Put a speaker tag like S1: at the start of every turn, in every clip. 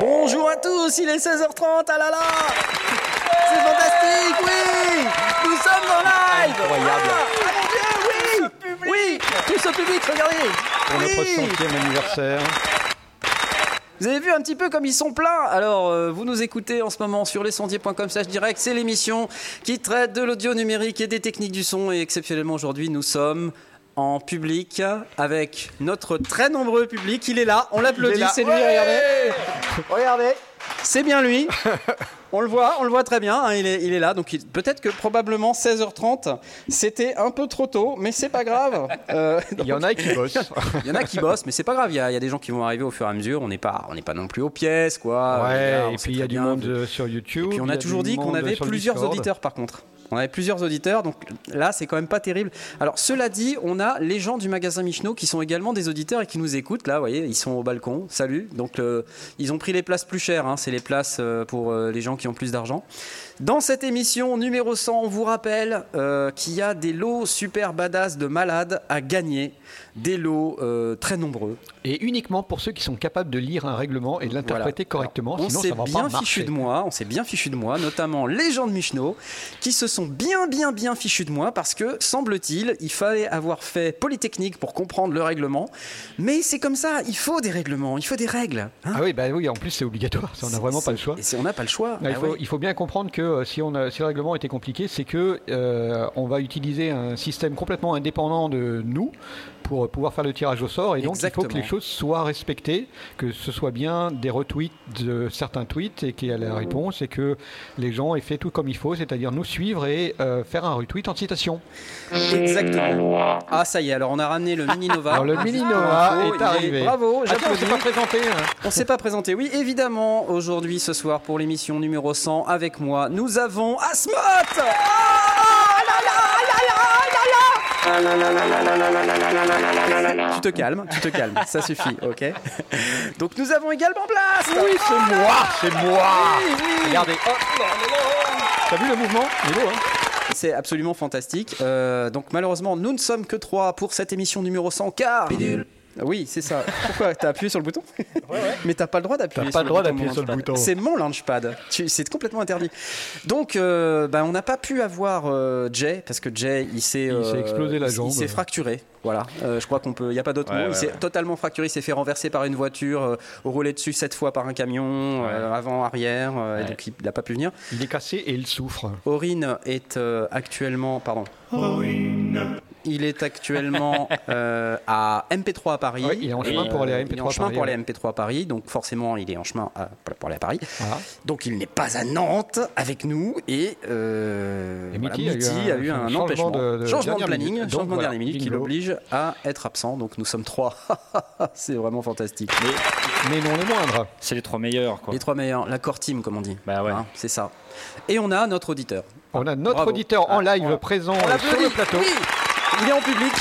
S1: Bonjour à tous, il est 16h30, ah là là C'est fantastique, oui Nous sommes en live
S2: Incroyable.
S1: Ah, ah mon Dieu, oui Oui, tout ce public, regardez
S2: pour notre
S1: Oui.
S2: centième anniversaire.
S1: Vous avez vu un petit peu comme ils sont pleins Alors, euh, vous nous écoutez en ce moment sur lescendiers.com slash direct. C'est l'émission qui traite de l'audio numérique et des techniques du son. Et exceptionnellement, aujourd'hui, nous sommes en public avec notre très nombreux public. Il est là, on l'applaudit, c'est lui, regardez Regardez C'est bien lui On le voit, on le voit très bien, hein, il, est, il est là. Donc il- peut-être que probablement 16h30, c'était un peu trop tôt, mais c'est pas grave. Euh,
S2: Il y en a qui bossent.
S1: il y en a qui bossent, mais c'est pas grave. Il y, a- il y a des gens qui vont arriver au fur et à mesure. On n'est pas, on n'est pas non plus aux pièces, quoi. Les gars,
S2: Ah Ouais,
S1: on
S2: et
S1: sait
S2: puis il y
S1: très
S2: a du
S1: bien.
S2: monde euh, sur YouTube.
S1: Et puis on
S2: il y
S1: a
S2: du
S1: toujours dit qu'on
S2: monde
S1: avait
S2: sur le
S1: plusieurs
S2: Discord.
S1: auditeurs, par contre. On avait plusieurs auditeurs, donc là, c'est quand même pas terrible. Alors cela dit, on a les gens du magasin Michno qui sont également des auditeurs et qui nous écoutent. Là, vous voyez, ils sont au balcon. Salut. Donc euh, ils ont pris les places plus chères. hein. C'est les places euh, pour euh, les gens qui ont plus d'argent. Dans cette émission numéro 100, on vous rappelle euh, qu'il y a des lots super badass de malades à gagner. Des lots euh, très nombreux.
S2: Et uniquement pour ceux qui sont capables de lire un règlement et de l'interpréter
S1: Voilà.
S2: correctement,
S1: Alors, on
S2: sinon
S1: s'est
S2: ça va
S1: bien
S2: pas marcher.
S1: fichu de moi, on s'est bien fichu de moi, notamment les gens de Michno, qui se sont bien bien bien fichus de moi parce que semble-t-il, il fallait avoir fait polytechnique pour comprendre le règlement, mais c'est comme ça, il faut des règlements, il faut des règles. hein.
S2: Ah oui, bah oui, en plus c'est obligatoire, ça, on n'a vraiment pas le choix.
S1: Et c'est- on n'a pas le choix.
S2: Ah, il,
S1: Ah
S2: faut,
S1: ouais.
S2: il faut bien comprendre que euh, si, on a- si le règlement était compliqué, c'est que euh, on va utiliser un système complètement indépendant de nous pour euh, pouvoir faire le tirage au sort. Et donc, il faut
S1: Exactement.
S2: que les choses soient respectées, que ce soit bien des retweets de certains tweets et qu'il y ait la réponse et que les gens aient fait tout comme il faut, c'est-à-dire nous suivre et euh, faire un retweet en citation.
S1: Exactement. Ah ça y est, alors on a ramené le Mini Nova.
S2: Alors, le mini Noah
S1: Bravo, ah, il
S2: est arrivé. Ah,
S1: Bravo,
S2: Attends,
S1: j'applaudis.
S2: c'est pas présenté. hein.
S1: On s'est pas présenté, oui, évidemment, aujourd'hui, ce soir, pour l'émission numéro 100, avec moi, nous avons Asmot Ah, là, là, ah, là, là, là, là, là Tu te calmes, tu te calmes, ça suffit, ok Donc nous avons également Blast Oh
S2: Oui, c'est moi, c'est moi.
S1: Oui, oui.
S2: Regardez. Oh, oh, oh, oh. T'as vu le mouvement Il est beau, hein
S1: C'est absolument fantastique. Euh, donc malheureusement, nous ne sommes que trois pour cette émission numéro 100, car... Oui, c'est ça. Pourquoi T'as appuyé sur le bouton Mais t'as pas le droit d'appuyer
S2: T'as
S1: sur
S2: pas
S1: le
S2: le droit
S1: bouton, mon
S2: d'appuyer sur le
S1: launchpad.
S2: bouton.
S1: C'est mon launchpad. Tu- C'est complètement interdit. Donc, euh, bah, on n'a pas pu avoir euh, Jay, parce que Jay, il s'est.
S2: Il
S1: euh,
S2: s'est explosé la
S1: il-
S2: jambe.
S1: Il s'est fracturé. Voilà. Euh, je crois qu'on peut. Il n'y a pas d'autre
S3: Ouais,
S1: mot. il
S3: ouais,
S1: s'est
S3: ouais.
S1: totalement fracturé. Il s'est fait renverser par une voiture, euh, roulé dessus sept fois par un camion, euh, avant, arrière. euh, et
S3: Ouais.
S1: donc, il n'a pas pu venir.
S2: Il est cassé et il souffre.
S1: Aurine est euh, actuellement. Pardon. Il est actuellement euh, à MP3 à Paris.
S2: Ouais, il est en
S1: Et,
S2: chemin pour aller à
S1: euh, il est en
S2: MP3 à
S1: chemin
S2: Paris,
S1: pour aller à
S2: ouais.
S1: MP3 à Paris. Donc forcément, il est en chemin à- pour- pour aller à Paris.
S2: Voilà.
S1: Donc il n'est pas à Nantes avec nous et, euh,
S2: Et
S1: voilà,
S2: Mitty a eu
S1: Mitty
S2: un-
S1: a eu un,
S2: un changement
S1: empêchement,
S2: de- de
S1: changement de
S2: dernière
S1: planning,
S2: minute. Donc,
S1: changement de
S2: voilà,
S1: dernière minute qui
S2: bingo.
S1: l'oblige à être absent. Donc nous sommes trois. C'est vraiment fantastique.
S3: Mais
S2: Mais non les moindres.
S3: c'est les trois meilleurs, quoi.
S1: Les trois meilleurs, la core team comme on dit. Hein,
S3: Bah ouais.
S1: C'est ça. Et on a notre auditeur.
S2: On a notre
S1: Bravo.
S2: auditeur en
S1: Ah,
S2: live
S1: on l'a-
S2: présent
S1: On
S2: euh, sur
S1: l'applaudit.
S2: le plateau.
S1: Oui, il est en public.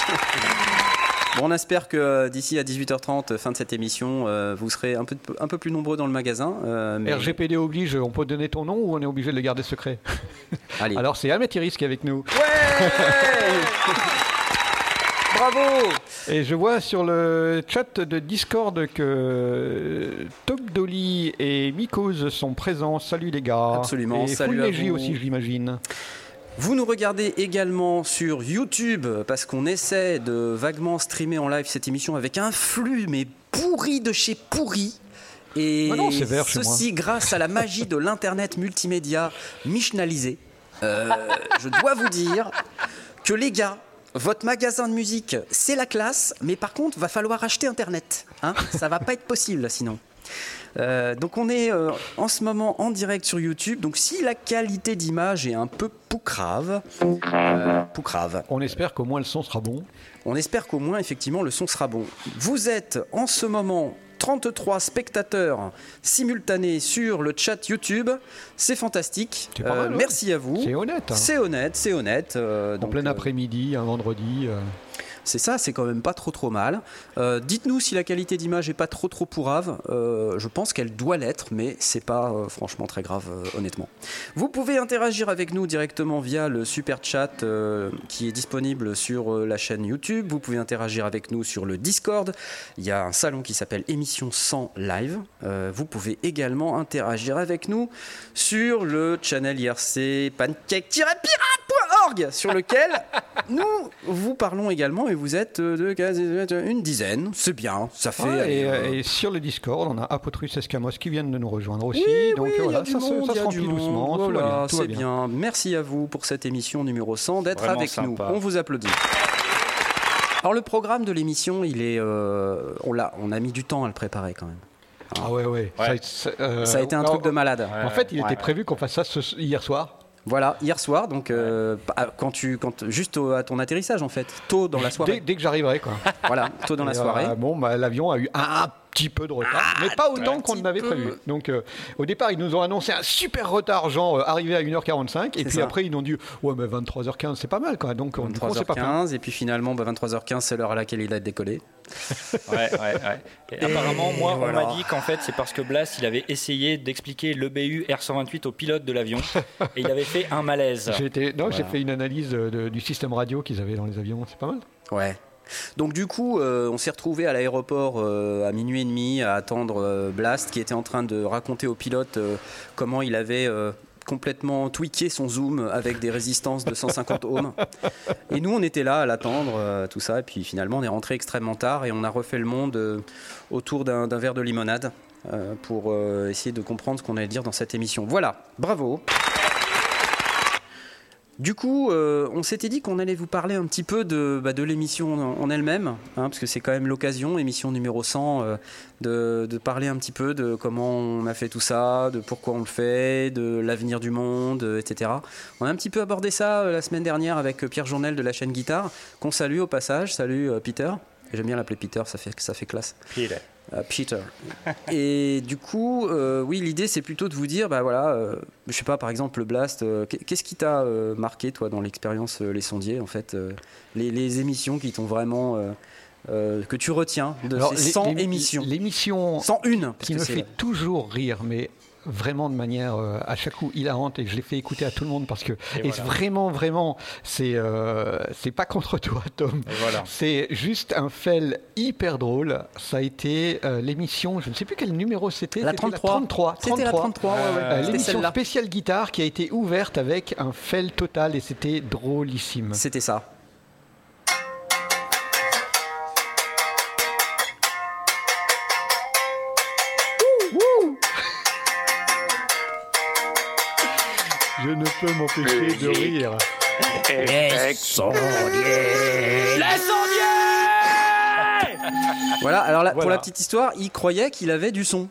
S1: Bon, on espère que euh, d'ici à 18h30, euh, fin de cette émission, euh, vous serez un peu, un peu plus nombreux dans le magasin. euh, mais-
S2: RGPD oblige, on peut donner ton nom ou on est obligé de le garder secret
S1: Allez.
S2: Alors c'est Améthyris qui est avec nous.
S1: Ouais Bravo
S2: Et je vois sur le chat de Discord que Topdoli et Mikos sont présents. Salut les gars.
S1: Absolument,
S2: Et
S1: salut à
S2: Fullmeji
S1: vous.
S2: aussi j'imagine.
S1: Vous nous regardez également sur YouTube parce qu'on essaie de vaguement streamer en live cette émission avec un flux mais pourri de chez pourri. Et
S2: Ah non, c'est vert chez
S1: ceci grâce à la magie de l'internet multimédia michnalisé. Euh, je dois vous dire que les gars, votre magasin de musique, c'est la classe, mais par contre, va falloir acheter internet. Hein Ça va pas être possible sinon. Euh, donc on est euh, en ce moment en direct sur YouTube. Donc si la qualité d'image est un peu poucrave, euh, poucrave,
S2: On espère qu'au moins le son sera bon.
S1: on espère qu'au moins effectivement le son sera bon. Vous êtes en ce moment 33 spectateurs simultanés sur le chat YouTube. C'est fantastique. Euh,
S2: C'est pas mal, ouais.
S1: Merci à vous.
S2: C'est honnête. hein.
S1: C'est honnête, c'est honnête. euh,
S2: En
S1: donc,
S2: plein
S1: euh,
S2: après-midi, un vendredi. euh,
S1: C'est ça, c'est quand même pas trop trop mal. Euh, Dites-nous si la qualité d'image est pas trop trop pourrave. Euh, je pense qu'elle doit l'être, mais c'est pas euh, franchement très grave, euh, honnêtement. Vous pouvez interagir avec nous directement via le super chat euh, qui est disponible sur euh, la chaîne YouTube. Vous pouvez interagir avec nous sur le Discord. Il y a un salon qui s'appelle Émission 100 Live. Euh, vous pouvez également interagir avec nous sur le channel IRC pancake-pirate.org sur lequel nous vous parlons également et vous êtes euh, de quasi- une dizaine. C'est bien, ça fait.
S2: ouais,
S1: allez,
S2: Ah, et,
S1: euh,
S2: et sur le Discord, on a Apotrus Escamos qui viennent de nous rejoindre aussi. donc
S1: oui,
S2: euh,
S1: il y a
S2: voilà,
S1: du
S2: ça, se-
S1: monde, il
S2: ça
S1: y
S2: se
S1: a
S2: remplit
S1: du monde.
S2: doucement. tout va
S1: Voilà,
S2: bien, tout va
S1: c'est
S2: bien.
S1: bien. Merci à vous pour cette émission numéro 100 d'être
S3: Vraiment
S1: avec nous.
S3: sympa.
S1: On vous applaudit. Alors le programme de l'émission, il est, euh, on l'a, on a mis du temps à le préparer quand même.
S2: Ah ouais, ouais.
S3: Ouais.
S2: Ça, euh,
S1: ça a été un truc de
S2: alors,
S1: malade.
S2: En fait, il
S3: Ouais,
S2: était
S3: ouais.
S2: prévu qu'on fasse ça ce- hier soir.
S1: Voilà, hier soir, donc euh, pa- quand tu, quand juste au- à ton atterrissage en fait, tôt dans la
S2: Dès,
S1: soirée.
S2: dès que j'arriverai, quoi.
S1: voilà, tôt dans la
S2: Et,
S1: soirée. Ah,
S2: euh, bon, bah, l'avion a eu un, un petit peu de retard, mais pas autant qu'on
S1: petit
S2: l'avait
S1: peu.
S2: prévu. Donc, euh, au départ, ils nous ont annoncé un super retard, genre euh, arrivé à 1h45, et
S1: C'est
S2: puis
S1: ça.
S2: après, ils nous ont dit Ouais, mais 23h15, c'est pas mal, quoi. Donc, on- du coup, on s'est pas fait.
S1: 23h15 et puis finalement bah, 23h15 c'est l'heure à laquelle il a décollé.
S3: Ouais, ouais, ouais. Et apparemment, moi, on m'a dit qu'en fait, c'est parce que Blas, il avait essayé d'expliquer l'EBU R128 au pilote de l'avion et il avait fait un malaise.
S2: J'ai été- non, j'ai
S1: Voilà.
S2: fait une analyse euh, de- du système radio qu'ils avaient dans les avions, c'est pas mal.
S1: Ouais. Donc du coup, euh, on s'est retrouvé à l'aéroport euh, à minuit et demi à attendre euh, Blast qui était en train de raconter au pilote euh, comment il avait euh, complètement tweaké son zoom avec des résistances de 150 ohms. Et nous, on était là à l'attendre, euh, tout ça. Et puis finalement, on est rentré extrêmement tard et on a refait le monde euh, autour d'un d'un verre de limonade euh, pour euh, essayer de comprendre ce qu'on allait dire dans cette émission. Voilà, bravo. Du coup, euh, on s'était dit qu'on allait vous parler un petit peu de, bah, de l'émission en, en elle-même, hein, parce que c'est quand même l'occasion, émission numéro 100, euh, de, de parler un petit peu de comment on a fait tout ça, de pourquoi on le fait, de l'avenir du monde, euh, etc. On a un petit peu abordé ça euh, la semaine dernière avec euh, Pierre Journel de la chaîne Guitare, qu'on salue au passage. Salut euh, Peter. J'aime bien l'appeler Peter, ça fait, ça fait classe.
S3: Pile.
S1: Euh, Peter. Et du coup, euh, oui, l'idée c'est plutôt de vous dire, bah voilà, euh, je sais pas, par exemple le Blast, euh, qu'est- qu'est-ce qui t'a euh, marqué toi dans l'expérience euh, Les Sondiers en fait euh, les, les émissions qui t'ont vraiment. euh, euh, que tu retiens de
S2: Alors,
S1: ces
S2: l'é-
S1: 100
S2: l'é-
S1: émissions.
S2: L'émission
S1: 101 parce
S2: qui
S1: que
S2: me
S1: c'est-
S2: fait toujours rire, mais vraiment de manière euh, à chaque coup hilarante et je l'ai fait écouter à tout le monde parce que et,
S3: voilà.
S2: vraiment vraiment c'est euh, c'est pas contre toi Tom
S3: Et voilà.
S2: c'est juste un fail hyper drôle ça a été euh, l'émission je ne sais plus quel numéro c'était
S1: La
S2: c'était
S1: 33.
S2: 33
S1: C'était la 33, ouais, ouais.
S2: Euh,
S1: C'était
S2: l'émission
S1: celle-là.
S2: spéciale guitare qui a été ouverte avec un fail total et c'était drôlissime
S1: C'était ça.
S2: je ne peux m'empêcher de rire
S1: Voilà, alors là, pour
S2: Voilà.
S1: la petite histoire, il croyait qu'il avait du son.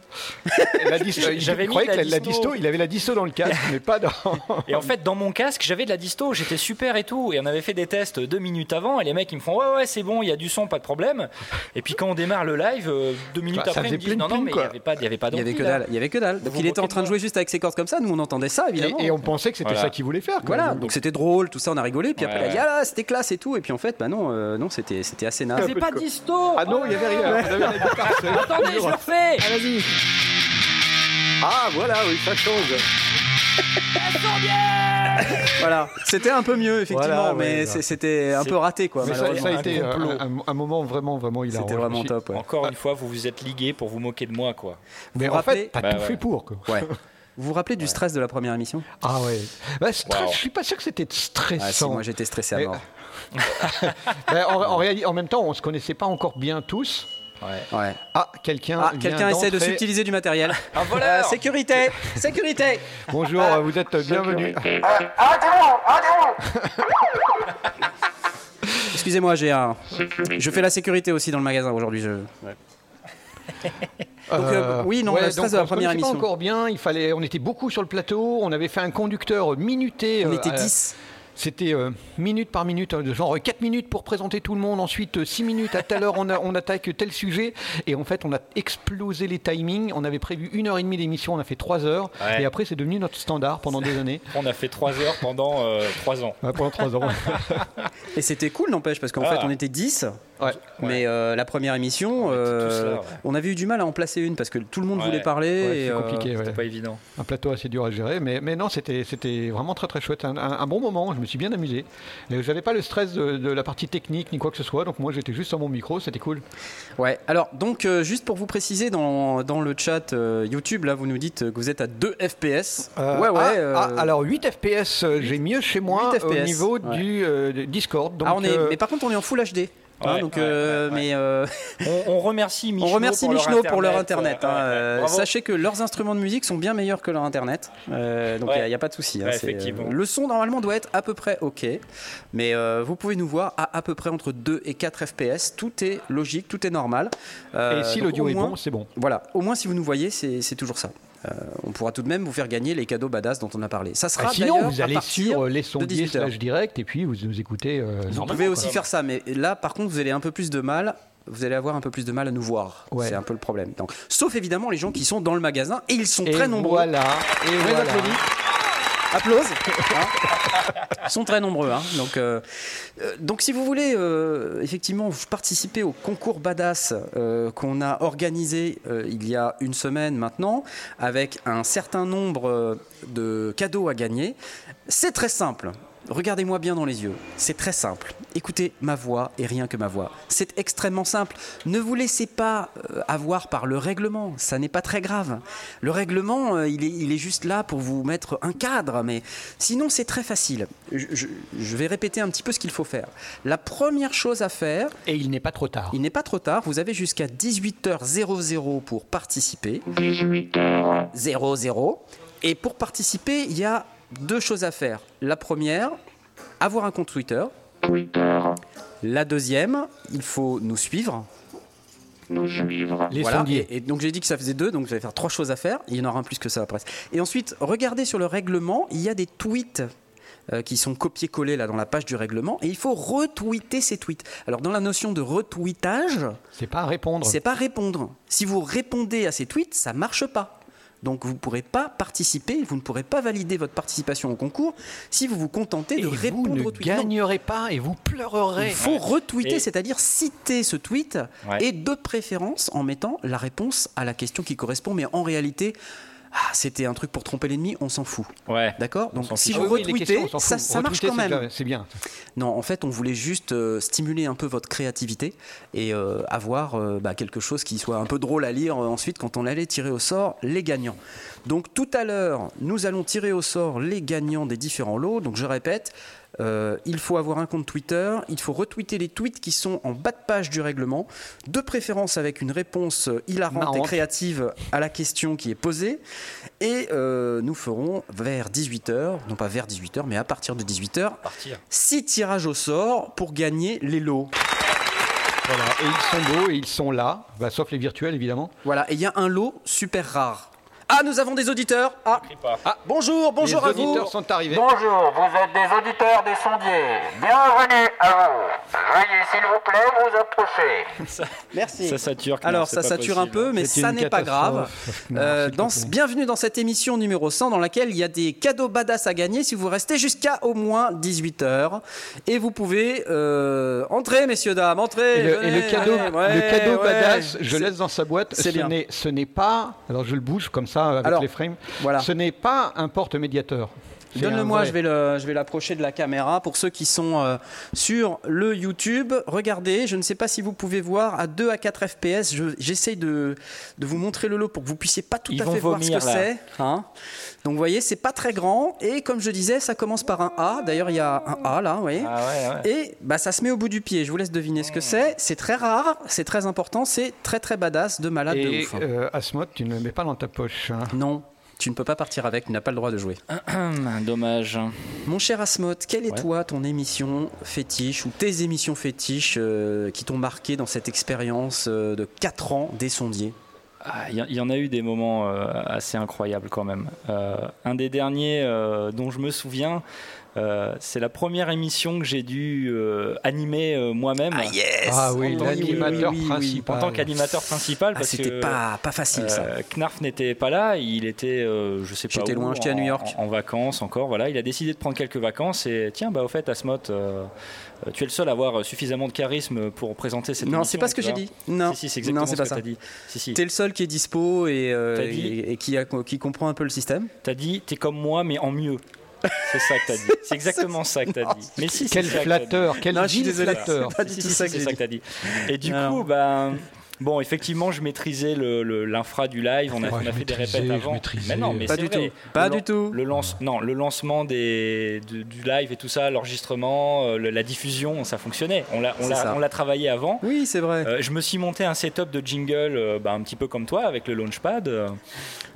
S2: La dis-
S3: J'avais
S2: je
S3: mis
S2: croyais
S3: la
S2: que la, la
S3: disto.
S2: disto il avait la disto dans le casque mais pas dans
S3: Et en fait, dans mon casque, j'avais de la disto, j'étais super et tout. Et on avait fait des tests deux minutes avant. Et les mecs, ils me font Ouais, ouais, c'est bon, il y a du son, pas de problème. Et puis quand on démarre le live, euh, deux minutes
S2: Bah, ça
S3: après, ils me
S2: faisait
S3: disent
S2: plein de
S3: Non, non,
S2: ping,
S3: mais il n'y
S2: quoi.
S3: avait pas, il y avait
S2: Ah,
S3: pas
S1: Il y avait
S3: d'ampli,
S1: que
S3: là.
S1: dalle. Il y avait que dalle. Donc
S3: vous
S1: il était en
S3: moquez de
S1: train de
S3: moi.
S1: jouer juste avec ses cordes comme ça. Nous, on entendait ça, évidemment.
S2: Et, et on pensait que c'était
S3: Voilà.
S2: ça qu'il voulait faire. quoi.
S1: Voilà, donc c'était drôle, tout ça, on a rigolé, puis
S3: Ouais,
S1: après, il a dit,
S3: ouais.
S1: ah là, c'était classe et tout, et puis en fait, bah non, euh, non, c'était c'était assez naze.
S2: peu de
S4: pas
S2: co-
S4: disto
S2: Ah non, il y avait rien. On avait la guitare, c'est-
S4: Attendez, je le refais
S2: Ah voilà, oui, ça change.
S1: Voilà, c'était un peu mieux, effectivement,
S2: Voilà, ouais,
S1: mais
S2: ouais.
S1: c'est- c'était un
S3: C'est-
S1: peu raté, quoi,
S2: Mais ça,
S1: malheureusement.
S2: ça a été
S3: un
S2: euh,
S3: complot.
S2: un, un- un moment vraiment, vraiment hilarant.
S1: C'était
S2: Je
S1: vraiment
S2: me suis-
S1: top, ouais.
S3: Encore une fois, vous vous êtes ligués pour vous moquer de moi, quoi.
S2: Mais
S1: Vous
S2: en
S1: rappelez-
S2: fait, t'as
S3: Bah,
S2: tout
S3: ouais.
S2: fait pour. Quoi.
S1: Ouais. Vous vous rappelez du stress de la première émission
S2: Ah ouais. Bah, stress,
S3: Wow.
S2: Je suis pas sûr que c'était
S1: Ah si,
S2: stressant.
S1: moi j'étais stressé à
S2: Mais-
S1: mort.
S2: Bah, en, en réalité, en même temps, on se connaissait pas encore bien tous.
S3: Ouais.
S1: Ouais.
S2: Ah, quelqu'un.
S1: Ah,
S2: vient
S1: quelqu'un essaie de
S2: d'entrer. Ah,
S1: subtiliser du matériel.
S3: Un voleur
S1: Euh, sécurité Sécurité
S2: Bonjour,
S1: Ah.
S2: euh, vous êtes bienvenue.
S1: Excusez-moi, j'ai un... Je fais la sécurité aussi dans le magasin aujourd'hui, je... euh, oui, non, le stress de la
S2: on
S1: première
S2: se connaissait
S1: émission.
S2: Pas encore bien. Il fallait. On était beaucoup sur le plateau. On avait fait un conducteur minuté.
S1: On
S2: euh,
S1: était
S2: à-
S1: 10.
S2: C'était euh, minute par minute, euh, genre 4 minutes pour présenter tout le monde, ensuite 6 minutes à telle heure on, a- on attaque tel sujet. Et en fait, on a explosé les timings. On avait prévu une heure et demie d'émission, on a fait 3 heures.
S3: Ouais.
S2: Et après, c'est devenu notre standard pendant des années.
S3: On a fait 3 heures pendant 3 ans.
S2: Ouais, pendant 3 ans.
S1: Et c'était cool, n'empêche, parce qu'en
S3: Ah.
S1: fait, on était 10.
S2: Ouais.
S1: Mais euh, la première émission,
S3: On était tous
S1: euh,
S3: là, ouais.
S1: on avait eu du mal à en placer une parce que tout le monde
S3: Ouais.
S1: voulait parler.
S2: Ouais,
S1: et,
S2: c'est
S1: euh,
S2: compliqué. ouais.
S3: C'était pas évident.
S2: Un plateau assez dur à gérer, mais, mais non, c'était c'était vraiment très très chouette. Un, un- un bon moment, je me suis bien amusé. Et J'avais pas le stress de, de la partie technique ni quoi que ce soit, donc moi j'étais juste sur mon micro, c'était cool.
S1: Ouais, alors donc euh, juste pour vous préciser dans, dans le chat euh, YouTube, là vous nous dites que vous êtes à 2 FPS.
S2: Euh,
S1: ouais, ouais.
S2: ah,
S1: euh,
S2: ah, alors 8 FPS, euh, j'ai mieux chez moi
S1: 8
S2: au
S1: FPS,
S2: niveau
S1: ouais.
S2: du euh, de- Discord. Donc,
S1: ah, on est,
S2: euh,
S1: mais par contre on est en full HD. hein,
S3: Ouais,
S1: donc,
S3: ouais,
S1: euh,
S3: ouais, ouais.
S1: mais euh,
S3: On, on remercie Michno
S1: on remercie
S3: pour leur
S1: Michno pour leur internet.
S3: internet. Ouais,
S1: hein,
S3: ouais, ouais.
S1: euh,
S3: Bravo.
S1: sachez que leurs instruments de musique sont bien meilleurs que leur internet. Euh, donc il
S3: Ouais.
S1: n'y a, pas de souci. hein,
S3: Ouais,
S1: c'est, euh,
S3: effectivement.
S1: le son normalement doit être à peu près ok, mais euh, vous pouvez nous voir à à peu près entre 2 et 4 FPS. Tout est logique, tout est normal. Euh,
S2: et si
S1: donc,
S2: l'audio
S1: au
S2: est
S1: moins-
S2: bon, c'est bon.
S1: Voilà, au moins si vous nous voyez, c'est c'est toujours ça. Euh, on pourra tout de même vous faire gagner les cadeaux badass dont on a parlé. Ça sera
S2: Ah, sinon,
S1: d'ailleurs
S2: vous
S1: à
S2: allez
S1: partir
S2: sur euh, les
S1: de
S2: sondiers
S1: 18 heures.
S2: slash direct et puis vous nous écoutez. euh,
S1: Vous
S2: normalement,
S1: pouvez aussi
S2: quoi.
S1: faire ça, mais là, par contre, vous allez un peu plus de mal. Vous allez avoir un peu plus de mal à nous voir.
S2: Ouais.
S1: C'est un peu le problème. Donc, sauf évidemment les gens qui sont dans le magasin et ils sont
S2: Et
S1: très nombreux.
S2: Voilà, et
S1: On les
S2: voilà.
S1: applaudit. Applause. hein. Ils sont très nombreux. hein. Donc, euh, euh, donc, si vous voulez euh, effectivement vous participer au concours badass euh, qu'on a organisé euh, il y a une semaine maintenant, avec un certain nombre euh, de cadeaux à gagner, c'est très simple. Regardez-moi bien dans les yeux. C'est très simple. Écoutez ma voix et rien que ma voix. C'est extrêmement simple. Ne vous laissez pas euh, avoir par le règlement. Ça n'est pas très grave. Le règlement, euh, il est, il est juste là pour vous mettre un cadre. Mais sinon, c'est très facile. Je, je- je vais répéter un petit peu ce qu'il faut faire. La première chose à faire,
S2: Et il n'est pas trop tard.
S1: il n'est pas trop tard. Vous avez jusqu'à 18h00 pour participer. 18h00. Et pour participer, il y a deux choses à faire. La première, avoir un compte Twitter. La deuxième, il faut nous suivre.
S2: Les
S1: Voilà.
S2: sondiers.
S1: Et, et donc j'ai dit que ça faisait deux, donc vous allez faire trois choses à faire. Il y en aura un plus que ça après. Et ensuite, regardez sur le règlement, il y a des tweets. euh, qui sont copiés-collés là dans la page du règlement et il faut retweeter ces tweets. Alors dans la notion de retweetage,
S2: C'est pas à répondre.
S1: c'est pas répondre. Si vous répondez à ces tweets, ça marche pas. Donc vous ne pourrez pas participer, vous ne pourrez pas valider votre participation au concours si vous vous contentez
S2: Et
S1: de
S2: vous
S1: répondre
S2: ne
S1: aux tweets. Non,
S2: gagnerez pas et vous pleurerez.
S1: il faut retweeter,
S3: Et-
S1: c'est-à-dire citer ce tweet
S3: Ouais.
S1: et de préférence en mettant la réponse à la question qui correspond. Mais en réalité, ah, c'était un truc pour tromper l'ennemi, on s'en fout.
S3: Ouais.
S1: D'accord
S3: On
S1: Donc
S3: s'en
S1: si
S3: fiche.
S1: vous
S2: Ah oui, oui, les
S1: retweetez,
S2: questions, on s'en
S1: ça,
S2: fout.
S1: ça marche
S2: Retweeter,
S1: quand
S2: c'est
S1: même.
S2: déjà- C'est bien.
S1: Non, en fait, on voulait juste euh, stimuler un peu votre créativité et euh, avoir euh, bah, quelque chose qui soit un peu drôle à lire euh, ensuite quand on allait tirer au sort les gagnants. Donc tout à l'heure, nous allons tirer au sort les gagnants des différents lots. Donc je répète, euh, il faut avoir un compte Twitter, il faut retweeter les tweets qui sont en bas de page du règlement, de préférence avec une réponse euh, hilarante et
S2: Marrante.
S1: créative à la question qui est posée. Et euh, nous ferons vers 18h, non pas vers 18h, mais à partir de 18h,
S3: Partir.
S1: 6 tirages au sort pour gagner les lots.
S2: Voilà. Et ils sont beaux et ils sont là, Bah, sauf les virtuels évidemment.
S1: Voilà, et il y a un lot super rare. Ah, nous avons des auditeurs. Ah,
S3: Crie pas.
S1: ah, bonjour, bonjour
S2: les
S1: à vous.
S2: auditeurs sont arrivés.
S4: Bonjour, vous êtes des auditeurs des sondiers. Bienvenue à vous. Veuillez s'il vous plaît vous approcher.
S1: Merci.
S3: Ça sature. Clément,
S1: Alors,
S3: c'est
S1: ça
S3: pas
S1: sature un
S3: possible.
S1: peu, mais
S2: C'est
S1: ça
S2: une
S1: n'est pas grave.
S2: catastrophe. Non,
S1: Euh,
S2: s'il te
S1: dans-
S2: plaît.
S1: bienvenue dans cette émission numéro 100 dans laquelle il y a des cadeaux badass à gagner si vous restez jusqu'à au moins 18h. Et vous pouvez euh, entrer, messieurs, dames, entrer.
S2: Et le, et le
S1: venez,
S2: cadeau,
S1: venez. Ouais,
S2: le cadeau
S1: ouais.
S2: badass, je
S1: C'est-
S2: laisse dans sa boîte.
S1: c'est
S2: Ce
S1: bien.
S2: n'est, ce n'est pas. Alors je le bouge comme ça avec
S1: Alors,
S2: les frames.
S1: voilà.
S2: Ce n'est pas un porte-médiateur. C'est un
S1: Donne-le-moi,
S2: vrai.
S1: je vais le- je vais l'approcher de la caméra. Pour ceux qui sont euh, sur le YouTube, regardez, je ne sais pas si vous pouvez voir à 2 à 4 FPS. je- J'essaye de, de vous montrer le lot pour que vous puissiez pas tout
S3: Ils
S1: à
S3: vont
S1: fait voir ce que
S3: vomir, là.
S1: c'est. hein. Donc vous voyez, c'est pas très grand. Et comme je disais, ça commence par un A. D'ailleurs, il y a un A là, vous voyez.
S3: Ah ouais, ouais.
S1: Et bah, ça se met au bout du pied. Je vous laisse deviner ce que c'est. C'est très rare, c'est très important, c'est très très badass Ah, de malade de
S2: Et
S1: ouf. hein.
S2: euh, Asmod, tu ne le mets pas dans ta poche. hein.
S3: euh,
S1: Non, tu ne peux pas partir avec, tu n'as pas le droit de jouer.
S3: Hum, Dommage.
S1: Mon cher Asmoth, quelle est
S3: Ouais.
S1: toi ton émission fétiche ou tes émissions fétiches euh, qui t'ont marqué dans cette expérience euh, de 4 ans des sondiers
S3: Ah, Il y, a- il y en a eu des moments euh, assez incroyables quand même. Euh, un des derniers euh, dont je me souviens, euh, c'est la première émission que j'ai dû euh, animer euh, moi-même
S1: Ah yes Ah
S2: Ah oui,
S3: en tant que-
S2: l'animateur
S1: oui, oui, oui.
S2: principal.
S3: en tant qu'animateur principal.
S1: Ah,
S3: parce
S1: c'était
S3: que,
S1: pas, pas facile ça.
S3: euh, Knarf n'était pas là, il était, euh, je sais pas
S1: J'étais
S3: où,
S1: loin,
S3: en-
S1: j'étais à New York.
S3: En, en vacances encore, voilà. Il a décidé de prendre quelques vacances et tiens, bah au fait, Asmot, euh, euh, tu es le seul à avoir euh, suffisamment de charisme pour présenter cette
S1: Non,
S3: émission,
S1: c'est pas ce que
S3: tu
S1: j'ai
S3: vois.
S1: dit. Non,
S3: Si, si, c'est exactement
S1: non, c'est
S3: ce
S1: pas
S3: que
S1: ça.
S3: t'as dit. Si, si.
S1: T'es le seul qui est dispo et, euh,
S3: T'as
S1: et,
S3: dit-
S1: et qui, a- qui comprend un peu le système.
S3: T'as dit, t'es comme moi, mais en mieux. C'est ça que t'as dit. C'est exactement ça que t'as dit. Mais si, c'est
S2: Quel
S3: ça que t'as
S2: flatteur, quel
S1: Non, je suis
S2: vil
S1: désolé.
S2: flatteur.
S1: Pas
S3: dit.
S1: du
S3: Si,
S1: tout
S3: si,
S1: ça
S3: si,
S1: que
S3: c'est
S1: j'ai
S3: ça
S1: dit.
S3: que t'as dit. Et du
S1: Non.
S3: coup, ben. Bon, effectivement, je maîtrisais le- le- l'infra du live. On a,
S2: Ouais,
S3: on a
S2: je
S3: fait des
S2: maîtrisais,
S3: répètes
S2: je
S3: avant.
S2: maîtrisais.
S3: Mais non, mais
S1: Pas
S3: c'est
S1: du
S3: vrai.
S1: tout. Pas
S3: Le-
S1: du tout.
S3: Le lance, non, le lancement des, du, du live et tout ça, l'enregistrement, euh, le- la diffusion, ça fonctionnait. On l'a, on
S1: C'est
S3: l'a-
S1: ça.
S3: on l'a travaillé avant.
S1: Oui, c'est vrai.
S3: Euh, je me suis monté un setup de jingle euh, bah, un petit peu comme toi avec le launchpad. euh,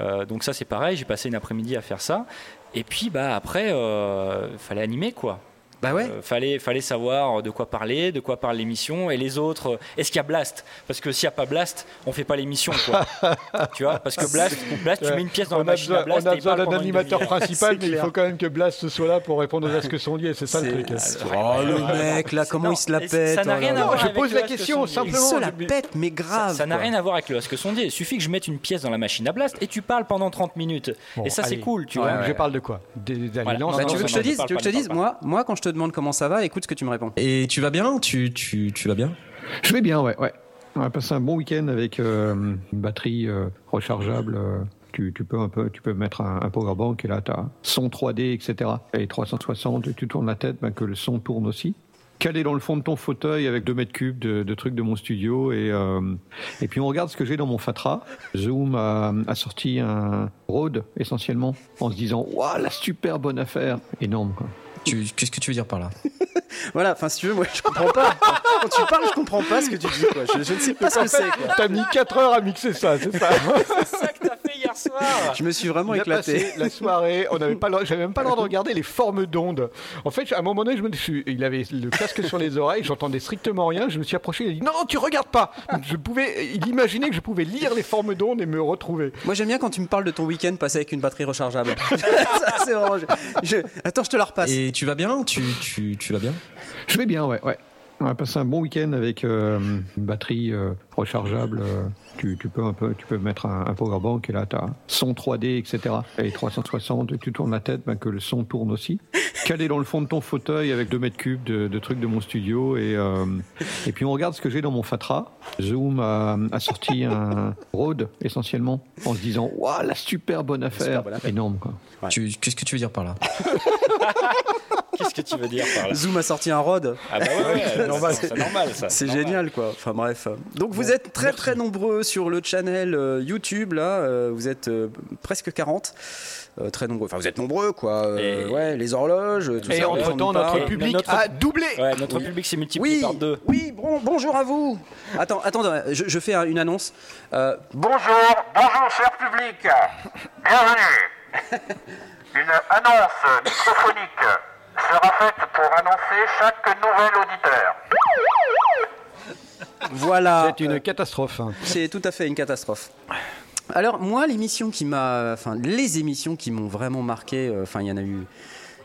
S3: euh, donc ça c'est pareil, j'ai passé une après-midi à faire ça. Et puis bah après, euh, fallait animer quoi.
S1: bah ouais.
S3: Euh, fallait, fallait savoir de quoi parler, de quoi parle l'émission et les autres. euh, Est-ce qu'il y a Blast Parce que s'il n'y a pas Blast, on fait pas l'émission quoi. tu vois Parce que Blast, Blast, tu mets une pièce dans
S2: on
S3: la
S2: a
S3: machine
S2: besoin,
S3: à Blast.
S2: on a
S3: et il
S2: besoin
S3: parle
S2: d'un
S3: pendant une
S2: animateur
S3: demi-heure.
S1: C'est
S2: principal, mais il
S1: clair.
S2: faut quand même que Blast soit là pour répondre aux asques sondiers. C'est ça le
S1: C'est-
S2: truc. hein.
S3: Ah,
S1: Oh le mec, là, comment
S3: Non,
S1: il se la
S3: et
S1: pète
S3: Ça n'a
S1: oh là
S3: rien à
S1: là.
S2: Non,
S3: voir
S2: je
S3: avec
S2: pose
S3: le
S2: la
S3: Ask
S2: question,
S3: Sondier.
S1: Il
S2: simplement.
S1: se la
S2: je-
S1: pète, mais grave.
S3: Ça n'a
S1: quoi.
S3: rien à voir avec le Ask Sondier. Il suffit que je mette une pièce dans la machine à blast et tu parles pendant 30 minutes.
S2: Bon,
S3: et ça, c'est
S2: allez.
S3: cool, tu
S2: Ouais,
S3: vois.
S2: Je parle de quoi Des- des-
S3: Voilà.
S2: lances-
S1: Bah,
S3: Non,
S1: tu
S3: non,
S1: veux que je
S3: non,
S1: te dise,
S3: parle
S1: tu veux que je
S3: pas,
S1: te dise,
S3: parle
S1: moi, moi, quand je te demande comment ça va, écoute ce que tu me réponds.
S5: Et tu vas bien tu, tu, tu vas bien
S2: Je vais bien, ouais, ouais. On a passé un bon week-end avec euh, une batterie euh, rechargeable. euh, Tu, tu peux un peu, tu peux mettre un, un power bank et là t'as son 3D etc et 360 et tu tournes la tête, ben, que le son tourne aussi. Calé dans le fond de ton fauteuil avec 2 mètres cubes de, de trucs de mon studio et euh, et puis on regarde ce que j'ai dans mon Fatra. Zoom a, a sorti un Rode essentiellement en se disant waouh la super bonne affaire énorme quoi.
S5: Tu- Qu'est-ce que tu veux dire par là
S1: Voilà, enfin, si tu veux, moi, je comprends pas. Quand tu parles, je comprends pas ce que tu dis, quoi. Je, je ne sais pas ce que c'est, quoi.
S2: T'as mis 4 heures à mixer ça c'est ça.
S3: C'est ça que t'as fait hier soir.
S1: Je me suis vraiment
S2: Il a
S1: éclaté.
S2: passé la soirée, on n'avait pas, le droit- j'avais même pas le droit de regarder les formes d'ondes. En fait, à un moment donné, je me suis, il avait le casque sur les oreilles, j'entendais strictement rien. Je me suis approché, il a dit non, non, tu regardes pas. Donc, Je pouvais, il imaginait que je pouvais lire les formes d'ondes et me retrouver.
S1: Moi, j'aime bien quand tu me parles de ton week-end passé avec une batterie rechargeable. Ça, c'est vraiment. je- je- Attends, je te la
S6: Ah,
S1: repasse.
S5: Et tu vas bien tu, tu, tu vas bien
S2: Je vais bien, ouais, ouais. On a passé un bon week-end avec euh, une batterie euh, rechargeable. euh, tu, tu peux un peu, tu peux mettre un, un power bank et là t'as son 3D etc. Et 360, tu tournes la tête, ben, que le son tourne aussi. Calé dans le fond de ton fauteuil avec 2 mètres cubes de, de trucs de mon studio et euh, et puis on regarde ce que j'ai dans mon Fatra. Zoom a, a sorti un Rode essentiellement en se disant waouh la super bonne affaire,
S1: bonne affaire.
S2: énorme quoi.
S5: Tu- Qu'est-ce que tu veux dire par là
S6: Ah,
S3: Qu'est-ce que tu veux dire par là
S1: Zoom a sorti un Rod.
S3: Ah bah ouais, ouais, c'est normal,
S1: C'est-
S3: c'est normal ça.
S1: C'est
S3: normal.
S1: génial quoi. Enfin bref. Donc vous êtes très très nombreux sur le channel euh, YouTube là. Euh, vous êtes euh, presque 40. Euh, très nombreux. Enfin vous êtes nombreux quoi. Euh,
S3: Et-
S1: Ouais, les horloges, tout ça.
S2: Et
S1: les
S2: entre temps
S1: gens nous
S2: notre
S1: parlent.
S2: public
S3: Notre-
S2: a doublé.
S3: Ouais, notre
S1: Oui.
S3: public s'est multiplié
S1: Oui,
S3: par deux.
S1: oui bon, bonjour à vous. Attends, attends, je, je fais hein, une annonce. Euh,
S4: Bonjour, bonjour cher public. Bienvenue. Une annonce microphonique sera faite pour annoncer chaque nouvel auditeur.
S1: voilà.
S2: C'est une catastrophe. hein.
S1: C'est tout à fait une catastrophe. Alors moi, l'émission qui m'a, enfin les émissions qui m'ont vraiment marqué, euh, enfin il y en a eu,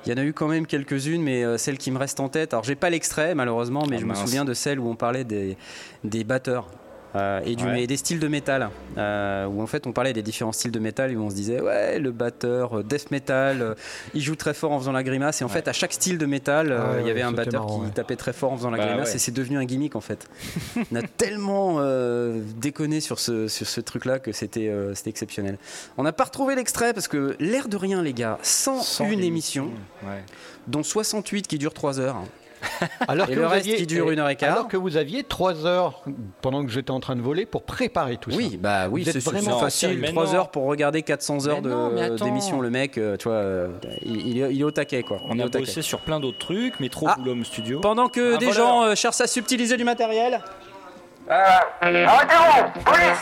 S1: il y en a eu quand même quelques-unes, mais euh, celle qui me reste en tête. Alors j'ai pas l'extrait malheureusement, mais
S3: Ah,
S1: je
S3: mince.
S1: me souviens de celle où on parlait des des batteurs. euh, et du,
S3: Ouais.
S1: et des styles de métal, euh, où en fait on parlait des différents styles de métal, et où on se disait, ouais, le batteur, euh, death metal, euh, il joue très fort en faisant la grimace, et en fait à chaque style de métal, euh,
S2: Ah ouais,
S1: il y avait un
S2: c'était
S1: batteur
S2: marrant,
S1: qui
S2: ouais.
S1: tapait très fort en faisant la
S3: Bah
S1: grimace,
S3: ouais.
S1: et c'est devenu un gimmick en fait. On a tellement euh, déconné sur ce, sur ce truc-là que c'était euh, c'était exceptionnel. On n'a pas retrouvé l'extrait parce que l'air de rien, les gars, 101
S3: Sans
S1: émissions,
S3: Ouais.
S1: dont 68 qui durent 3 heures.
S2: Alors
S1: Et
S2: que
S1: le
S2: vous
S1: reste
S2: aviez-
S1: qui dure une heure et quart.
S2: Alors que vous aviez 3 heures pendant que j'étais en train de voler pour préparer tout ça.
S1: Oui, bah oui,
S2: Vous êtes
S1: c'est
S2: vraiment
S1: vraiment
S3: facile.
S1: facile.
S3: Mais
S1: 3
S3: non.
S1: heures pour regarder 400 heures
S3: Mais non, mais
S1: de-
S3: attends.
S1: d'émission. Le mec, euh, tu vois, euh, il, il est- il est au taquet quoi.
S3: On
S1: Il est
S3: a
S1: au taquet.
S3: bossé sur plein d'autres trucs, Métro,
S1: Ah.
S3: Boulom Studio.
S1: Pendant que
S3: Un
S1: des
S3: voleur.
S1: gens euh, cherchent à subtiliser du matériel,
S4: Euh, arrêtez-vous, police,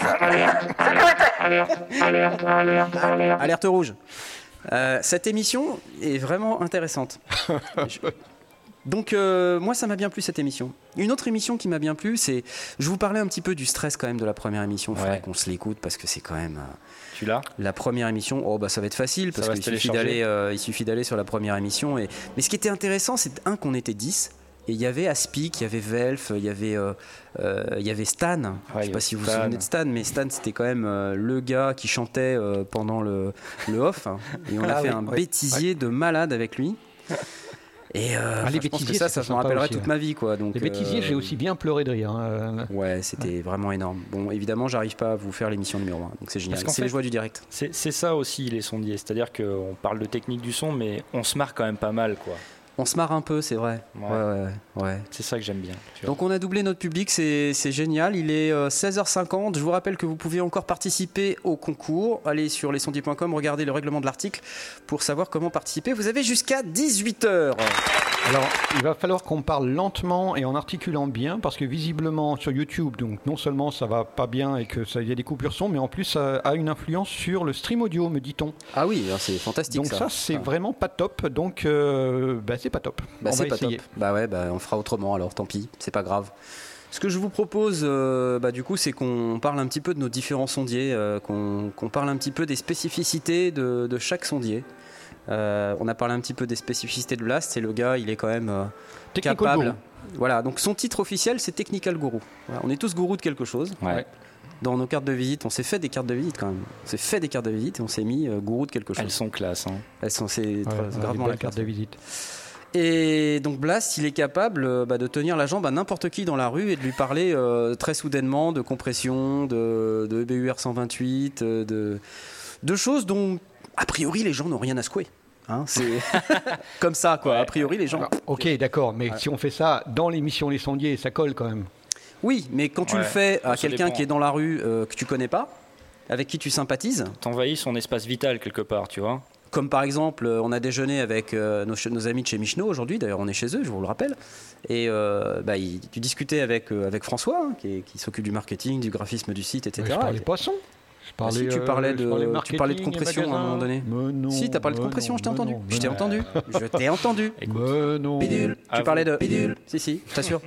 S4: sécurité.
S1: alerte rouge. Euh, cette émission est vraiment intéressante. Je- Donc euh, moi ça m'a bien plu cette émission. Une autre émission qui m'a bien plu, c'est je vous parlais un petit peu du stress quand même de la première émission. Il faudrait
S3: Ouais.
S1: qu'on se l'écoute parce que c'est quand même euh,
S3: Tu l'as
S1: la première émission. Oh bah ça va être facile
S3: Ça
S1: parce
S3: va
S1: qu'il
S3: se
S1: suffit
S3: télécharger.
S1: d'aller euh, il suffit d'aller sur la première émission et mais ce qui était intéressant c'est un qu'on était 10 et il y avait Aspic, il y avait Velf, il y avait euh, euh, il y avait Stan.
S3: Ouais,
S1: je sais
S3: il
S1: pas
S3: y avait
S1: si vous vous
S3: Stan.
S1: souvenez de Stan mais Stan c'était quand même euh, le gars qui chantait euh, pendant le le off hein. et on a
S2: Ah
S1: fait
S2: oui,
S1: un
S2: oui.
S1: bêtisier de malade avec lui.
S3: Ah,
S1: Et euh, enfin, je pense que
S2: bêtisiers,
S1: ça, ça
S2: c'est
S1: je me
S2: sympa
S1: rappellerai
S2: aussi,
S1: toute
S2: hein.
S1: ma vie. Quoi. Donc,
S2: Les bêtisiers,
S1: euh,
S2: j'ai aussi bien pleuré de rire. hein.
S1: Ouais, c'était vraiment énorme. Bon, évidemment, j'arrive pas à vous faire l'émission numéro 1, donc c'est génial.
S3: Parce qu'en
S1: C'est les
S3: fait-
S1: joies du direct.
S3: C'est c'est ça aussi les sondiers, c'est-à-dire qu'on parle de technique du son, mais on se marre quand même pas mal, quoi.
S1: On se marre un peu, c'est vrai. Ouais,
S3: Ouais.
S1: ouais, ouais. ouais.
S3: C'est ça que j'aime bien. tu vois.
S1: Donc on a doublé notre public, c'est c'est génial. Il est euh, 16h50. Je vous rappelle que vous pouvez encore participer au concours. Allez sur lesondiers.com, regardez le règlement de l'article pour savoir comment participer. Vous avez jusqu'à 18h.
S2: Alors, il va falloir qu'on parle lentement et en articulant bien, parce que visiblement sur YouTube, donc non seulement ça va pas bien et que ça il y a des coupures son, mais en plus ça a une influence sur le stream audio, me dit-on.
S1: Ah oui, c'est fantastique
S2: Donc ça, c'est vraiment pas top. Donc, euh, bah, c'est pas top.
S1: Bah,
S2: on
S1: c'est
S2: va
S1: pas
S2: essayer.
S1: top. Bah ouais, bah, on fera autrement alors, tant pis, c'est pas grave. Ce que je vous propose, euh, bah, du coup, c'est qu'on parle un petit peu de nos différents sondiers, euh, qu'on qu'on parle un petit peu des spécificités de, de chaque sondier. Euh, on a parlé un petit peu des spécificités de Blast, et le gars, il est quand même euh,
S2: Technical
S1: capable.
S2: guru.
S1: Voilà, donc son titre officiel, c'est Technical Guru. Voilà, on est tous gourous de quelque chose.
S3: Ouais.
S1: Dans nos cartes de visite, on s'est fait des cartes de visite quand même. On s'est fait des cartes de visite et on s'est mis euh, gourou de quelque chose.
S3: Elles sont classe. hein.
S1: Elles sont, c'est
S2: Ouais,
S1: très-
S2: on a des
S1: gravement la
S2: belles cartes de visite.
S1: et donc Blast, il est capable euh, bah, de tenir la jambe à n'importe qui dans la rue et de lui parler euh, très soudainement de compression, de, E de EBUR 128, euh, de, de choses dont, a priori, les gens n'ont rien à secouer. Hein, c'est comme ça, quoi. A priori, les gens.
S2: Alors, Ah, ok, d'accord, mais si on fait ça dans l'émission Les Sondiers, ça colle quand même.
S1: Oui, mais quand tu
S3: Ouais,
S1: le fais à
S3: ça
S1: quelqu'un
S3: dépend.
S1: qui est dans la rue euh, que tu connais pas, avec qui tu sympathises,
S3: T'envahis son espace vital quelque part, tu vois.
S1: Comme par exemple, euh, on a déjeuné avec euh, nos, che- nos amis de chez Michno aujourd'hui, d'ailleurs on est chez eux, je vous le rappelle. Et euh, bah, il- tu discutais avec, euh, avec François, hein, qui, est- qui s'occupe du marketing, du graphisme du site,
S2: Mais
S1: etc.
S2: je parlais poisson. Je
S1: Bah si, tu
S2: euh,
S1: parlais
S2: je
S1: de- tu
S2: marketing
S1: parlais de
S2: et
S1: compression à un
S2: magasin.
S1: moment donné.
S2: Mais non,
S1: si, t'as parlé de
S2: mais
S1: compression,
S2: non,
S1: je t'ai
S2: mais
S1: entendu.
S2: non, mais
S1: Je t'ai
S2: non.
S1: entendu. Je t'ai entendu.
S2: Mais non.
S1: Bidule.
S3: Ah,
S1: Tu
S3: vous-
S1: parlais de. Bidule. Si, si, je t'assure.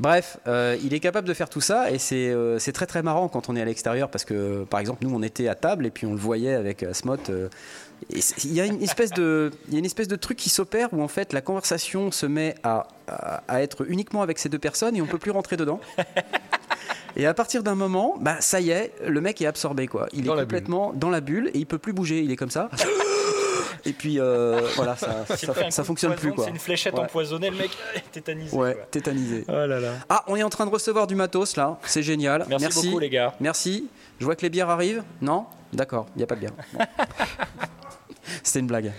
S1: Bref, euh, il est capable de faire tout ça et c'est euh, c'est très très marrant quand on est à l'extérieur parce que par exemple nous on était à table et puis on le voyait avec euh, Smot. euh, et c'est- il y a une espèce de il y a une espèce de truc qui s'opère où en fait la conversation se met à, à, à être uniquement avec ces deux personnes et on peut plus rentrer dedans. Et à partir d'un moment, bah ça y est, le mec est absorbé quoi. Il
S2: Dans
S1: est
S2: la bulle.
S1: complètement dans la bulle et il peut plus bouger. Il est comme ça. Et puis euh, voilà, ça, ça, ça fonctionne plus quoi.
S3: C'est une fléchette
S1: Ouais.
S3: empoisonnée, le mec tétanisé.
S1: Ouais, tétanisé.
S3: Oh là là.
S1: Ah, on est en train de recevoir du matos là, c'est génial.
S3: Merci, beaucoup les gars.
S1: Merci. Je vois que les bières arrivent. Non D'accord, il n'y a pas de bière. Bon. C'était une blague.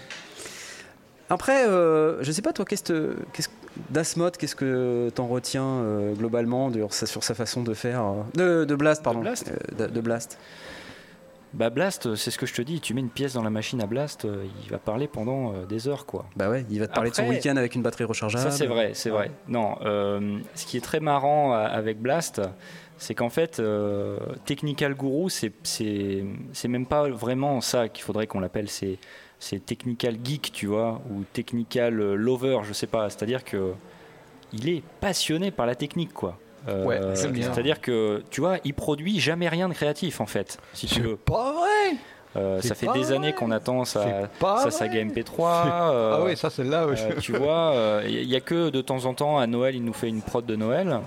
S1: Après, euh, je sais pas toi, qu'est-ce que qu'est-ce que- d'Asmod, qu'est-ce que t'en retiens euh, globalement de- sur, sa- sur sa façon de faire euh, de, de Blast, pardon.
S3: Blast
S1: Euh, de, de Blast.
S3: Bah Blast, euh, c'est ce que je te dis, tu mets une pièce dans la machine à Blast, euh, il va parler pendant euh, des heures quoi.
S1: Bah ouais, il va te parler de son
S3: Après-
S1: week-end avec une batterie rechargeable.
S2: Ah,
S3: Ça c'est vrai, c'est vrai. Non, euh, ce qui est très marrant euh, avec Blast, c'est qu'en fait, euh, Technical Guru, c'est- c'est c'est même pas vraiment ça qu'il faudrait qu'on l'appelle, c'est c'est Technical Geek, tu vois, ou Technical euh, Lover, je sais pas. C'est-à-dire que il est passionné par la technique, quoi. Euh,
S2: Ouais, j'aime bien.
S3: c'est-à-dire que tu vois, il produit jamais rien de créatif en fait, si tu veux.
S2: C'est pas vrai.
S3: Euh,
S2: C'est
S3: ça fait
S2: pas
S3: des
S2: vrai.
S3: années qu'on attend
S2: C'est
S3: sa,
S2: pas
S3: sa saga MP3. euh,
S2: Ah ouais, ça celle-là. ouais,
S3: euh,
S2: je-
S3: tu vois, il n'y a que de temps en temps à Noël, il nous fait une prod de Noël.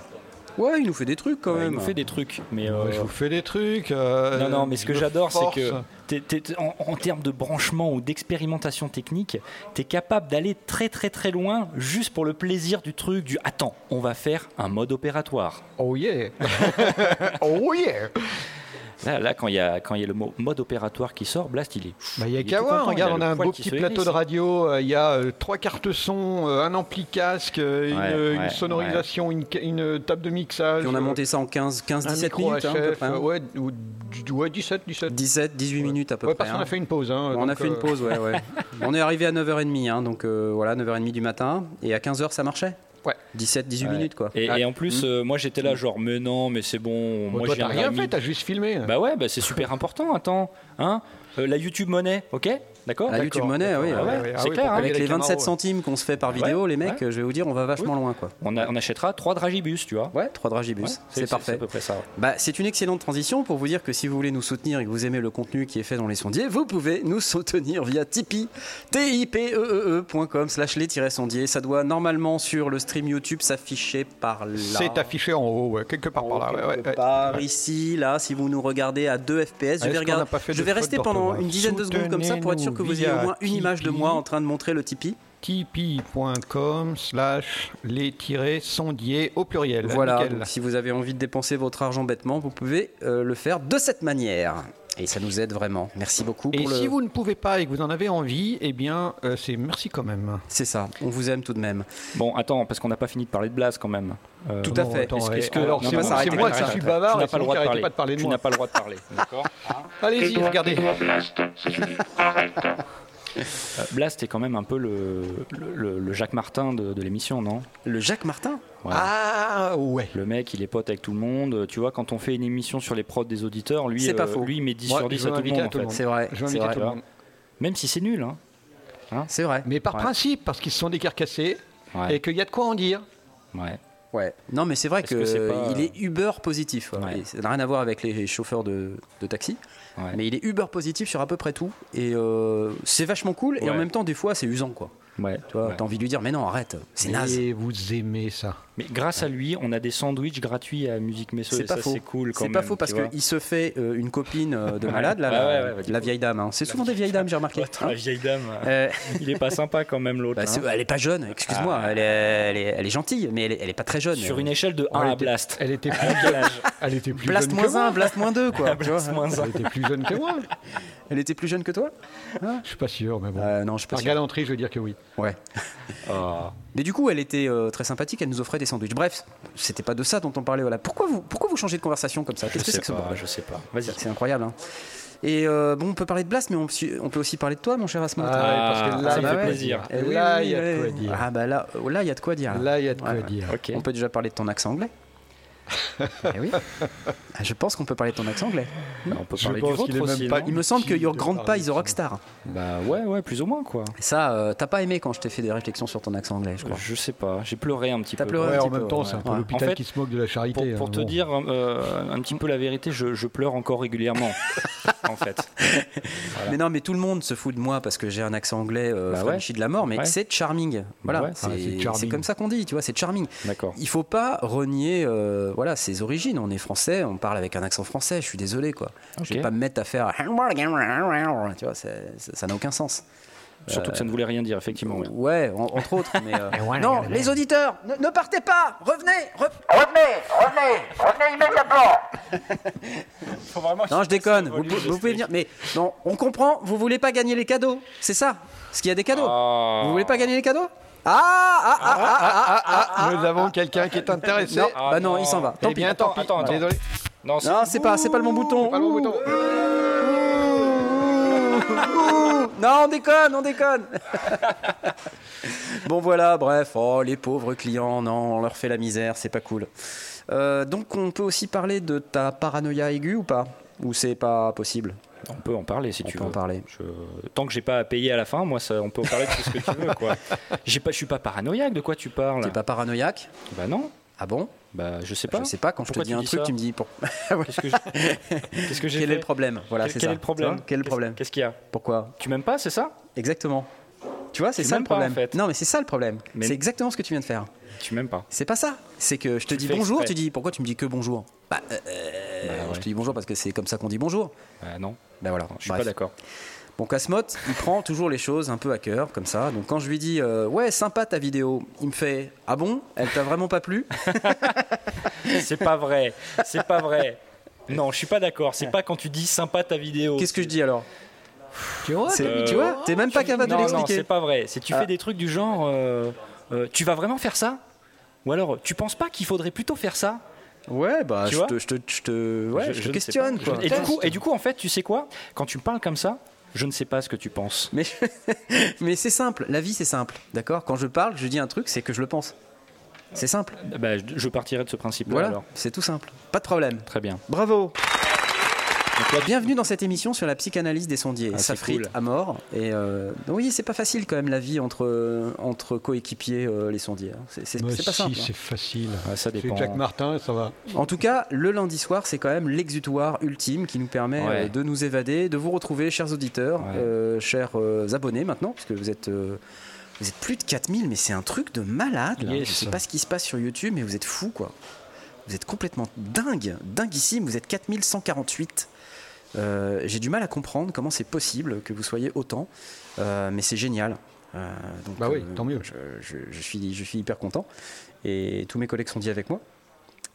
S1: Ouais, il nous fait des trucs quand
S3: Euh,
S1: même.
S3: il nous fait des trucs, mais euh,
S2: Ouais, Je vous fais des trucs. euh,
S3: non, non, mais ce que
S2: je
S3: j'adore, c'est
S2: force.
S3: que t'es- t'es- t'es- en, en termes de branchement ou d'expérimentation technique, tu es capable d'aller très très très loin juste pour le plaisir du truc, du attends, on va faire un mode opératoire.
S2: Oh yeah. oh yeah.
S3: Là, là quand il y, a- quand il y a le mot mode opératoire qui sort, Blast, il est.
S2: Bah, il y a
S3: est
S2: qu'à
S3: tout
S2: voir,
S3: content,
S2: regarde,
S3: il
S2: on
S3: le
S2: a un
S3: poil
S2: beau
S3: qui
S2: petit
S3: se
S2: plateau de
S3: hérisse.
S2: radio, euh, il y a euh, trois cartes son, euh, un ampli casque, euh, une,
S3: Ouais,
S2: euh, une
S3: ouais,
S2: sonorisation, une ca- une, euh, table de mixage.
S1: Puis on a
S2: euh,
S1: monté ça en 15, 15
S2: un
S1: 17
S2: micro
S1: minutes, hein, à peu
S2: HF,
S1: près, hein.
S2: euh, ouais, ou- du- ouais, 17, 17.
S1: 17, 18 minutes à peu
S2: ouais,
S1: près.
S2: parce qu'on
S1: hein.
S2: a fait une pause. hein,
S1: on a
S2: donc,
S1: fait une
S2: euh,
S1: pause, ouais, ouais. on est arrivé à 9h30, hein, donc euh, voilà, 9h30 du matin. Et à 15h, ça marchait
S2: Ouais.
S1: 17, 18
S3: Ouais.
S1: minutes, quoi.
S3: Et, et en plus,
S1: Mm.
S3: euh, moi j'étais là, genre, mais non, mais c'est bon,
S2: Ah, hmm. Bon,
S3: moi
S2: toi,
S3: j'ai
S2: t'as
S3: un
S2: rien
S3: ami.
S2: fait, t'as juste filmé.
S3: Bah ouais, bah c'est super important, attends. Hein Euh, la YouTube Monnaie, ok D'accord
S1: La YouTube Monnaie,
S2: d'accord.
S1: oui.
S2: Ah ouais,
S3: ouais,
S2: ah
S3: c'est
S2: oui,
S3: clair,
S2: pour
S3: hein.
S2: payer
S1: Avec les 27
S2: Camaro.
S1: centimes qu'on se fait par vidéo, les mecs, euh, je vais vous dire, on va vachement loin, quoi.
S3: on, a- on achètera 3 dragibus, tu vois.
S1: Ouais, 3 dragibus,
S3: Ouais,
S1: c'est
S3: C'est à
S1: parfait.
S3: peu près ça.
S1: Bah, c'est une excellente transition pour vous dire que si vous voulez nous soutenir et que vous aimez le contenu qui est fait dans les sondiers, vous pouvez nous soutenir via Tipeee, E tipee.com slash les-sondiers. Ça doit normalement sur le stream YouTube s'afficher par là.
S2: C'est affiché en haut, ouais, quelque part par là. ouais, ouais, ouais.
S1: Par ici, là, si vous nous regardez à 2 FPS, je
S2: Est-ce
S1: vais,
S2: qu'on
S1: regarder-
S2: n'a pas fait
S1: je
S2: de
S1: vais
S2: faute
S1: rester pendant
S2: d'orthographe
S1: une dizaine de secondes comme ça pour être sûr que vous ayez au
S2: Soutenez-nous
S1: moins une
S2: via
S1: image de moi
S2: Tipeee.
S1: en train de montrer le Tipeee.
S2: tipeee.com slash les-sondiers au pluriel.
S1: Voilà,
S2: Bah, Nickel.
S1: donc si vous avez envie de dépenser votre argent bêtement, vous pouvez euh, le faire de cette manière. Et ça nous aide vraiment. Merci beaucoup
S2: Et
S1: pour le...
S2: si vous ne pouvez pas et que vous en avez envie, eh bien, euh, c'est merci quand même.
S1: C'est ça, on vous aime tout de même.
S3: Bon, attends, parce qu'on n'a pas fini de parler de Blaze quand même. Euh,
S1: Tout à
S2: Non,
S1: fait.
S2: attends,
S3: Est-ce-
S2: ouais.
S3: est-ce que-
S2: Alors,
S3: non,
S2: c'est
S3: non,
S2: moi-
S1: non,
S2: c'est
S1: arrête,
S2: moi
S1: arrête,
S2: qui
S1: arrête.
S2: suis
S3: Tu
S2: bavard
S3: n'as
S2: et
S3: pas
S2: c'est
S3: le
S2: vous qui
S3: droit de
S2: arrêtez
S3: parler.
S2: pas de parler de hein.
S3: tu
S2: moi.
S3: n'as pas le droit de parler. D'accord
S2: Allez-y,
S7: Tais-toi,
S2: regardez.
S7: tais-toi, Blast, c'est fini, arrête.
S3: Euh, Blast est quand même un peu le, le- le- le Jacques Martin de, de l'émission, non
S1: Le Jacques Martin
S3: Ouais.
S2: Ah ouais.
S3: Le mec, il est pote avec tout le monde. Tu vois, quand on fait une émission sur les prods des auditeurs, lui,
S1: C'est pas
S3: euh,
S1: faux.
S3: lui il met 10
S2: Moi,
S3: sur 10
S2: je
S3: à
S2: veux
S3: tout le
S2: inviter
S3: monde.
S2: à
S3: en
S2: tout
S3: fait.
S2: le monde.
S1: C'est vrai,
S2: Je vais
S1: c'est
S2: inviter
S1: vrai.
S2: tout le monde.
S3: Même si c'est nul. Hein.
S1: C'est vrai.
S2: Mais par
S1: Ouais.
S2: principe, parce qu'ils se sont décarcassés
S3: Ouais.
S2: et qu'il y a de quoi en dire.
S3: Ouais.
S1: Ouais. Non, mais c'est vrai
S3: Est-ce
S1: que,
S3: que c'est pas-
S1: il est Uber positif. quoi.
S3: Ouais.
S1: Et Ça n'a rien à voir avec les chauffeurs de, de taxi,
S3: Ouais.
S1: mais il est Uber positif sur à peu près tout. Et euh, c'est vachement cool. Et en
S3: Ouais.
S1: même temps, des fois, c'est usant, quoi.
S3: Ouais.
S1: Tu vois,
S3: Ouais.
S1: t'as envie de lui dire, mais non, arrête, c'est naze.
S2: Et vous aimez ça.
S3: Mais grâce à lui, on a des sandwichs gratuits à Musique Messeux.
S1: C'est
S3: et
S1: pas
S3: ça,
S1: faux.
S3: C'est cool quand
S1: C'est
S3: même.
S1: pas faux parce
S3: tu vois.
S1: qu'il se fait euh, une copine euh, de malade, là,
S3: Ouais,
S1: la,
S3: ouais, ouais, bah, du
S1: la
S3: coup.
S1: vieille dame. hein. C'est souvent des vieilles dames, j'ai remarqué.
S3: Attends, La
S1: hein.
S3: vieille dame,
S1: Euh,
S3: il est pas sympa quand même l'autre.
S1: bah, c'est-
S3: hein.
S1: elle est pas jeune, excuse-moi. Elle, est, elle, est, elle est gentille, mais euh, elle est, elle est pas très jeune.
S3: Ah. Sur une échelle de
S2: Ouais,
S3: 1 à
S2: t'es-
S3: Blast.
S2: Elle était plus,
S3: À quel âge
S2: elle était plus
S1: Blast
S2: jeune
S1: moins
S2: que moi.
S1: 1, Blast moins 2, quoi. tu vois.
S3: Blast moins un.
S2: Elle était plus jeune que moi.
S1: Elle était plus jeune que toi
S2: Je suis pas sûr, mais bon.
S1: Euh, Non, je suis pas
S2: par
S1: sûr.
S2: galanterie, je veux dire que oui.
S1: Ouais.
S3: Oh.
S1: Mais du coup, elle était euh, très sympathique, elle nous offrait des sandwichs. Bref, c'était pas de ça dont on parlait. Voilà. Pourquoi vous, pourquoi vous changez de conversation comme ça
S3: Je
S1: Qu'est-ce que
S3: sais
S1: c'est que ce
S3: pas,
S1: bordel
S3: je sais pas. Vas-y.
S1: C'est incroyable. hein. Et euh, bon, on peut parler de Blast, mais on, on peut aussi parler de toi, mon cher Asmund.
S3: Ah,
S2: ouais, parce que
S3: ça
S2: là,
S3: me
S2: bah
S3: fait
S2: ouais.
S3: plaisir.
S1: Eh oui,
S2: là,
S1: oui,
S2: il y a de
S1: oui,
S2: quoi
S1: oui.
S2: dire.
S1: Ah bah là, là, il y a de quoi
S3: Ah.
S1: dire.
S2: Là, il y a de quoi
S1: Ouais.
S2: dire.
S3: Ok.
S1: On peut déjà parler de ton accent anglais. eh oui. Ah, Je pense qu'on peut parler de ton accent anglais.
S3: Bah, on peut
S2: Je
S3: parler du
S2: pense qu'il
S3: vôtre
S2: est même
S3: aussi.
S2: pas-
S3: non
S1: Il me semble que
S2: Utile
S1: Your
S2: de
S1: Grandpa
S2: parler
S1: is
S2: de
S1: a
S2: ça.
S1: rockstar.
S3: Bah ouais, ouais, plus ou moins quoi.
S1: Ça, euh, t'as pas aimé quand je t'ai fait des réflexions sur ton accent anglais, je crois.
S3: Je sais pas, j'ai pleuré un petit
S1: T'as
S3: peu.
S1: pleuré
S2: Ouais,
S1: un
S2: en
S1: petit
S2: même
S1: peu,
S2: temps,
S1: ouais.
S2: c'est un peu
S1: Ouais.
S2: l'hôpital
S3: En fait,
S2: qui se moque de la
S3: Pour,
S2: charité.
S3: pour
S2: hein,
S3: te
S2: bon.
S3: dire euh, un petit peu la vérité, je, je pleure encore régulièrement en fait. Voilà.
S1: Mais non, mais tout le monde se fout de moi parce que j'ai un accent anglais euh,
S3: Bah ouais.
S1: Frenchy de la mort, mais
S3: Ouais.
S1: c'est charming. Voilà,
S3: ouais.
S1: c'est
S2: Ah, c'est charming.
S1: c'est comme ça qu'on dit, tu vois, c'est charming.
S3: D'accord.
S1: Il faut pas renier euh, voilà, ses origines. On est français, on parle avec un accent français, je suis désolé, quoi. Je vais
S3: Ok.
S1: pas me mettre à faire. Tu vois, c'est- c'est- ça n'a aucun sens.
S3: Surtout que ça ne voulait rien dire effectivement. ouais.
S1: Ouais, en- entre autres. Mais, euh, non, les auditeurs, ne, ne partez pas, revenez. re-
S4: Revenez, revenez, revenez immédiatement.
S1: Non, je déconne. Vous, vous- vous pouvez venir, mais non, on comprend. Vous voulez pas gagner les cadeaux, c'est ça Parce qu'il y a des cadeaux.
S3: Ah.
S1: Vous voulez pas gagner les cadeaux Ah, ah, ah, ah, ah, ah, ah, ah.
S2: Nous avons quelqu'un qui est intéressé.
S1: Non,
S3: Ah,
S1: bah non,
S3: non.
S1: il s'en va. Tant
S2: Eh
S1: pis.
S2: bien, tant pis.
S3: Attends, attends.
S2: Désolé.
S3: Non, c'est-
S1: Non, c'est pas, c'est pas le bon bouton.
S2: Pas le bon bouton.
S1: Non, on déconne, on déconne. bon voilà, bref, oh les pauvres clients, non, on leur fait la misère, c'est pas cool. Euh, donc on peut aussi parler de ta paranoïa aiguë ou pas Ou c'est pas possible
S3: on peut en parler si
S1: On
S3: tu
S1: peut
S3: veux.
S1: en parler.
S3: Je- Tant que j'ai pas à payer à la fin, moi, ça, on peut en parler de tout ce que tu veux, quoi. J'ai pas, je suis pas paranoïaque. De quoi tu parles
S1: T'es pas paranoïaque
S3: Bah non.
S1: Ah bon
S3: Bah je sais pas.
S1: Je sais pas, quand je te
S3: Pourquoi
S1: dis
S3: tu
S1: un
S3: dis
S1: truc,
S3: ça
S1: tu me dis pour...
S3: Qu'est-ce que j'ai Qu'est-ce que j'ai
S1: Quel est
S3: fait
S1: le problème Voilà,
S3: Quel-
S1: c'est
S3: quel
S1: ça.
S3: est le problème
S1: Tu vois Quel est le
S3: Qu'est-ce-
S1: problème
S3: Qu'est-ce qu'il y a
S1: Pourquoi
S3: Tu m'aimes pas, c'est ça
S1: Exactement. Tu vois, c'est
S3: Tu
S1: ça le
S3: m'aimes pas,
S1: problème.
S3: en fait.
S1: Non, mais c'est ça le problème.
S3: Mais-
S1: C'est exactement ce que tu viens de faire.
S3: Tu m'aimes pas.
S1: C'est pas ça. C'est que je te
S3: Tu le
S1: dis
S3: fais
S1: bonjour,
S3: exprès.
S1: tu dis pourquoi tu me dis que bonjour Bah, euh, euh,
S3: Bah ouais.
S1: je te dis bonjour parce que c'est comme ça qu'on dit bonjour.
S3: Bah non.
S1: Ben voilà.
S3: Je suis
S1: bref.
S3: pas d'accord.
S1: Bon, Casmote, il prend toujours les choses un peu à cœur, comme ça. Donc quand je lui dis euh, ouais, sympa ta vidéo, il me fait ah bon, elle t'a vraiment pas plu
S3: C'est pas vrai. C'est pas vrai. Non, je suis pas d'accord. C'est pas quand tu dis sympa ta vidéo.
S1: Qu'est-ce que je dis alors
S2: Tu vois,
S1: C'est-
S3: Euh,
S1: Tu vois, t'es même pas capable
S3: non,
S1: de
S3: non, c'est
S1: l'expliquer.
S3: pas vrai. Si tu
S1: Ah.
S3: fais des trucs du genre, euh, euh, tu vas vraiment faire ça Ou alors, tu penses pas qu'il faudrait plutôt faire ça
S1: Ouais, bah
S3: Tu
S1: je
S3: vois
S1: te, je te, je te- ouais, je te
S3: ne sais
S1: questionne
S3: pas.
S1: quoi.
S3: Et du, coup, et du coup, en fait, tu sais quoi Quand tu me parles comme ça, je ne sais pas ce que tu penses.
S1: Mais, mais c'est simple, la vie c'est simple, d'accord Quand je parle, je dis un truc, c'est que je le pense. C'est simple,
S3: Bah, je, je partirai de ce principe-là
S1: voilà,
S3: Bah alors.
S1: c'est tout simple, pas de problème.
S3: Très bien.
S1: Bravo
S3: Donc là,
S1: Bienvenue dans cette émission sur la psychanalyse des sondiers.
S3: Ah,
S1: ça
S3: c'est
S1: frite
S3: cool.
S1: à mort. Et euh, oui, c'est pas facile quand même la vie entre, entre coéquipiers, euh, les sondiers. hein. C'est c'est-
S2: Moi,
S1: c'est pas
S2: si,
S1: simple. hein.
S2: c'est facile.
S3: ah, ça
S2: C'est
S3: dépend.
S2: Jack Martin, ça va.
S1: En tout cas, le lundi soir, c'est quand même l'exutoire ultime qui nous permet
S3: Ouais.
S1: euh, de nous évader, de vous retrouver, chers auditeurs,
S3: Ouais.
S1: euh, chers euh, abonnés maintenant, puisque vous êtes, euh, vous êtes plus de 4000, mais c'est un truc de malade. là.
S3: Yes.
S1: Je sais pas ce qui se passe sur YouTube, mais vous êtes fous, quoi. Vous êtes complètement dingue, dinguissime, vous êtes 4148. Euh, J'ai du mal à comprendre comment c'est possible que vous soyez autant, euh, mais c'est génial. Euh, donc,
S2: Bah oui, tant mieux.
S1: Je, je- je suis, je suis hyper content et tous mes collègues sont dit avec moi.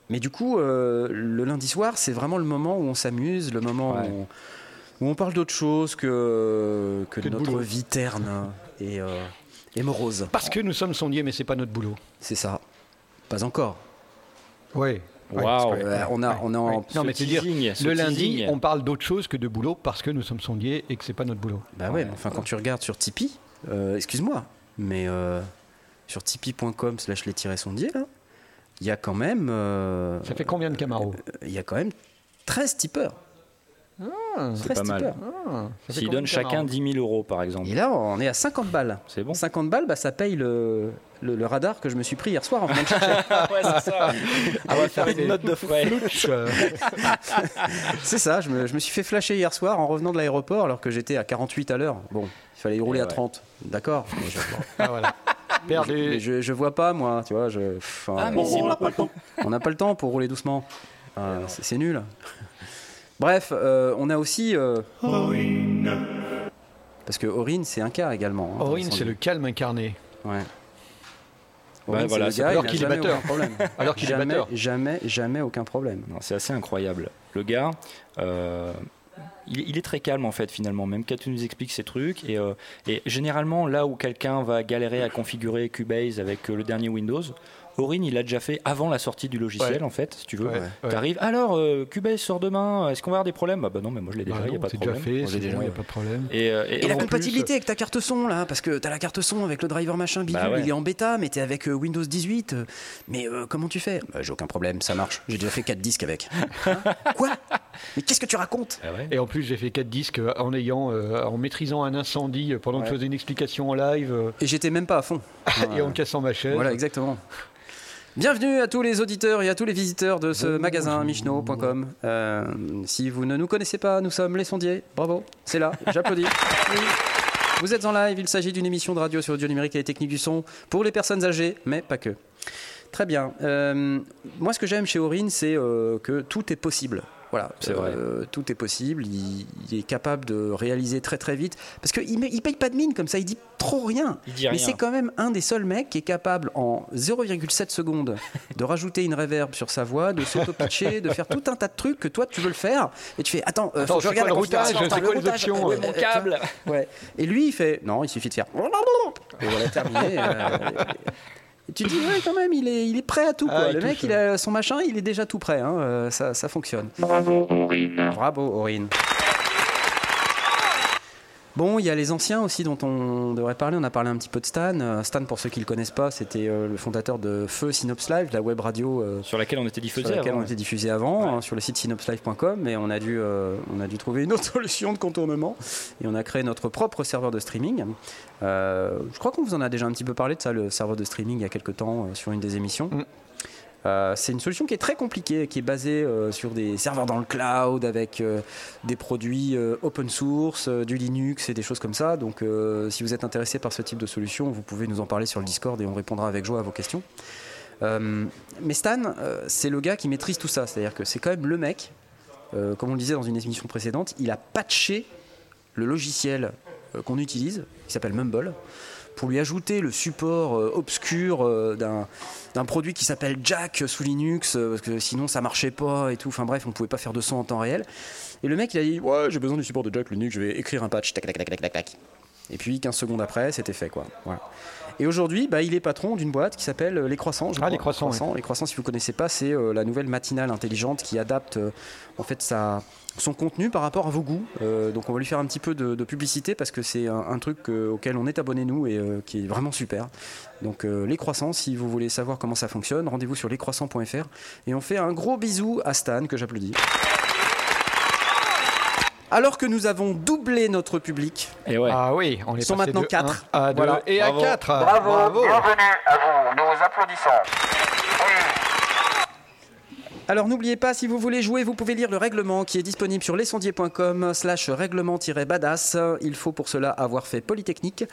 S1: Mais du coup, euh, le lundi soir, c'est vraiment le moment où on s'amuse, le moment
S3: Ouais.
S1: où, on, où on parle d'autre chose que, que,
S2: Que de
S1: notre
S2: boulot.
S1: vie terne et, euh, et morose.
S2: Parce que nous sommes sondiers, mais c'est pas notre boulot.
S1: C'est ça. Pas encore.
S2: Ouais. Ouais,
S3: Waouh.
S2: c'est
S1: Euh,
S2: vrai.
S1: on a,
S2: Ouais,
S1: on a en-
S2: ouais. Non, mais
S3: ce
S2: c'est dire,
S3: teasing, ce
S2: le lundi,
S3: teasing.
S2: on parle d'autre chose que de boulot parce que nous sommes sondiers et que c'est pas notre boulot.
S1: Bah ouais, mais enfin quand tu regardes sur Tipeee, euh, excuse-moi, mais euh, sur tipeee.com slash les tirés sondiers, là, il y a quand même... euh,
S2: Ça fait combien de Camaro
S1: il y a quand même 13 tipeurs.
S2: Ah,
S3: C'est pas mal. S'ils donnent chacun 10 000 euros, par exemple.
S1: Et là, on est à 50 balles.
S3: C'est bon.
S1: 50 balles, bah, ça paye le, le, le radar que je me suis pris hier soir en venant de chercher.
S3: ouais, c'est ça.
S2: Ah, on va faire des-
S3: une note de frais.
S1: C'est ça, je me, je me suis fait flasher hier soir en revenant de l'aéroport alors que j'étais à 48 à l'heure. Bon, il fallait y rouler
S2: Eh
S3: Et
S1: à
S3: ouais.
S1: 30. D'accord. Mais je,
S2: Ah, voilà. Perdre
S1: mais
S2: les-
S1: je, je vois pas, moi, tu vois. Je, pff,
S3: Ah,
S1: euh,
S3: mais c'est moi.
S1: on n'a pas le temps pour rouler doucement. Ah, c'est c'est nul. Bref, euh, on a aussi. euh, Parce que Orin, c'est un cas également. hein,
S2: Orin,
S1: dans
S2: c'est Bah, le calme incarné.
S1: Ouais.
S3: Ouais,
S1: Orin,
S3: voilà,
S1: c'est
S3: c'est
S1: le gars,
S2: alors
S1: il a
S2: qu'il est
S1: jamais
S2: batteur.
S1: aucun problème.
S2: Alors qu'il est
S1: jamais,
S2: batteur.
S1: jamais, jamais aucun problème.
S3: Non, C'est assez incroyable. Le gars, euh, il, il est très calme en fait finalement, même quand tu nous expliques ces trucs. Et, euh, et généralement, là où quelqu'un va galérer à configurer Cubase avec euh, le dernier Windows, Orin, il l'a déjà fait avant la sortie du logiciel
S2: Ouais.
S3: en fait, si tu veux.
S2: Ouais, ouais.
S3: T'arrives, alors euh, Cubase sort demain, est-ce qu'on va avoir des problèmes ah Bah non, mais moi je l'ai déjà,
S2: Bah
S3: il n'y a
S2: non,
S3: pas de
S2: c'est déjà
S3: problème.
S2: fait,
S3: Moi, je l'ai
S2: c'est
S3: déjà.
S2: bon, il n'y a pas de problème.
S3: Et, euh, et-
S1: Et la
S3: en plus-
S1: compatibilité avec ta carte son là, parce que t'as la carte son avec le driver machin bidule,
S3: Bah ouais.
S1: il est en bêta, mais t'es avec euh, Windows 18. euh, Mais euh, comment tu fais Bah, J'ai aucun problème, ça marche. J'ai déjà fait 4 disques avec. Hein Quoi Mais qu'est-ce que tu racontes
S3: Ah ouais.
S2: Et en plus, j'ai fait 4 disques euh, en ayant, euh, en maîtrisant un incendie euh, pendant que je faisais une explication en live euh,
S1: Et j'étais même pas à fond.
S2: et en cassant ma chaise.
S1: Voilà, exactement. Bienvenue à tous les auditeurs et à tous les visiteurs de ce magasin michno.com. Euh, si vous ne nous connaissez pas, nous sommes les sondiers. Bravo, c'est là, j'applaudis. Oui. Vous êtes en live, il s'agit d'une émission de radio sur audio numérique et les techniques du son pour les personnes âgées, mais pas que. Très bien. Euh, moi, ce que j'aime chez Aurine, c'est euh, que tout est possible. Voilà,
S3: C'est vrai.
S1: Euh, tout est possible. Il, il est capable de réaliser très très vite parce qu'il ne paye pas de mine comme ça. Il dit trop rien.
S3: Il dit
S1: Mais
S3: rien.
S1: c'est quand même un des seuls mecs qui est capable en 0,7 secondes de rajouter une réverb sur sa voix, de s'auto-pitcher, de faire tout un tas de trucs que toi tu veux le faire et tu fais attends, euh, faut
S2: Attends,
S1: que je
S2: c'est
S1: regarde la
S2: quoi le routage
S1: configuration,
S2: C'est
S1: attends,
S2: quoi
S1: le
S2: les
S1: routage,
S2: options
S1: euh,
S3: Ouais, mon
S1: euh,
S3: câble
S1: Ouais. Et lui il fait non, il suffit de faire et voilà terminé. euh, et tu te dis ouais quand même il est il est prêt à tout quoi.
S2: Ah, il
S1: le mec
S2: touche,
S1: il a son machin il est déjà tout prêt hein, euh, ça ça fonctionne.
S7: Bravo, Aurine.
S1: Bravo, Aurine. Bon, il y a les anciens aussi dont on devrait parler. On a parlé un petit peu de Stan. Euh, Stan, pour ceux qui ne le connaissent pas, c'était euh, le fondateur de Feu Synops Live, la web radio euh,
S3: Sur laquelle on était
S1: sur
S3: diffusé
S1: laquelle
S3: avant.
S1: on était diffusé avant, hein, sur le site synopslive.com. Et on a, dû, euh, on a dû trouver une autre solution de contournement. Et on a créé notre propre serveur de streaming. Euh, je crois qu'on vous en a déjà un petit peu parlé de ça, le serveur de streaming, il y a quelques temps, euh, sur une des émissions.
S2: Mm.
S1: Euh, c'est une solution qui est très compliquée, qui est basée euh, sur des serveurs dans le cloud avec euh, des produits euh, open source, euh, du Linux et des choses comme ça. Donc, euh, si vous êtes intéressé par ce type de solution, vous pouvez nous en parler sur le Discord et on répondra avec joie à vos questions. Euh, mais Stan, euh, c'est le gars qui maîtrise tout ça. C'est-à-dire que c'est quand même le mec, euh, comme on le disait dans une émission précédente, il a patché le logiciel euh, qu'on utilise, qui s'appelle Mumble, pour lui ajouter le support euh, obscur euh, d'un d'un produit qui s'appelle Jack sous Linux, euh, parce que sinon ça marchait pas et tout. Enfin bref, on pouvait pas faire de son en temps réel. Et le mec, il a dit Ouais, j'ai besoin du support de Jack Linux, je vais écrire un patch. Tac, tac, tac, tac, tac, tac. Et puis 15 secondes après, c'était fait quoi. Voilà. Et aujourd'hui, bah, il est patron d'une boîte qui s'appelle euh, Les Croissants. je
S2: Ah,
S1: crois.
S2: Les Croissants,
S1: Les Croissants, si vous connaissez pas, c'est euh, la nouvelle matinale intelligente qui adapte euh, en fait sa, son contenu par rapport à vos goûts. Euh, donc on va lui faire un petit peu de, de publicité parce que c'est un, un truc euh, auquel on est abonné nous et euh, qui est vraiment super. Donc euh, les croissants, si vous voulez savoir comment ça fonctionne, rendez-vous sur lescroissants.fr et on fait un gros bisou à Stan que j'applaudis. Alors que nous avons doublé notre public,
S3: Et ouais.
S2: Ah oui, on est
S1: Ils sont
S2: passé
S1: maintenant
S2: de
S1: quatre.
S2: un à deux
S3: Voilà.
S2: et à
S3: Bravo.
S2: 4.
S4: Bravo, bienvenue à vous, nous vous applaudissons.
S1: Alors n'oubliez pas, si vous voulez jouer, vous pouvez lire le règlement qui est disponible sur lesondiers.com slash règlement-badass. Il faut pour cela avoir fait Polytechnique,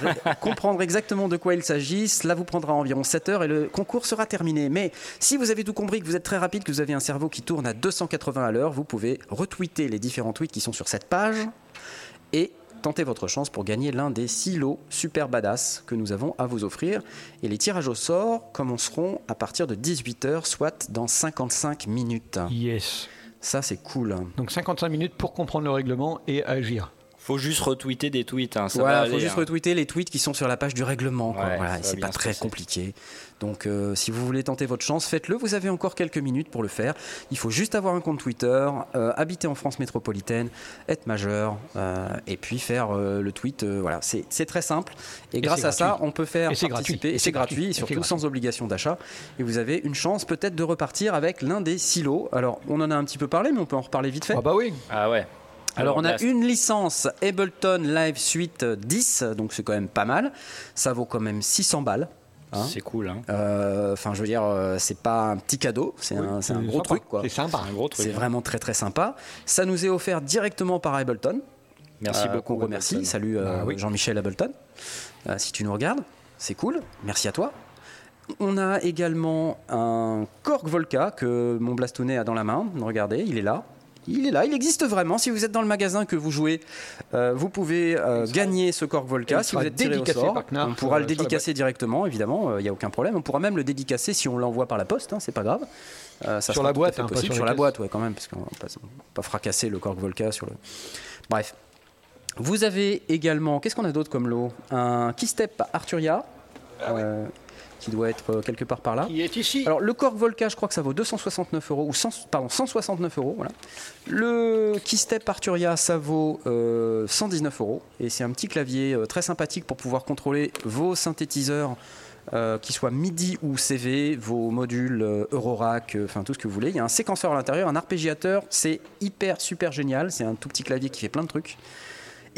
S1: ré- comprendre exactement de quoi il s'agit. Cela vous prendra environ 7 heures et le concours sera terminé. Mais si vous avez tout compris, que vous êtes très rapide, que vous avez un cerveau qui tourne à 280 à l'heure, vous pouvez retweeter les différents tweets qui sont sur cette page et tenter votre chance pour gagner l'un des six lots super badass que nous avons à vous offrir. Et les tirages au sort commenceront à partir de 18h, soit dans 55 minutes.
S2: Yes.
S1: Ça, c'est cool. hein.
S2: Donc 55 minutes pour comprendre le règlement et agir.
S3: Faut juste retweeter des tweets. Hein, ça
S1: voilà,
S3: va
S1: faut
S3: aller,
S1: juste
S3: hein.
S1: retweeter les tweets qui sont sur la page du règlement. quoi.
S3: Ouais,
S1: Voilà,
S3: ça
S1: et
S3: va
S1: c'est
S3: bien
S1: pas
S3: se
S1: très
S3: passer.
S1: compliqué. Donc, euh, si vous voulez tenter votre chance, faites-le. Vous avez encore quelques minutes pour le faire. Il faut juste avoir un compte Twitter, euh, habiter en France métropolitaine, être majeur, euh, et puis faire euh, le tweet. euh, voilà, c'est c'est très simple. Et, grâce
S2: c'est
S1: à ça,
S2: gratuit.
S1: on peut faire
S2: Et c'est
S1: participer.
S2: gratuit.
S1: Et c'est
S2: Et
S1: gratuit,
S2: c'est
S1: et surtout
S2: gratuit.
S1: sans obligation d'achat. Et vous avez une chance peut-être de repartir avec l'un des silos. Alors, on en a un petit peu parlé, mais on peut en reparler vite fait.
S2: Ah bah oui.
S3: Ah ouais.
S1: Alors, on a
S3: Blast.
S1: une licence Ableton Live Suite 10, donc c'est quand même pas mal. Ça vaut quand même 600 balles. hein.
S3: C'est cool. Hein.
S1: Euh, Enfin, je veux dire, euh, c'est pas un petit cadeau, c'est un, Ah, c'est un gros
S2: sympa.
S1: truc quoi.
S2: C'est sympa.
S3: Un gros truc. hein.
S1: C'est vraiment très très sympa. Ça nous est offert directement par Ableton.
S3: Merci
S1: Euh,
S3: beaucoup.
S1: qu'on remercie.
S3: Hamilton.
S1: Salut euh,
S2: Bah oui.
S1: Jean-Michel Ableton. Euh, si tu nous regardes, c'est cool. Merci à toi. On a également un Korg Volca que mon Blastounet a dans la main. Regardez, il est là. Il est là, il existe vraiment. Si vous êtes dans le magasin que vous jouez, euh, vous pouvez euh, gagner ce Korg Volca.
S2: il
S1: Si
S2: sera
S1: vous êtes tiré au
S2: dédicacé
S1: sort,
S2: par Knarf,
S1: on pourra
S2: euh,
S1: le
S2: sur la
S1: dédicacer directement, évidemment. Il n'y a aucun problème. On pourra même le dédicacer si on l'envoie par la poste. hein, c'est pas grave. Euh, ça
S2: Sur
S1: sera tout
S2: la
S1: à
S2: boîte,
S1: fait
S2: hein, pas
S1: possible.
S2: sur
S1: sur
S2: les
S1: la
S2: caisses.
S1: boîte, ouais, quand même, parce qu'on va pas- on va pas fracasser le Korg Volca sur le. Bref. Vous avez également, qu'est-ce qu'on a d'autre comme lot Un Keystep Arturia, euh, qui doit être euh, quelque part par là.
S2: Il est ici.
S1: Alors le Korg Volca, je crois que ça vaut 269 euros, ou 100, pardon, 169 euros. Voilà. Le Keystep Arturia, ça vaut euh, 119 euros. Et c'est un petit clavier euh, très sympathique pour pouvoir contrôler vos synthétiseurs, euh, qu'ils soient MIDI ou CV, vos modules euh, Eurorack, euh, enfin tout ce que vous voulez. Il y a un séquenceur à l'intérieur, un arpégiateur. C'est hyper, super génial. C'est un tout petit clavier qui fait plein de trucs.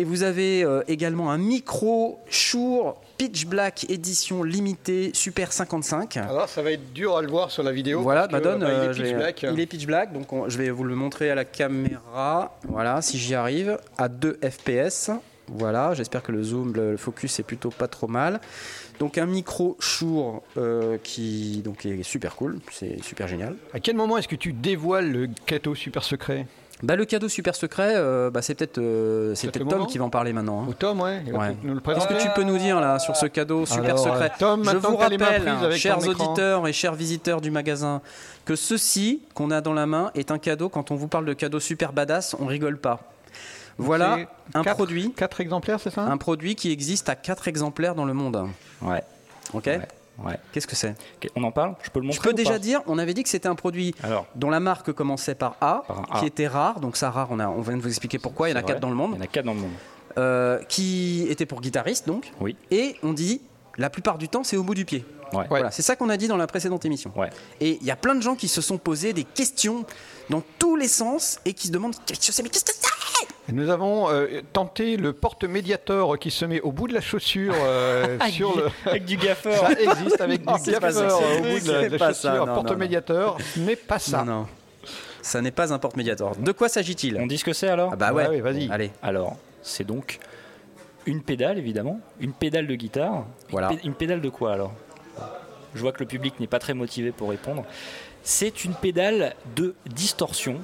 S1: Et vous avez euh, également un micro Shure Pitch Black édition limitée Super 55.
S2: Alors ça va être dur à le voir sur la vidéo.
S1: Voilà,
S2: parce que,
S1: Madone,
S2: bah,
S1: euh,
S2: il est
S1: j'ai-
S2: pitch black.
S1: il est pitch black, donc on- je vais vous le montrer à la caméra. Voilà, si j'y arrive, à 2 FPS. Voilà, j'espère que le zoom, le le focus est plutôt pas trop mal. Donc un micro Shure euh, qui donc est super cool, c'est super génial.
S2: À quel moment est-ce que tu dévoiles le cadeau super secret
S1: Bah le cadeau super secret, euh, bah, c'est peut-être euh, c'est
S2: C'est
S1: peut-être
S2: le
S1: Tom
S2: moment
S1: qui va en parler maintenant. hein.
S2: Au Tom, ouais. Il va
S1: Ouais.
S2: peut-être nous le
S1: Qu'est-ce
S2: présenter.
S1: que tu peux nous dire là sur ce cadeau super
S2: Alors,
S1: secret
S2: euh, Tom,
S1: Je
S2: maintenant
S1: vous
S2: que t'as les mains
S1: rappelle,
S2: prises avec
S1: chers
S2: ton écran.
S1: auditeurs et chers visiteurs du magasin, que ceci qu'on a dans la main est un cadeau. Quand on vous parle de cadeau super badass, on rigole pas. Voilà
S2: C'est
S1: un
S2: quatre-
S1: produit,
S2: Quatre exemplaires, c'est ça
S3: Hein
S1: un produit qui existe à 4 exemplaires dans le monde.
S3: Ouais.
S1: Ok
S3: Ouais. ouais.
S1: Qu'est-ce que c'est
S3: Ok, On en parle Je peux le
S1: Je
S3: montrer
S1: peux
S3: ou
S1: déjà
S3: pas
S1: dire, on avait dit que c'était un produit
S3: Alors,
S1: dont la marque commençait par A,
S3: Par un A.
S1: qui était rare, donc ça rare, on, a, on vient de vous expliquer pourquoi, il y en a
S3: c'est
S1: 4
S3: vrai,
S1: dans le
S3: Il y
S1: monde,
S3: en a quatre dans le monde.
S1: euh, qui était pour guitariste donc,
S3: Oui.
S1: et on dit, la plupart du temps c'est au bout du pied.
S3: Ouais.
S2: Ouais.
S1: Voilà, c'est ça qu'on a dit dans la précédente émission.
S3: Ouais.
S1: Et il y a plein de gens qui se sont posés des questions dans tous les sens et qui se demandent Qu'est-ce que c'est Mais qu'est-ce que c'est
S2: Nous avons euh, tenté le porte-médiateur qui se met au bout de la chaussure euh, sur le.
S3: Avec du gaffeur.
S2: Ça existe avec
S1: Non,
S2: du
S1: c'est pas ça,
S2: gaffeur
S1: c'est
S2: au bout de
S1: pas
S2: la, de la
S1: ça, non,
S2: chaussure.
S1: non, non.
S2: Porte-médiateur n'est pas
S1: Non,
S2: ça.
S1: non. Ça n'est pas un porte-médiator. De quoi s'agit-il
S3: On dit ce que c'est alors
S1: Ah bah
S2: Ah
S1: ouais,
S2: ouais, vas-y.
S1: Allez,
S3: Alors, c'est donc une pédale, évidemment. Une pédale de guitare.
S1: Voilà.
S3: Une pé- Une pédale de quoi, alors Je vois que le public n'est pas très motivé pour répondre. C'est une pédale de distorsion.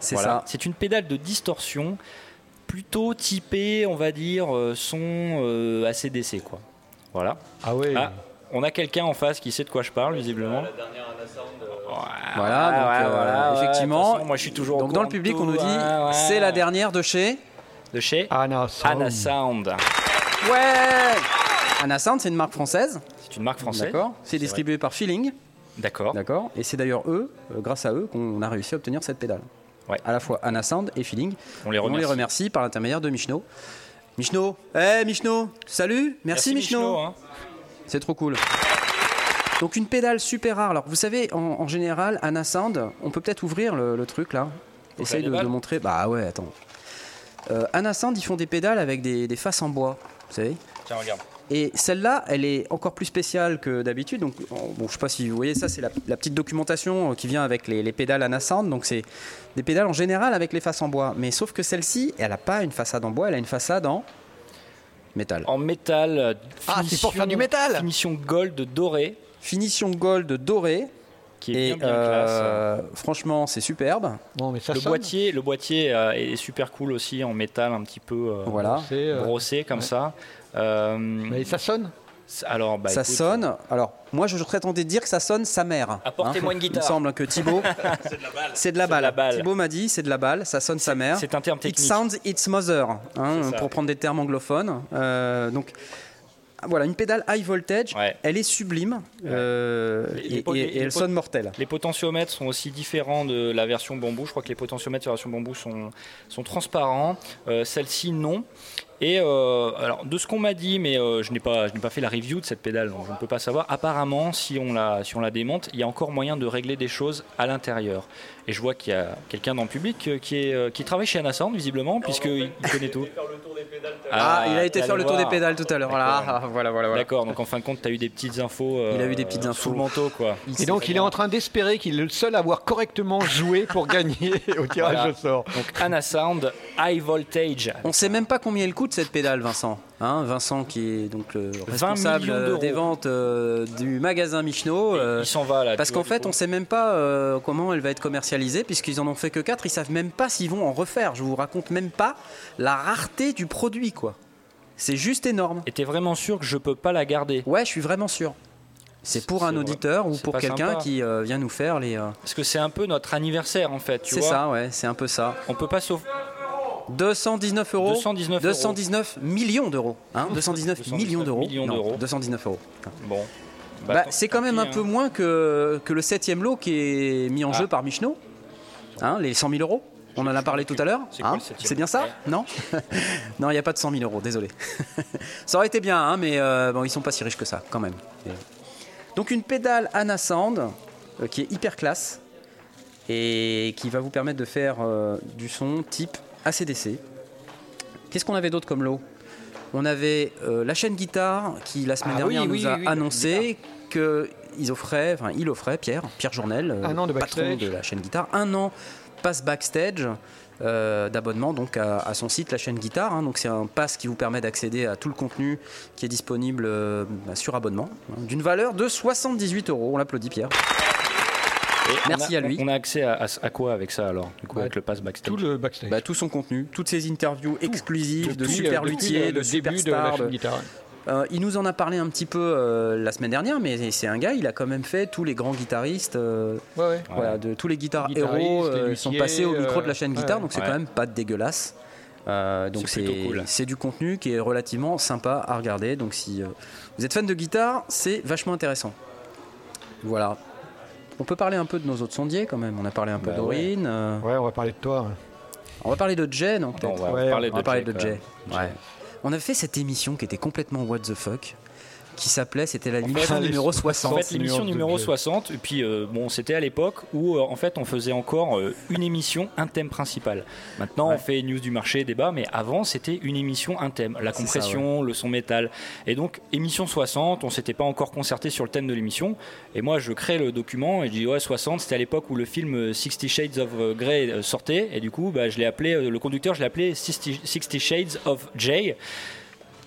S1: c'est
S3: Voilà.
S1: ça.
S3: C'est une pédale de distorsion plutôt typée, on va dire, euh, son euh, ACDC, quoi. Voilà.
S2: Ah ouais.
S3: Ah, on a quelqu'un en face qui sait de quoi je parle, visiblement.
S1: Voilà,
S3: Ah,
S1: donc,
S3: ouais,
S1: euh,
S3: voilà, ouais,
S1: effectivement.
S3: de toute façon, moi, je suis toujours au
S1: Donc dans le
S3: courant de
S1: public,
S3: tout,
S1: on nous dit
S3: ouais, ouais.
S1: C'est la dernière de chez.
S3: De chez
S2: Anna Sound.
S3: Anna Sound.
S1: Ouais Anasound, c'est une marque française.
S3: C'est une marque française.
S1: D'accord. C'est distribué par Feeling.
S3: D'accord.
S1: D'accord. Et c'est d'ailleurs eux, euh, grâce à eux, qu'on a réussi à obtenir cette pédale.
S3: Ouais.
S1: À la fois Anasound et Feeling.
S3: On les
S1: Et On les
S3: remercie.
S1: remercie par l'intermédiaire de Michno. Michno, eh Michno, salut, merci, Michno.
S3: hein.
S1: C'est trop cool. Donc une pédale super rare. Alors vous savez, en, en général, Anna Sound, on peut peut-être ouvrir le, le truc là. Essaye
S3: faire
S1: de,
S3: des
S1: de
S3: balles
S1: montrer. Bah ouais, attends. Euh, Anacinde, ils font des pédales avec des, des faces en bois, vous savez.
S3: Tiens, regarde.
S1: Et celle-là, elle est encore plus spéciale que d'habitude. Donc, en- bon, je sais pas si vous voyez ça, c'est la, la petite documentation euh, qui vient avec les, les pédales Anacinde. Donc, c'est des pédales en général avec les faces en bois. Mais sauf que celle-ci, elle a pas une façade en bois, elle a une façade en métal.
S3: En métal. euh,
S8: Ah, c'est
S3: finition-
S8: pour faire du métal
S3: Finition gold dorée,
S1: Finition gold dorée.
S3: qui est
S1: Et
S3: bien, bien classe.
S1: euh, franchement, c'est superbe.
S2: Non, mais ça
S3: Le boîtier, le boîtier euh, est super cool aussi en métal, un petit peu euh,
S1: Voilà.
S2: C'est, euh,
S3: brossé comme ça. Euh,
S2: mais ça sonne.
S3: c'est- alors, bah,
S1: ça
S3: écoute,
S1: sonne. Alors, moi, je serais tenté de dire que ça sonne sa mère. Hein.
S3: Apportez-moi une
S1: Il me
S3: guitare.
S1: semble que Thibaut. c'est de la balle.
S3: la balle.
S1: Thibaut m'a dit, c'est de la balle, ça sonne sa mère.
S3: C'est un terme
S1: It
S3: technique.
S1: sounds its mother, hein,
S3: C'est ça.
S1: pour prendre des termes anglophones. Euh, donc, voilà, une pédale high voltage.
S3: Ouais.
S1: Elle est sublime euh,
S3: Les- les
S1: et,
S3: po-
S1: et-
S3: les-
S1: et
S3: les
S1: elle
S3: po-
S1: sonne mortelle.
S3: Les potentiomètres sont aussi différents de la version bambou. Je crois que les potentiomètres sur la version bambou sont, sont transparents. Euh, Celle-ci, non. Et euh, alors, de ce qu'on m'a dit, mais euh, je n'ai pas, je n'ai pas fait la review de cette pédale, donc je ne peux pas savoir. Apparemment, si on la, si on la démonte, il y a encore moyen de régler des choses à l'intérieur. Et je vois qu'il y a quelqu'un dans le public euh, qui, est, euh, qui travaille chez Anasand, visiblement, puisqu'il il connaît tout.
S1: Ah, il a été
S3: t'es
S1: faire
S3: allé
S1: le tour des
S3: voir.
S1: pédales tout à l'heure. Voilà,
S3: D'accord.
S1: ah, voilà, voilà, voilà.
S3: D'accord, donc en fin de compte, tu as eu des petites infos.
S1: Il a
S3: euh,
S1: eu des petites
S3: Sous
S1: infos.
S3: le manteau, quoi.
S1: Il
S2: Et
S1: s'est-
S2: donc, il est en train d'espérer qu'il est le seul à avoir correctement joué pour gagner au tirage
S3: Voilà.
S2: au sort.
S3: Donc Anasound High Voltage.
S1: On sait même pas combien elle coûte cette pédale, Vincent. Hein, Vincent, qui est donc le responsable
S3: millions
S1: euh,
S3: d'euros.
S1: des ventes euh, du magasin Michno. euh,
S3: il s'en va là.
S1: parce
S3: tu
S1: qu'en
S3: vois, du
S1: fait,
S3: coup.
S1: on sait même pas euh, comment elle va être commercialisée, puisqu'ils en ont fait que 4. Ils savent même pas s'ils vont en refaire. Je vous raconte même pas la rareté du produit, quoi. C'est juste énorme.
S3: Et t'es vraiment sûr que je peux pas la garder
S1: Ouais, je suis vraiment sûr. C'est
S3: C'est-
S1: pour un
S3: c'est
S1: auditeur
S3: vrai.
S1: ou
S3: C'est
S1: pour
S3: pas
S1: quelqu'un
S3: sympa.
S1: qui euh, vient nous faire les. euh,
S3: Parce que c'est un peu notre anniversaire en fait, tu
S1: C'est
S3: vois.
S1: ça, ouais, c'est un peu ça.
S3: On peut pas sauver.
S1: 219 euros.
S3: 219 euros.
S1: 219 millions d'euros. Hein, 219,
S3: 219
S1: millions d'euros.
S3: millions
S1: Non,
S3: d'euros.
S1: 219 euros.
S3: Bon.
S1: Bah,
S3: tant-
S1: c'est quand
S3: tant
S1: même
S3: pis,
S1: un
S3: hein.
S1: peu moins que, que le septième lot qui est mis en
S3: Ah.
S1: jeu par Michno. Hein, les 100 000 euros. On en a parlé tout à l'heure.
S3: C'est quoi
S1: hein.
S3: le septième
S1: C'est bien ça
S3: Ouais.
S1: Non Non, il n'y a pas de 100 000 euros, désolé. ça aurait été bien, hein, mais euh, bon, ils sont pas si riches que ça, quand même. Et- Donc une pédale Anasand euh, qui est hyper classe et qui va vous permettre de faire euh, du son type ACDC. Qu'est-ce qu'on avait d'autre comme lot On avait euh, la chaîne guitare qui la semaine
S2: Ah oui,
S1: dernière
S2: oui,
S1: nous a
S2: oui, la
S1: annoncé que ils offraient, enfin il offrait Pierre, Pierre Journel, euh,
S2: Un an de
S1: patron
S2: backstage.
S1: de la chaîne guitare, un an pass backstage. euh, d'abonnement donc à, à son site la chaîne guitare hein. donc c'est un pass qui vous permet d'accéder à tout le contenu qui est disponible euh, bah, sur abonnement hein, d'une valeur de 78 euros on l'applaudit Pierre
S3: Et on
S1: Merci
S3: a-
S1: à lui.
S3: On a accès à, à- à quoi avec ça alors Du coup,
S2: Bah,
S3: avec le pass backstage.
S2: Tout le backstage.
S1: Bah, tout son contenu, toutes ses interviews exclusives de
S2: Depuis,
S1: super
S2: euh, depuis
S1: luthiers,
S2: le-
S1: de
S2: le début de
S1: superstars.
S2: la
S1: de-
S2: chaîne guitare.
S1: Euh, il nous en a parlé un petit peu euh, la semaine dernière, mais c'est un gars, il a quand même fait tous les grands guitaristes, euh,
S2: Ouais, ouais.
S1: voilà, de tous les guitares
S2: Les guitaristes,
S1: héros euh,
S2: les
S1: sont
S2: luthiers,
S1: passés au micro
S2: euh,
S1: de la chaîne
S2: ouais,
S1: guitare,
S2: ouais.
S1: donc c'est
S3: Ouais.
S1: quand même pas dégueulasse. Euh, donc
S3: C'est
S1: c'est
S3: plutôt cool.
S1: c'est du contenu qui est relativement sympa à regarder. Donc si euh, vous êtes fan de guitare, c'est vachement intéressant. Voilà. On peut parler un peu de nos autres sondiers quand même. On a parlé un peu
S3: Bah
S1: d'Aurine. euh,
S2: Ouais, on va parler de toi.
S1: on va parler de Jay, non
S3: Non,
S1: peut-être
S3: on va
S2: Ouais,
S3: parler
S1: on va parler
S3: Jack,
S1: de Jay.
S3: ouais.
S1: Ouais. On avait fait cette émission qui était complètement what the fuck, qui s'appelait, c'était la l'émission
S2: fait,
S1: numéro
S3: En
S1: 60.
S3: fait, l'émission
S2: nuance de
S3: numéro
S2: Jay.
S3: 60, et puis euh, bon, c'était à l'époque où euh, en fait on faisait encore euh, une émission, un thème principal. Maintenant, on fait news du marché, débat, mais avant c'était une émission, un thème, la compression, le son métal. Et donc, émission 60, on s'était pas encore concerté sur le thème de l'émission. Et moi, je crée le document et je dis ouais, 60, c'était à l'époque où le film euh, 60 Shades of euh, Grey euh, sortait, et du coup, bah, je l'ai appelé, euh, le conducteur, je l'ai appelé 60, 60 Shades of Jay.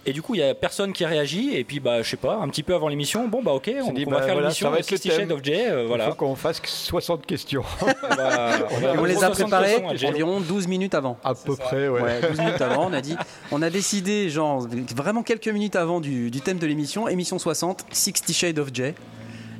S3: Et du coup, il y a personne qui réagit. Et puis, bah, je sais pas, un petit peu avant l'émission, bon, bah, ok, on,
S2: dit,
S3: on
S2: bah,
S3: va faire
S2: voilà,
S3: l'émission
S2: ça va
S3: de
S2: être le
S3: 60 Shades
S2: thème.
S3: of Jay. euh,
S2: Il
S3: voilà.
S2: faut qu'on fasse 60 questions.
S3: On va- on va-
S1: Et on les a
S3: 60
S1: préparés
S3: questions à Jay.
S1: environ 12 minutes avant.
S2: à peu près, ouais.
S1: Ouais, 12 minutes avant, on a dit, on a décidé, genre, vraiment quelques minutes avant du, du thème de l'émission, émission 60, 60 Shades of Jay.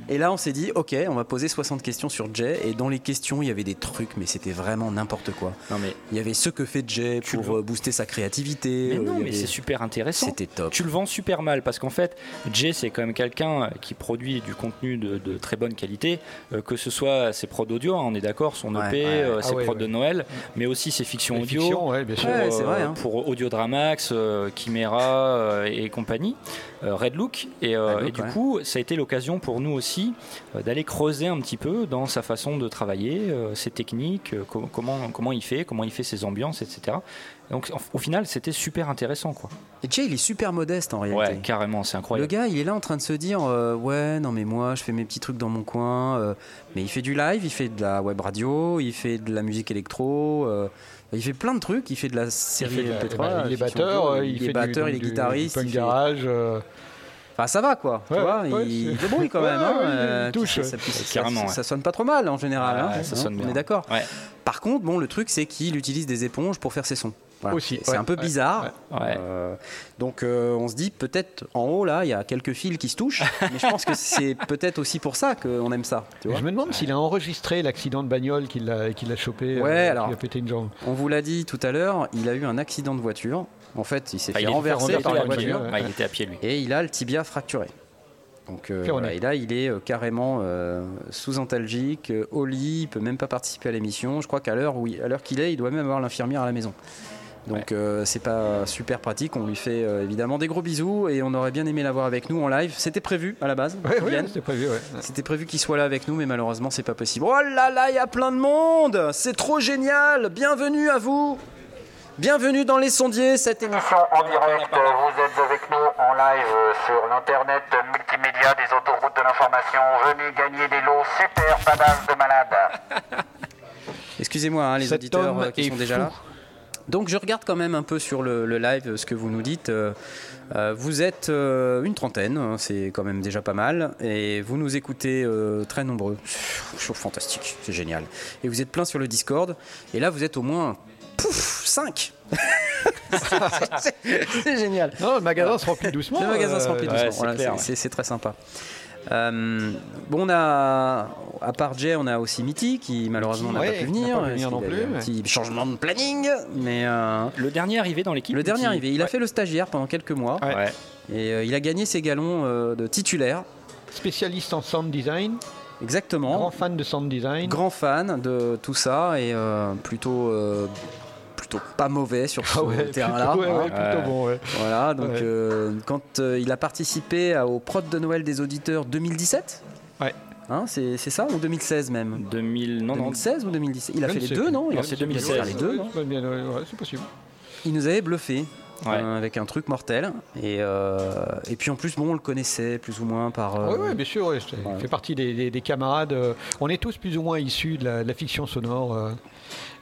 S1: Et là, on s'est dit, ok, on va poser 60 questions sur Jay. Et dans les questions, il y avait des trucs, mais c'était vraiment n'importe quoi.
S3: Non, mais,
S1: Il y avait ce que fait Jay
S3: Tu
S1: pour
S3: le-
S1: euh, booster sa créativité.
S3: mais
S1: euh,
S3: non,
S1: il y
S3: mais
S1: avait-
S3: c'est super intéressant.
S1: C'était top.
S3: Tu le vends super mal parce qu'en fait, Jay, c'est quand même quelqu'un euh, qui produit du contenu de, de très bonne qualité, euh, que ce soit ses prods audio, hein, on est d'accord, son
S1: Ouais,
S3: EP,
S1: ouais.
S3: euh,
S2: Ah
S3: ses
S2: ouais,
S3: prods
S2: ouais.
S3: de Noël, mais aussi ses fictions
S2: Les
S3: audio.
S2: fictions, ouais, bien sûr.
S3: pour, euh,
S1: Ouais, c'est vrai, hein.
S3: pour Audiodramax, euh, Chimera euh, et compagnie, euh, Red Look. Et, euh,
S1: Red Look,
S3: et du
S1: ouais.
S3: coup, ça a été l'occasion pour nous aussi aussi euh, d'aller creuser un petit peu dans sa façon de travailler, euh, ses techniques, euh, co- comment, comment il fait, comment il fait ses ambiances, etc. Donc en- au final, c'était super intéressant. Quoi.
S1: Et Jay, il est super modeste en réalité.
S3: Ouais, carrément, c'est
S1: Le
S3: incroyable.
S1: gars, il est là en train de se dire euh, Ouais, non, mais moi, je fais mes petits trucs dans mon coin. euh, mais il fait du live, il fait de la web radio, il fait de la musique électro. euh, il fait plein de trucs. Il fait de la série
S2: fait de la-
S1: MP3.
S2: bah, il est
S1: fiction
S2: batteur,
S1: audio,
S2: euh,
S1: il,
S2: il,
S1: est
S2: fait
S1: batteur,
S2: du,
S1: il est
S2: du- du
S1: guitariste.
S2: punk
S1: il fait-
S2: garage. euh,
S1: Enfin, ça va quoi. tu
S2: Ouais,
S1: vois,
S2: ouais,
S1: il,
S2: c'est-
S1: il débrouille quand même.
S2: Ouais,
S1: hein,
S2: ouais, il
S1: euh,
S2: touche,
S1: puis ça- ça- ça-
S3: Carrément,
S1: ça-
S3: ouais.
S1: ça sonne pas trop mal en général.
S3: Ouais,
S1: hein,
S3: ça
S1: hein,
S3: sonne
S1: On
S3: bien.
S1: est d'accord.
S3: Ouais.
S1: Par contre, bon, le truc, c'est qu'il utilise des éponges pour faire ses sons. Voilà.
S2: Aussi,
S1: C'est
S2: ouais,
S1: un peu
S2: ouais,
S1: bizarre.
S3: Ouais.
S1: Euh, donc euh, on se dit peut-être en haut là il y a quelques fils qui se touchent, mais je pense que c'est peut-être aussi pour ça qu'on aime ça. Tu vois
S2: Je me demande s'il a enregistré l'accident de bagnole qu'il a, qu'il a chopé,
S1: Ouais,
S2: euh,
S1: alors.
S2: qu'il a pété une jambe.
S1: on vous l'a dit tout à l'heure, il a eu un accident de voiture. En fait, il s'est
S3: Enfin,
S1: fait
S3: il est
S1: renverser
S3: renversé
S1: par la
S2: par une
S1: voiture
S2: voiture,
S3: Ouais, il était à pied, lui.
S1: et il a le tibia fracturé. Donc euh,
S2: Ferronné.
S1: voilà, et là il est euh, carrément euh, sous antalgique, euh, au lit, il peut même pas participer à l'émission. Je crois qu'à l'heure où il- à l'heure qu'il est, il doit même avoir l'infirmière à la maison. Donc euh, c'est pas super pratique. On lui fait euh, évidemment des gros bisous et on aurait bien aimé l'avoir avec nous en live. C'était prévu à la base.
S2: Ouais,
S1: qu'il
S2: ouais,
S1: vienne.
S2: c'était prévu, ouais.
S1: C'était prévu qu'il soit là avec nous, mais malheureusement, c'est pas possible. Oh là là, il y a plein de monde C'est trop génial Bienvenue à vous Bienvenue dans Les Sondiers, cette émission.
S4: Émission en direct, euh, vous êtes avec nous en live euh, sur l'internet multimédia des autoroutes de l'information. Venez gagner des lots super badass de malades.
S1: Excusez-moi, hein, les
S2: Cet
S1: auditeurs
S2: homme
S1: euh, qui
S2: est
S1: sont déjà
S2: fou.
S1: là. Donc, je regarde quand même un peu sur le, le live euh, ce que vous nous dites. Euh, euh, vous êtes euh, une trentaine, hein, c'est quand même déjà pas mal, et vous nous écoutez euh, très nombreux. Je trouve fantastique, c'est génial. Et vous êtes plein sur le Discord, et là vous êtes au moins, pouf, 5 C'est génial.
S2: Non, le magasin se remplit doucement.
S1: Le magasin se remplit
S2: euh,
S1: doucement.
S3: c'est
S1: Voilà,
S3: clair,
S1: c'est- c'est
S3: ouais.
S1: c'est très sympa. Euh, bon, on a, à part Jay, on a aussi Mitty qui malheureusement n'a
S2: ouais,
S1: pas pu
S2: qui
S1: venir.
S2: n'a pas pu
S1: parce
S2: venir
S1: qu'il
S2: non
S1: a eu
S2: plus,
S1: Un
S2: ouais.
S1: petit changement de planning, mais euh,
S3: Le dernier arrivé dans l'équipe
S1: le dernier
S3: qui-
S1: arrivé, il a
S3: Ouais.
S1: fait le stagiaire pendant quelques mois
S2: Ouais.
S3: Ouais.
S1: et euh, il a gagné ses galons euh, de titulaire.
S2: Spécialiste en sound design,
S1: Exactement.
S2: grand fan de sound design.
S1: Grand fan de tout ça et euh, plutôt. euh, plutôt pas mauvais sur ce
S2: Ah ouais,
S1: terrain-là.
S2: plutôt, ouais, ouais,
S1: hein.
S2: plutôt bon, ouais.
S1: Voilà, donc
S2: Ouais.
S1: euh, quand euh, il a participé à- au prod de Noël des auditeurs 2017
S2: Ouais.
S1: Hein, c'est c'est ça Ou 2016 même
S3: 2000, non, non,
S1: 2016 ou 2017 Il a
S2: Je
S1: fait
S2: ne
S1: les
S2: sais
S1: deux,
S2: plus.
S1: non Il a
S3: Non,
S1: fait
S3: c'est
S1: il a dû faire les
S3: 2016.
S1: deux,
S2: Ouais,
S1: non
S2: c'est bien, ouais, ouais, c'est possible.
S1: Il nous avait bluffé.
S3: Ouais.
S1: euh, avec un truc mortel et, euh, et puis en plus bon on le connaissait plus ou moins par euh,
S2: Oui, bien sûr, ouais, c'est- il fait partie des, des- des camarades. euh, on est tous plus ou moins issus de la, de la fiction sonore. euh,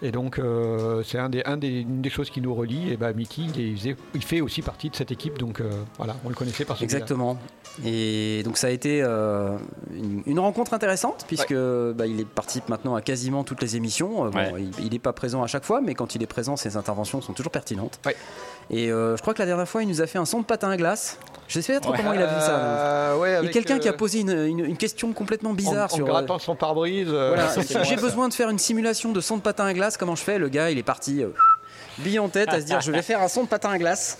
S2: et donc, euh, c'est un des, un des- une des choses qui nous relie. Et bah, Mitty, il, est- il faisait- il fait aussi partie de cette équipe. Donc, euh, voilà, on le connaissait par ce
S1: Exactement. Et donc ça a été euh, une, une rencontre intéressante puisque bah, il est- participe maintenant à quasiment toutes les émissions. Euh, bon,
S3: Ouais.
S1: il- Il n'est pas présent à chaque fois, mais quand il est présent, ses interventions sont toujours pertinentes.
S2: Ouais.
S1: Et euh, je crois que la dernière fois, il nous a fait un son de patin à glace. Je sais pas trop
S3: Ouais.
S1: comment il a vu ça. Il y a quelqu'un qui a posé une, une- une question complètement bizarre
S2: Euh, en, en
S1: sur. euh,
S2: grattant son pare-brise. euh,
S1: voilà,
S3: ça, c'est moi,
S1: j'ai
S3: ça.
S1: besoin de faire une simulation de son de patin à glace, comment je fais Le gars, il est parti, euh, bille en tête, à se dire je vais faire un son de patin à glace.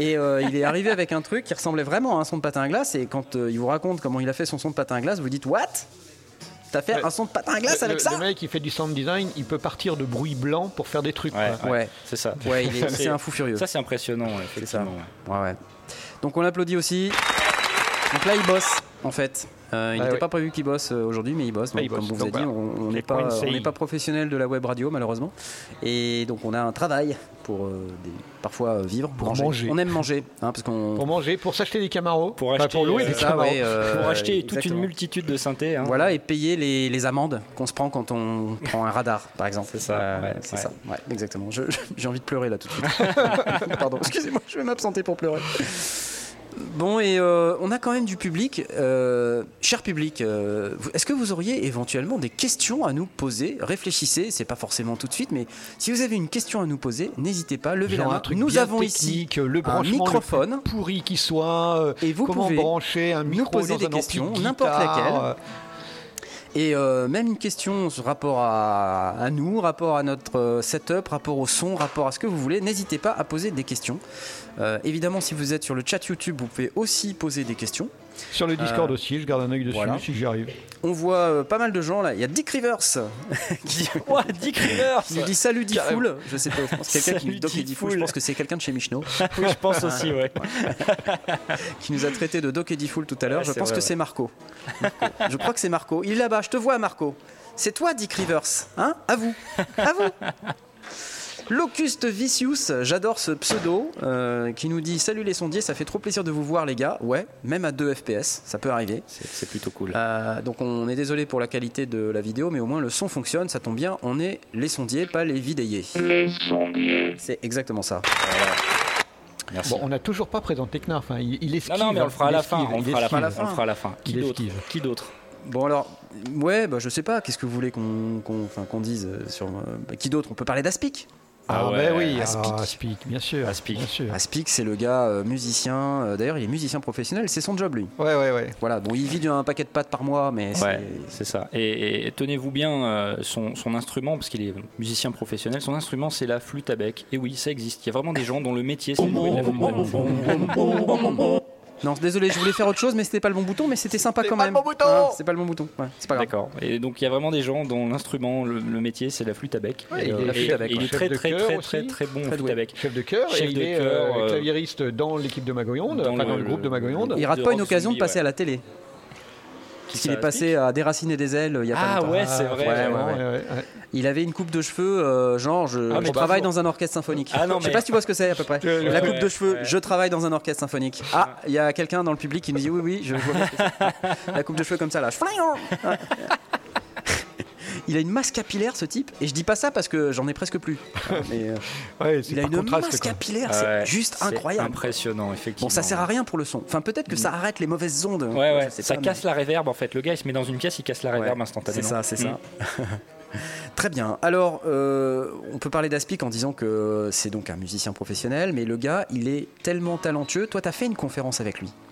S1: Et euh, il est arrivé avec un truc qui ressemblait vraiment à un son de patin à glace. Et quand euh, il vous raconte comment il a fait son son de patin à glace, vous dites What T'as fait
S2: Ouais.
S1: un son de patin à
S2: le,
S1: glace avec
S2: le-
S1: ça
S2: le mec qui fait du sound design, il peut partir de bruit blanc pour faire des trucs.
S3: Ouais.
S2: quoi.
S1: Ouais,
S3: c'est ça.
S1: ouais, il est-
S3: Ça,
S1: c'est un fou furieux.
S3: Ça, c'est impressionnant, ouais,
S1: C'est ça.
S3: effectivement. ouais.
S1: Ouais, ouais. Donc on l'applaudit aussi. Donc là, il bosse, en fait. Euh, il
S2: Ah
S1: n'était
S2: oui.
S1: pas prévu qu'il bosse euh, aujourd'hui, mais il bosse.
S2: Mais
S1: Donc,
S2: il
S1: comme
S2: bosse.
S1: vous vous
S2: Donc
S1: avez dit,
S2: voilà.
S1: on on
S3: Les
S1: n'est pas,
S3: coins
S1: on
S3: de
S1: n'est
S3: série.
S1: pas professionnel de la web radio, malheureusement. Et donc, on a un travail pour euh, des- parfois euh, vivre, pour
S2: manger.
S1: On aime manger, hein, parce qu'on.
S2: Pour manger, pour s'acheter des camaros,
S3: Pour
S2: Enfin,
S3: acheter,
S2: pour louer
S3: euh,
S2: des
S1: C'est ça,
S2: camaros.
S1: ouais, euh,
S3: Pour acheter toute une
S1: exactement.
S3: multitude de synthés. hein.
S1: Voilà, et payer les, les amendes qu'on se prend quand on prend un radar, par exemple. Euh,
S3: C'est ça, ouais,
S1: c'est
S3: ouais.
S1: ça, ouais, exactement. Je- je- J'ai envie de pleurer là tout de suite. Pardon, excusez-moi, je vais m'absenter pour pleurer. Bon, et euh, on a quand même du public. Euh, cher public, euh, vous- est-ce que vous auriez éventuellement des questions à nous poser Réfléchissez, c'est pas forcément tout de suite, mais si vous avez une question à nous poser, n'hésitez pas, levez
S2: Genre
S1: la
S2: un
S1: main.
S2: truc
S1: Nous
S2: bien
S1: avons ici
S2: technique, le
S1: un
S2: branchement le plus
S1: microphone.
S2: pourri qui soit, euh,
S1: Et vous
S2: comment
S1: pouvez
S2: brancher un
S1: nous
S2: micro
S1: poser
S2: dans
S1: des
S2: un ampli
S1: questions,
S2: guitare,
S1: n'importe laquelle.
S2: euh,
S1: Et euh, même une question sur rapport à, à nous, rapport à notre euh, setup, rapport au son, rapport à ce que vous voulez, n'hésitez pas à poser des questions. Euh, évidemment, si vous êtes sur le chat YouTube, vous pouvez aussi poser des questions.
S2: Sur le Discord aussi, je garde un œil dessus
S3: voilà.
S2: si j'y arrive.
S1: On voit euh, pas mal de gens là. Il y a Dick Rivers qui
S3: Ouah, Dick Rivers
S1: nous dit salut Dick
S3: Carrément.
S1: Fool. Je sais pas, je pense que quelqu'un qui nous
S3: Salut,
S1: donc, il
S3: Dick
S1: dit Fool. Je
S3: Fool.
S1: pense que c'est quelqu'un de chez Michno
S3: Oui, je pense aussi, ouais.
S1: qui nous a traité de Doc et Dick Fool tout à l'heure.
S3: Ouais,
S1: je
S3: c'est
S1: pense
S3: vrai,
S1: que
S3: ouais.
S1: c'est Marco. Marco. Je crois que c'est Marco. Il est là-bas, je te vois Marco. C'est toi Dick Rivers, hein À vous. À vous. Locust Vicious, j'adore ce pseudo euh, qui nous dit Salut les sondiers, ça fait trop plaisir de vous voir les gars. Ouais, même à 2 FPS, ça peut arriver.
S3: C'est c'est plutôt cool.
S1: Euh, donc on est désolé pour la qualité de la vidéo, mais au moins le son fonctionne, ça tombe bien, on est les sondiers, pas les vidéiers.
S7: Les sondiers.
S1: C'est exactement ça.
S3: Merci.
S2: Bon, on n'a toujours pas présenté Knarf. hein. Il, il esquive.
S3: non, non, mais on le fera à
S2: Il
S3: la
S2: esquive,
S3: fin. On le
S2: il
S3: fera à la
S2: esquive.
S1: esquive.
S3: fin. On le fera à la fin. Qui
S2: Il
S3: d'autre
S2: esquive.
S3: Qui d'autre
S1: Bon alors, ouais, bah, je sais pas, qu'est-ce que vous voulez qu'on qu'on- enfin, qu'on dise euh, sur... euh, bah, qui d'autre On peut parler d'Aspic
S2: Ah,
S3: Ah
S2: ben
S3: ouais,
S2: oui,
S1: Aspic.
S2: Aspic. Aspic, bien sûr.
S3: Aspic.
S2: Bien sûr.
S1: Aspic, c'est le gars euh, musicien, euh, d'ailleurs il est musicien professionnel, c'est son job lui.
S2: Ouais, ouais, ouais.
S1: Voilà, bon il vit d'un paquet de pâtes par mois, mais c'est-
S3: Ouais, c'est ça. Et, et tenez-vous bien euh, son, son instrument, parce qu'il est musicien professionnel, son instrument c'est la flûte à bec. Et oui, ça existe. Il y a vraiment des gens dont le métier c'est de jouer de la flûte à bec.
S1: Non, désolé, je voulais faire autre chose, mais c'était pas le bon bouton, mais c'était sympa quand même. Hein, c'est pas le bon bouton, ouais, c'est pas grave.
S3: D'accord. Et donc il y a vraiment des gens dont l'instrument, le, le métier c'est la flûte à bec.
S2: Ouais,
S3: et,
S2: il est
S3: et-
S2: la flûte
S1: à bec,
S3: et il
S2: ouais.
S3: est très
S2: Chef de
S3: très
S2: chœur
S3: très
S2: aussi.
S3: très très bon en flûte
S1: doué.
S3: à bec.
S2: Chef de chœur,
S3: Chef
S2: et il
S3: de
S2: est
S3: chœur,
S2: euh,
S3: euh,
S2: claviériste dans l'équipe de Magoyonde,
S3: dans
S2: enfin dans
S3: le-
S2: le groupe de Magoyonde.
S1: Il rate
S3: De
S1: pas
S3: Rock
S1: une occasion de
S3: Zombie,
S1: passer
S3: ouais.
S1: à la télé, parce qu'il est
S3: Ça-
S1: passé à déraciner des ailes euh, il y a pas
S3: Ah
S1: longtemps.
S3: ouais, c'est vrai.
S1: ouais,
S3: vraiment.
S1: ouais, Il avait une coupe de cheveux, euh, genre je,
S3: Ah, mais
S1: je travaille
S3: bravo.
S1: dans un orchestre symphonique.
S3: Ah, non,
S1: je sais
S3: mais-
S1: pas si tu vois ce que c'est à peu près.
S2: Euh,
S1: La
S3: ouais,
S1: coupe de
S3: ouais,
S1: cheveux,
S3: ouais.
S1: je travaille dans un orchestre symphonique. Ah, il y a quelqu'un dans le public qui me dit oui, oui, je vois bien ce que c'est. La coupe de cheveux comme ça là. Je- Il a une masse capillaire ce type, et je dis pas ça parce que j'en ai presque plus. Mais, euh,
S2: Ouais, c'est
S1: il a
S2: par
S1: une
S2: contraste,
S1: masse
S2: quoi.
S1: capillaire,
S3: Ah Ouais,
S1: c'est juste
S3: c'est
S1: incroyable.
S3: Impressionnant, effectivement.
S1: Bon, ça sert à rien pour le son. Enfin, peut-être que ça arrête les mauvaises ondes. hein.
S3: Ouais, ouais,
S1: Je sais
S3: ça
S1: pas, mais-
S3: casse la réverb en fait. Le gars il se met dans une pièce, il casse la réverb
S1: Ouais,
S3: instantanément.
S1: C'est ça, c'est
S3: Mm.
S1: ça. Très bien. Alors, euh, on peut parler d'Aspic en disant que c'est donc un musicien professionnel, mais le gars, il est tellement talentueux. Toi, t'as fait une conférence avec lui.
S3: Mm.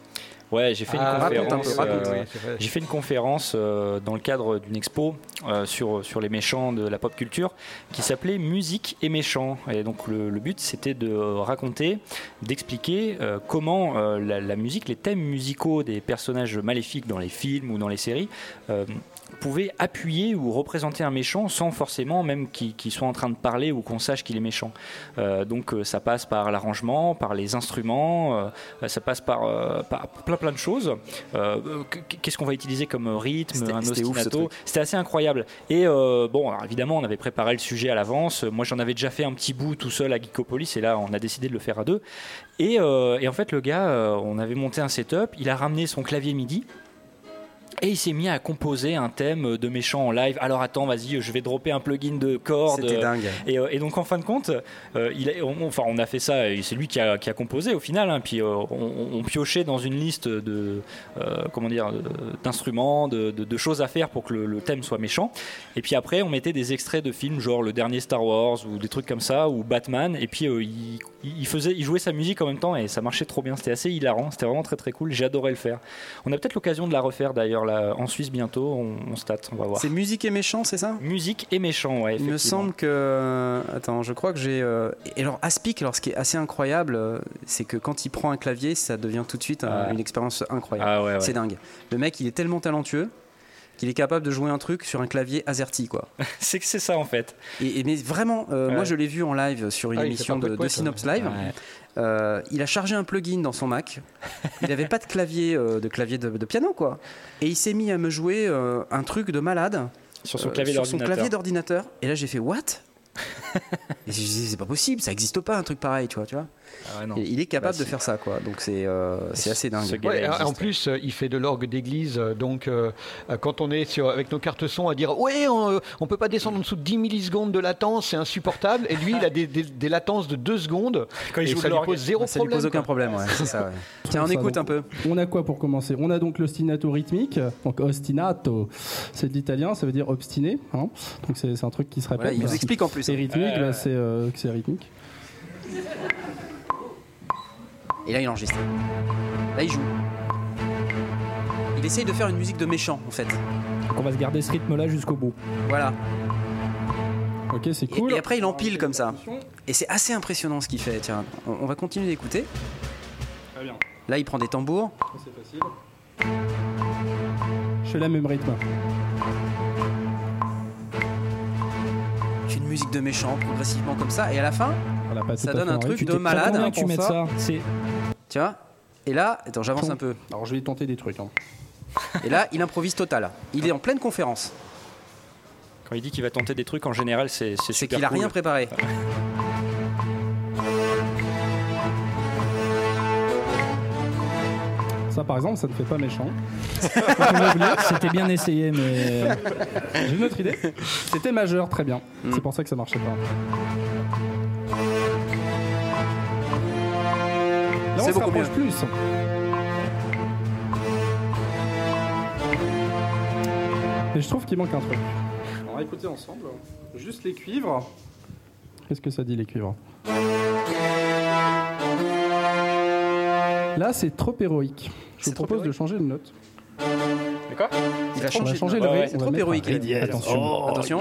S3: Ouais, j'ai fait
S2: Ah,
S3: une
S1: raconte un peu,
S3: conférence. euh,
S1: raconte.
S3: ouais.
S2: C'est vrai.
S3: J'ai fait une conférence euh, dans le cadre d'une expo euh, sur, sur les méchants de la pop culture qui s'appelait Musique et méchants. Et donc le, le but c'était de euh, raconter, d'expliquer euh, comment euh, la, la musique, les thèmes musicaux des personnages maléfiques dans les films ou dans les séries euh, pouvaient appuyer ou représenter un méchant sans forcément même qu'il qu'il soit en train de parler ou qu'on sache qu'il est méchant. Euh, donc euh, ça passe par l'arrangement, par les instruments, euh, ça passe par, euh, par plein plein de choses. Euh, euh, qu- qu'est-ce qu'on va utiliser comme rythme,
S1: C'était-
S3: un
S1: c'était ouf, ce
S3: ostinato
S1: truc.
S3: C'était assez incroyable. Et euh, bon, alors, évidemment, on avait préparé le sujet à l'avance. Moi, j'en avais déjà fait un petit bout tout seul à Geekopolis, et là, on a décidé de le faire à deux. Et, euh, et en fait, le gars, euh, on avait monté un setup. Il a ramené son clavier MIDI. Et il s'est mis à composer un thème de méchant en live. Alors attends, vas-y, je vais dropper un plugin de cordes.
S1: C'était dingue.
S3: Et, euh, et donc en fin de compte, euh, il a- on, enfin, on a fait ça, et c'est lui qui a, qui a composé au final, hein, puis euh, on, on piochait dans une liste de, euh, comment dire, de- d'instruments, de, de- de choses à faire pour que le, le thème soit méchant. Et puis après, on mettait des extraits de films, genre le dernier Star Wars, ou des trucs comme ça, ou Batman, et puis euh, il, il faisait, il jouait sa musique en même temps, et ça marchait trop bien, c'était assez hilarant, c'était vraiment très très cool, j'ai adoré le faire. On a peut-être l'occasion de la refaire d'ailleurs là, en Suisse bientôt, on, on se tâte, on va voir.
S1: C'est musique et méchant, c'est ça
S3: Musique et méchant, ouais,
S1: Il me
S3: effectivement.
S1: semble que. euh, Attends, je crois que j'ai. euh, Et alors, Aspic, alors ce qui est assez incroyable, euh, c'est que quand il prend un clavier, ça devient tout de suite euh,
S3: Ouais.
S1: une expérience incroyable.
S3: Ah ouais, ouais.
S1: C'est dingue. Le mec, il est tellement talentueux qu'il est capable de jouer un truc sur un clavier AZERTY, quoi.
S3: C'est que c'est ça en fait.
S1: Et, et- mais vraiment, euh,
S3: Ouais.
S1: moi je l'ai vu en live sur une
S2: Ah, il fait
S1: émission
S2: pas
S1: de,
S2: de
S1: de
S2: couette,
S1: Synops Live.
S3: hein. Ouais.
S1: Euh, il a chargé un plugin dans son Mac. Il n'avait pas de clavier, euh, de, clavier de, de piano, quoi. Et il s'est mis à me jouer euh, un truc de malade
S3: Sur son
S1: euh,
S3: clavier
S1: sur son
S3: d'ordinateur.
S1: clavier d'ordinateur. Et là j'ai fait What Et je dis, c'est pas possible, ça existe pas un truc pareil, tu vois. Tu vois
S3: Ah ouais, non.
S1: Et il est capable
S3: Bah,
S1: de
S3: si.
S1: faire ça, quoi. Donc c'est euh, c'est assez dingue.
S3: Ce gars-
S2: Ouais,
S3: Il
S2: en
S3: existe.
S2: plus, euh, il fait de l'orgue d'église, euh, donc euh, euh, quand on est sur, avec nos cartes son à dire ouais, on, euh, on peut pas descendre en dessous de 10 millisecondes de latence, c'est insupportable. Et lui, il a des, des- des latences de 2 secondes
S3: Quand il
S2: et
S3: joue
S2: ça
S3: de
S2: lui
S3: l'orgue.
S2: pose zéro
S1: Bah, ça lui
S2: problème.
S1: pose aucun
S2: quoi.
S1: problème, ouais, c'est ça. ouais. Tiens, on
S8: Enfin,
S1: écoute
S8: bon.
S1: un peu.
S8: On a quoi pour commencer On a donc l'ostinato rythmique, donc ostinato, c'est de l'italien, ça veut dire obstiné, hein. donc c'est c'est un truc qui se répète.
S1: Voilà, il
S8: Bah,
S1: nous
S8: si
S1: explique en plus.
S8: C'est
S1: hein.
S8: rythmique, bah, c'est euh, que c'est rythmique.
S1: Et là, il enregistre. Là, il joue. Il essaye de faire une musique de méchant, en fait.
S9: Donc on va se garder ce rythme-là jusqu'au bout.
S1: Voilà.
S8: Ok, c'est
S1: Et-
S8: cool.
S1: Et, après, il empile comme ça. Et c'est assez impressionnant ce qu'il fait. Tiens, on, on va continuer d'écouter.
S8: Très bien,
S1: Là, il prend des tambours.
S8: Oh, c'est facile. Je fais la même rythme.
S1: C'est une musique de méchant, progressivement comme ça. Et à la fin,
S8: Voilà, pas
S1: Ça
S8: tout à
S1: donne
S8: fait
S1: un
S8: en rythme.
S1: truc
S9: Tu
S1: de
S9: t'es- t'as
S1: malade,
S9: combien
S1: hein,
S9: que tu
S1: pour
S9: mets
S1: ça.
S9: ça. C'est
S1: tu vois. Et là, attends, j'avance un peu.
S8: Alors je vais tenter des trucs. hein.
S1: Et là, il improvise total. Il est en pleine conférence.
S3: Quand il dit qu'il va tenter des trucs, en général, c'est c'est
S1: C'est
S3: super
S1: qu'il a
S3: cool.
S1: rien préparé.
S8: Ça par exemple, ça ne fait pas méchant.
S9: C'était bien essayé, mais
S8: J'ai une autre idée. C'était majeur, très bien. C'est pour ça que ça marchait pas. Là, on
S1: C'est
S8: se
S1: beaucoup
S8: rapproche plus. Et je trouve qu'il manque un truc. On va écouter ensemble. Juste les cuivres. Qu'est-ce que ça dit les cuivres Là, c'est trop héroïque. Je
S1: C'est
S8: vous
S1: trop
S8: propose de
S1: héroïque.
S8: changer de note.
S1: Il a
S8: On va
S1: changé. de
S8: changer
S1: note.
S8: le
S1: Ouais,
S8: rythme.
S1: C'est
S8: On va
S1: trop
S8: mettre un
S1: héroïque.
S8: ré
S1: là.
S8: dièse.
S1: Attention. Attention.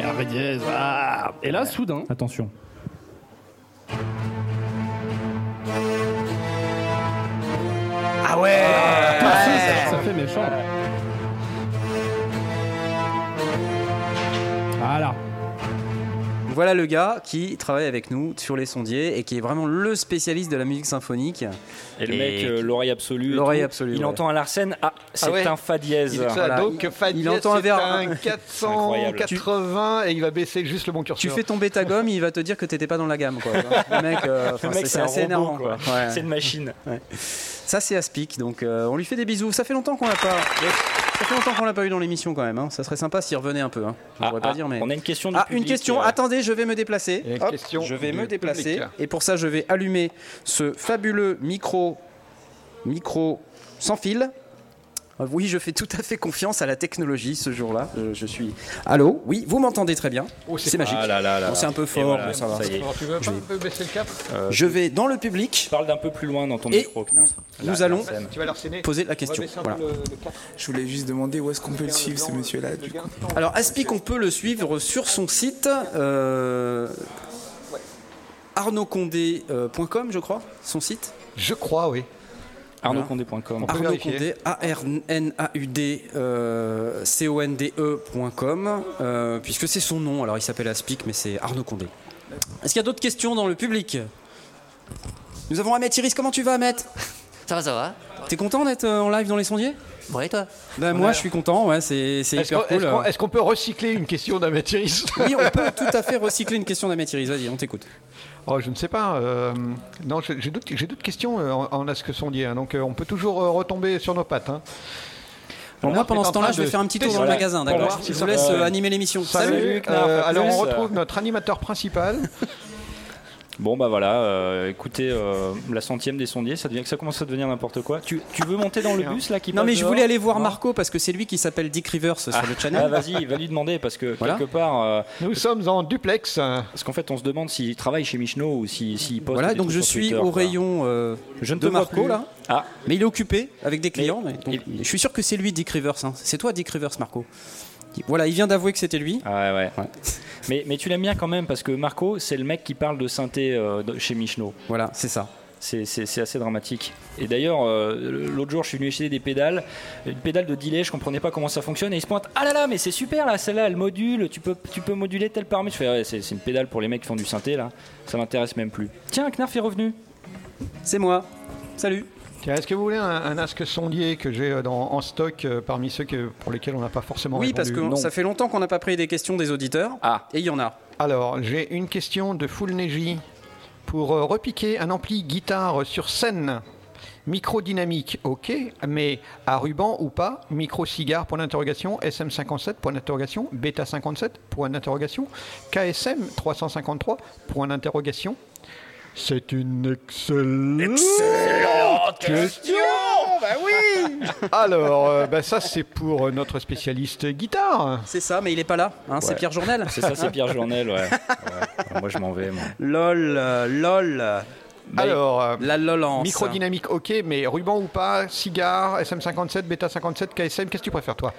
S8: Et là, soudain,
S9: attention.
S1: Ah ouais.
S8: Ça, ça fait méchant. Voilà.
S1: Voilà le gars qui travaille avec nous sur les sondiers et qui est vraiment le spécialiste de la musique symphonique.
S3: Et le
S5: Et-
S3: mec, euh, l'oreille absolue. et
S1: L'oreille
S3: tout,
S1: absolue,
S3: Il
S1: ouais.
S3: entend un Larsen. Ah, c'est
S10: ouais.
S3: un fa dièse.
S10: Il-
S1: Voilà.
S2: Donc, Fadiel,
S1: il entend un
S2: c'est
S1: verre.
S2: un 480 et il va baisser juste le bon
S1: Tu
S2: curseur.
S1: fais tomber ta gomme, il va te dire que t'étais pas dans la gamme. Quoi. Le mec, euh,
S3: Le
S1: enfin,
S3: mec,
S1: c'est-
S3: c'est
S1: c'est
S3: un
S1: assez
S3: robot,
S1: énervant.
S3: quoi.
S1: quoi. Ouais.
S3: C'est une machine.
S1: Ça, c'est Aspic, donc euh, on lui fait des bisous. Ça fait longtemps qu'on l'a pas. Ça fait longtemps qu'on l'a pas eu dans l'émission quand même. hein. Ça serait sympa s'il revenait un peu. Hein. Je
S3: Ah,
S1: pourrais pas
S3: ah,
S1: dire, mais.
S3: On a une question. du
S1: Ah, une
S3: public,
S1: question.
S3: euh,
S1: Attendez, je vais me déplacer.
S2: Et une
S1: Hop,
S2: question
S1: je vais
S2: du
S1: me déplacer.
S2: public.
S1: Et pour ça, je vais allumer ce fabuleux micro, micro sans fil. Euh, Oui, je fais tout à fait confiance à la technologie ce jour-là. Je, je suis. Allô Oui, vous m'entendez très bien. c'est magique.
S3: Ah là là là.
S1: Bon, c'est un peu
S3: Et
S1: fort,
S3: voilà,
S1: mais ça va.
S3: y est.
S2: Alors, tu veux pas un peu baisser le cap
S1: Je vais dans le public
S3: Parle d'un peu plus loin dans ton
S1: Et
S3: micro. Knarf.
S1: nous
S3: Là,
S1: allons-
S3: Larsen.
S2: Tu vas l'arsener
S1: poser la question. Voilà.
S6: Je voulais juste demander où est-ce qu'on peut le suivre,
S2: euh,
S6: ce monsieur-là. du coup.
S1: Alors Aspic, on peut le suivre sur son site euh, arnaudcondé.com, je crois, son site.
S2: Je crois, oui.
S3: ArnaudCondé.com.
S2: peut
S1: Arnaud
S2: vérifier.
S1: Condé, euh, E A-R-N-A-U-D-C-O-N-D-E.com, euh, puisque c'est son nom. Alors il s'appelle Aspic, mais c'est Arnaud Condé. Est-ce qu'il y a d'autres questions dans le public Nous avons Ahmet Iris, comment tu vas Ahmet
S10: Ça va, ça va.
S1: T'es content d'être euh, en live dans les sondiers
S10: Bon, et toi
S1: ben, Moi je suis content, ouais, c'est c'est
S2: Est-ce
S1: hyper
S2: qu'on
S1: cool. euh.
S2: est-ce qu'on- est-ce qu'on peut recycler une question d'un maturiste
S1: Oui, on peut tout à fait recycler une question d'Ahmet Iris, vas-y, on t'écoute.
S2: Oh, je ne sais pas. euh, non, j'ai j'ai d'autres j'ai d'autres questions euh, en, en à ce que sont liées, hein. donc, euh, on peut toujours euh, retomber sur nos pattes. hein.
S1: Bon, moi,
S2: Knarf
S1: pendant
S2: est
S1: ce
S2: en
S1: temps-là,
S2: train
S1: je vais
S2: de
S1: faire un petit tour dans
S2: tester
S1: le magasin,
S2: pour
S1: d'accord
S2: voir si
S1: Je vous
S2: ça
S1: laisse
S2: va.
S1: euh, animer l'émission.
S2: Salut.
S3: Knarf,
S2: euh,
S3: à
S2: alors,
S3: plus.
S2: on retrouve notre animateur principal.
S3: Bon bah voilà, euh, écoutez, euh, la centième des sondiers, ça, devient, ça commence à devenir n'importe quoi. Tu, tu veux monter dans le bus là qui
S1: Non,
S3: passe
S1: mais je
S3: dehors
S1: voulais aller voir
S3: Non
S1: Marco parce que c'est lui qui s'appelle Dick Rivers sur le
S3: Ah,
S1: channel.
S3: vas-y, va lui demander parce que
S1: Voilà.
S3: quelque part, euh,
S2: Nous sommes en duplex. euh,
S3: parce qu'en fait, on se demande s'il travaille chez Michno ou s'il s'il poste.
S1: Voilà,
S3: des
S1: donc
S3: trucs
S1: je
S3: sur
S1: suis
S3: Twitter,
S1: au
S3: quoi.
S1: rayon euh,
S3: Je ne te
S1: de
S3: vois
S1: Marco
S3: plus.
S1: là.
S3: Ah,
S1: Mais il est occupé avec des clients. mais- donc,
S3: il-
S1: Je suis sûr que c'est lui, Dick Rivers. hein. C'est toi, Dick Rivers, Marco. Voilà, il vient d'avouer que c'était lui.
S3: ah ouais, ouais.
S1: Ouais.
S3: Mais, mais tu l'aimes bien quand même parce que Marco, c'est le mec qui parle de synthé euh, de- chez Michno.
S1: Voilà, c'est ça.
S3: C'est- C'est c'est assez dramatique. Et d'ailleurs, euh, l'autre jour, je suis venu acheter des pédales, une pédale de delay, je comprenais pas comment ça fonctionne. Et il se pointe Ah là là, mais c'est super là, celle-là, elle module, tu peux, tu peux moduler tel paramètre. Je fais Ouais, c'est c'est une pédale pour les mecs qui font du synthé là, ça m'intéresse même plus. Tiens, Knarf est revenu.
S1: C'est moi. Salut.
S2: Tiens, Est-ce que vous voulez un, un asque sondier que j'ai euh, dans- en stock euh, parmi ceux que, pour lesquels on n'a pas forcément
S1: Oui, parce
S2: répondu
S1: que
S2: Non.
S1: ça fait longtemps qu'on n'a pas pris des questions des auditeurs.
S3: Ah,
S1: Et il y en a.
S2: Alors, j'ai une question de Full Neji pour euh, repiquer un ampli guitare sur scène. Micro dynamique, ok, mais à ruban ou pas Micro cigare, point d'interrogation, SM57, point d'interrogation, Beta 57, point d'interrogation, KSM 353, point d'interrogation. C'est une excellente, question Oh, bah Alors, euh, bah, ça c'est pour euh, notre spécialiste guitare.
S1: C'est ça, mais il est pas là. hein, C'est
S3: Ouais.
S1: Pierre Journel.
S3: c'est ça, c'est Pierre Journel, ouais. Ouais. Moi, je m'en vais. Moi.
S1: Lol, euh, lol.
S3: Bah,
S2: Alors, euh,
S1: La lolance.
S3: hein.
S2: Micro dynamique, ok, mais ruban ou pas, cigare, SM57, Beta 57, KSM, qu'est-ce que tu préfères toi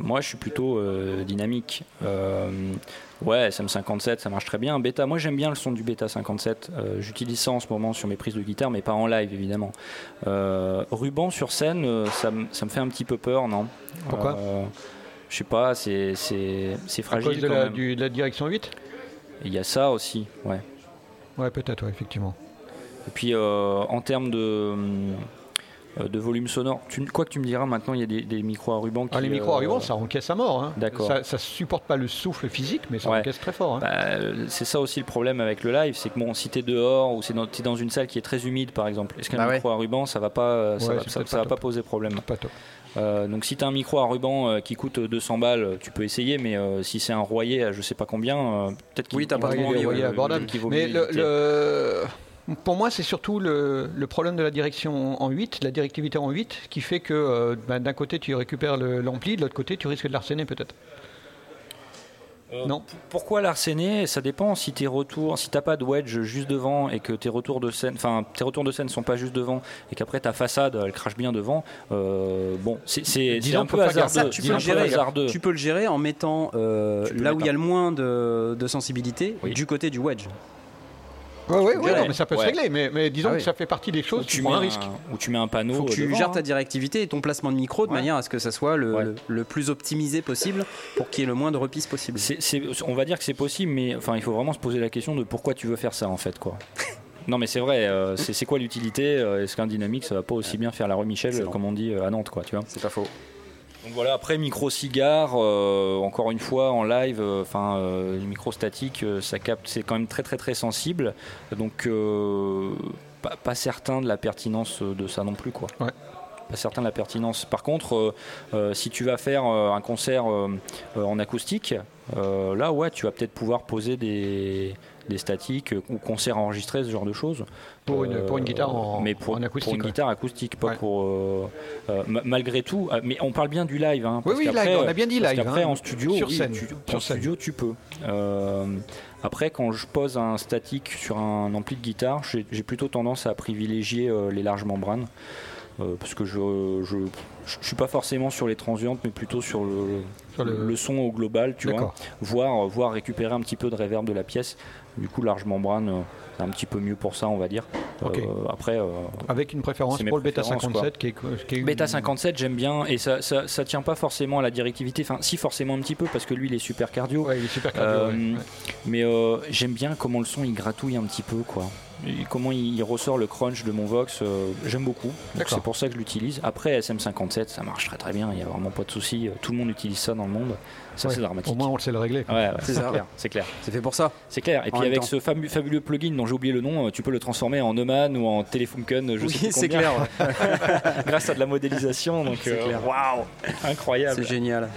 S3: moi, je suis plutôt euh, dynamique. Euh, ouais, SM57, ça marche très bien. Beta, moi, j'aime bien le son du Beta 57. Euh, J'utilise ça en ce moment sur mes prises de guitare, mais pas en live, évidemment. Euh, ruban sur scène, euh, ça, me- ça me fait un petit peu peur, non
S2: Pourquoi
S3: Euh, Je sais pas, c'est c'est- c'est
S2: À
S3: fragile.
S2: cause de
S3: quand
S2: la,
S3: même.
S2: du- de la direction 8
S3: Il y a ça aussi, ouais.
S2: Ouais, peut-être, ouais, effectivement.
S3: Et puis euh, en termes de, hum, euh, de volume sonore, tu, quoi que tu me diras, maintenant il y a des, des micros à ruban qui.
S2: Ah, les micros à
S3: euh,
S2: ruban, ça encaisse à mort. Hein.
S3: D'accord.
S2: Ça, ça supporte pas le souffle physique, mais ça
S3: Ouais.
S2: encaisse très fort. hein.
S3: bah, euh, c'est ça aussi le problème avec le live, c'est que bon, si t'es dehors ou si dans- t'es dans une salle qui est très humide par exemple, est-ce qu'un
S2: Bah ouais.
S3: micro à ruban ça va pas, euh, ça
S2: Ouais,
S3: va,
S2: c'est
S3: ça-
S2: peut-être
S3: ça
S2: pas
S3: va pas poser problème
S2: Pas top.
S3: Euh, Donc si t'as un micro à ruban euh, qui coûte 200 balles, tu peux essayer, mais euh, si c'est un royer à je sais pas combien, euh, peut-être qu'il
S1: Oui, t'as pas
S3: il vaut
S1: trop
S3: mieux,
S1: envie,
S3: euh,
S1: ouais,
S2: voyez, abordable.
S3: qu'il vaut
S2: Mais
S3: mieux
S2: le,
S3: éviter.
S2: le- pour moi, c'est surtout le, le problème de la direction en 8, la directivité en 8, qui fait que euh, ben, d'un côté tu récupères le- l'ampli, de l'autre côté tu risques de l'arsener peut-être.
S3: Euh,
S2: Non.
S3: p- Pourquoi l'arsener Ça dépend si tes retours, si t'as pas de wedge juste devant et que tes retours de scène, enfin tes retours de scène sont pas juste devant et qu'après ta façade elle crache bien devant. euh, bon, c'est- c'est c'est
S2: Disons
S3: un
S2: qu'on
S3: peu
S2: peut faire
S3: hasardeux.
S2: ça,
S1: tu
S3: c'est
S1: peux,
S3: un
S1: le
S3: peu
S1: gérer,
S3: hasardeux.
S1: tu peux le gérer en mettant euh,
S3: Tu peux
S1: là
S3: le
S1: où il y a le moins de, de sensibilité
S3: Oui.
S1: du côté du wedge.
S2: Oui, oui,
S3: Ouais.
S2: non, mais ça peut se
S3: Ouais.
S2: régler, mais, mais disons
S1: Ah
S2: que
S1: oui.
S2: ça fait partie des
S3: Ou
S2: choses qui
S3: tu
S2: prend
S3: mets
S2: un risque.
S3: Ou tu mets un panneau.
S1: Faut que tu
S3: devant,
S1: gères
S3: hein.
S1: ta directivité et ton placement de micro de
S3: Ouais.
S1: manière à ce que ça soit le,
S3: Ouais.
S1: le- le plus optimisé possible pour qu'il y ait le moins de repis possible.
S3: C'est- c'est- on va dire que c'est possible, mais enfin, il faut vraiment se poser la question de pourquoi tu veux faire ça en fait, quoi. non, mais c'est vrai. euh, c'est c'est quoi l'utilité euh, Est-ce qu'un dynamique, ça va pas aussi bien faire la rue Michel,
S1: Excellent.
S3: comme on dit euh, à Nantes, quoi, tu vois
S1: C'est pas faux.
S3: Donc voilà, après micro cigare, euh, encore une fois en live, euh, enfin euh, les micro statiques, euh, ça capte, c'est quand même très très très sensible, donc euh, pas, pas certain de la pertinence euh, de ça non plus quoi.
S2: Ouais.
S3: Pas certain de la pertinence. Par contre, euh, euh, si tu vas faire euh, un concert euh, euh, en acoustique, euh, là ouais, tu vas peut-être pouvoir poser des des statiques euh, ou concerts enregistrés, ce genre de choses.
S2: Pour une- pour une guitare en-
S3: Euh, mais pour,
S2: en acoustique, hein.
S3: pour une
S2: ouais.
S3: guitare acoustique, pas
S2: Ouais.
S3: pour euh, euh, ma- malgré tout. euh, Mais on parle bien du live, hein,
S2: Oui,
S3: parce
S2: oui,
S3: qu'après,
S2: live, on a bien dit
S3: parce
S2: live.
S3: qu'après,
S2: hein.
S3: en studio,
S2: sur
S3: oui,
S2: scène.
S3: tu, en
S2: sur scène.
S3: studio, tu peux. Euh, après, quand je pose un statique sur un ampli de guitare, j'ai j'ai plutôt tendance à privilégier euh, les larges membranes. euh, parce que je, je, je- je suis pas forcément sur les transientes, mais plutôt sur le,
S2: Sur le-
S3: le hein. son au global, tu vois.
S2: D'accord.
S3: Voir, voir récupérer un petit peu de réverb de la pièce. Du coup, large membrane, euh, c'est un petit peu mieux pour ça, on va dire.
S2: Ok.
S3: après, euh,
S2: Avec une préférence
S3: C'est mes
S2: pour le Beta
S3: préférences, quoi.
S2: 57 qui est, qui est une-
S3: Beta 57, j'aime bien et ça, ça, ça tient pas forcément à la directivité, enfin si forcément un petit peu parce que lui il est super cardio,
S2: Ouais, il est super cardio,
S3: Euh,
S2: ouais, ouais.
S3: mais euh, j'aime bien comment le son il gratouille un petit peu quoi. Et Comment il il ressort le crunch de mon Vox, euh, j'aime beaucoup. Donc,
S2: D'accord.
S3: C'est pour ça que je l'utilise. Après SM57, ça marche très très bien, il y a vraiment pas de souci. Euh, Tout le monde utilise ça dans le monde. Ça
S2: Ouais.
S3: c'est dramatique.
S2: Au moins, on sait le régler.
S3: Ouais, ouais,
S1: C'est
S3: c'est
S1: ça.
S3: clair, c'est clair,
S1: C'est fait pour ça.
S3: c'est clair. Et
S1: En
S3: puis
S1: même
S3: avec
S1: temps.
S3: ce famu- fabuleux plugin dont j'ai oublié le nom, euh, tu peux le transformer en Neumann ou en Telefunken, euh, je sais
S1: oui,
S3: plus
S1: c'est
S3: combien,
S1: clair.
S3: grâce à de la modélisation. Donc,
S1: C'est
S3: euh,
S1: clair.
S3: waouh, incroyable.
S1: C'est génial.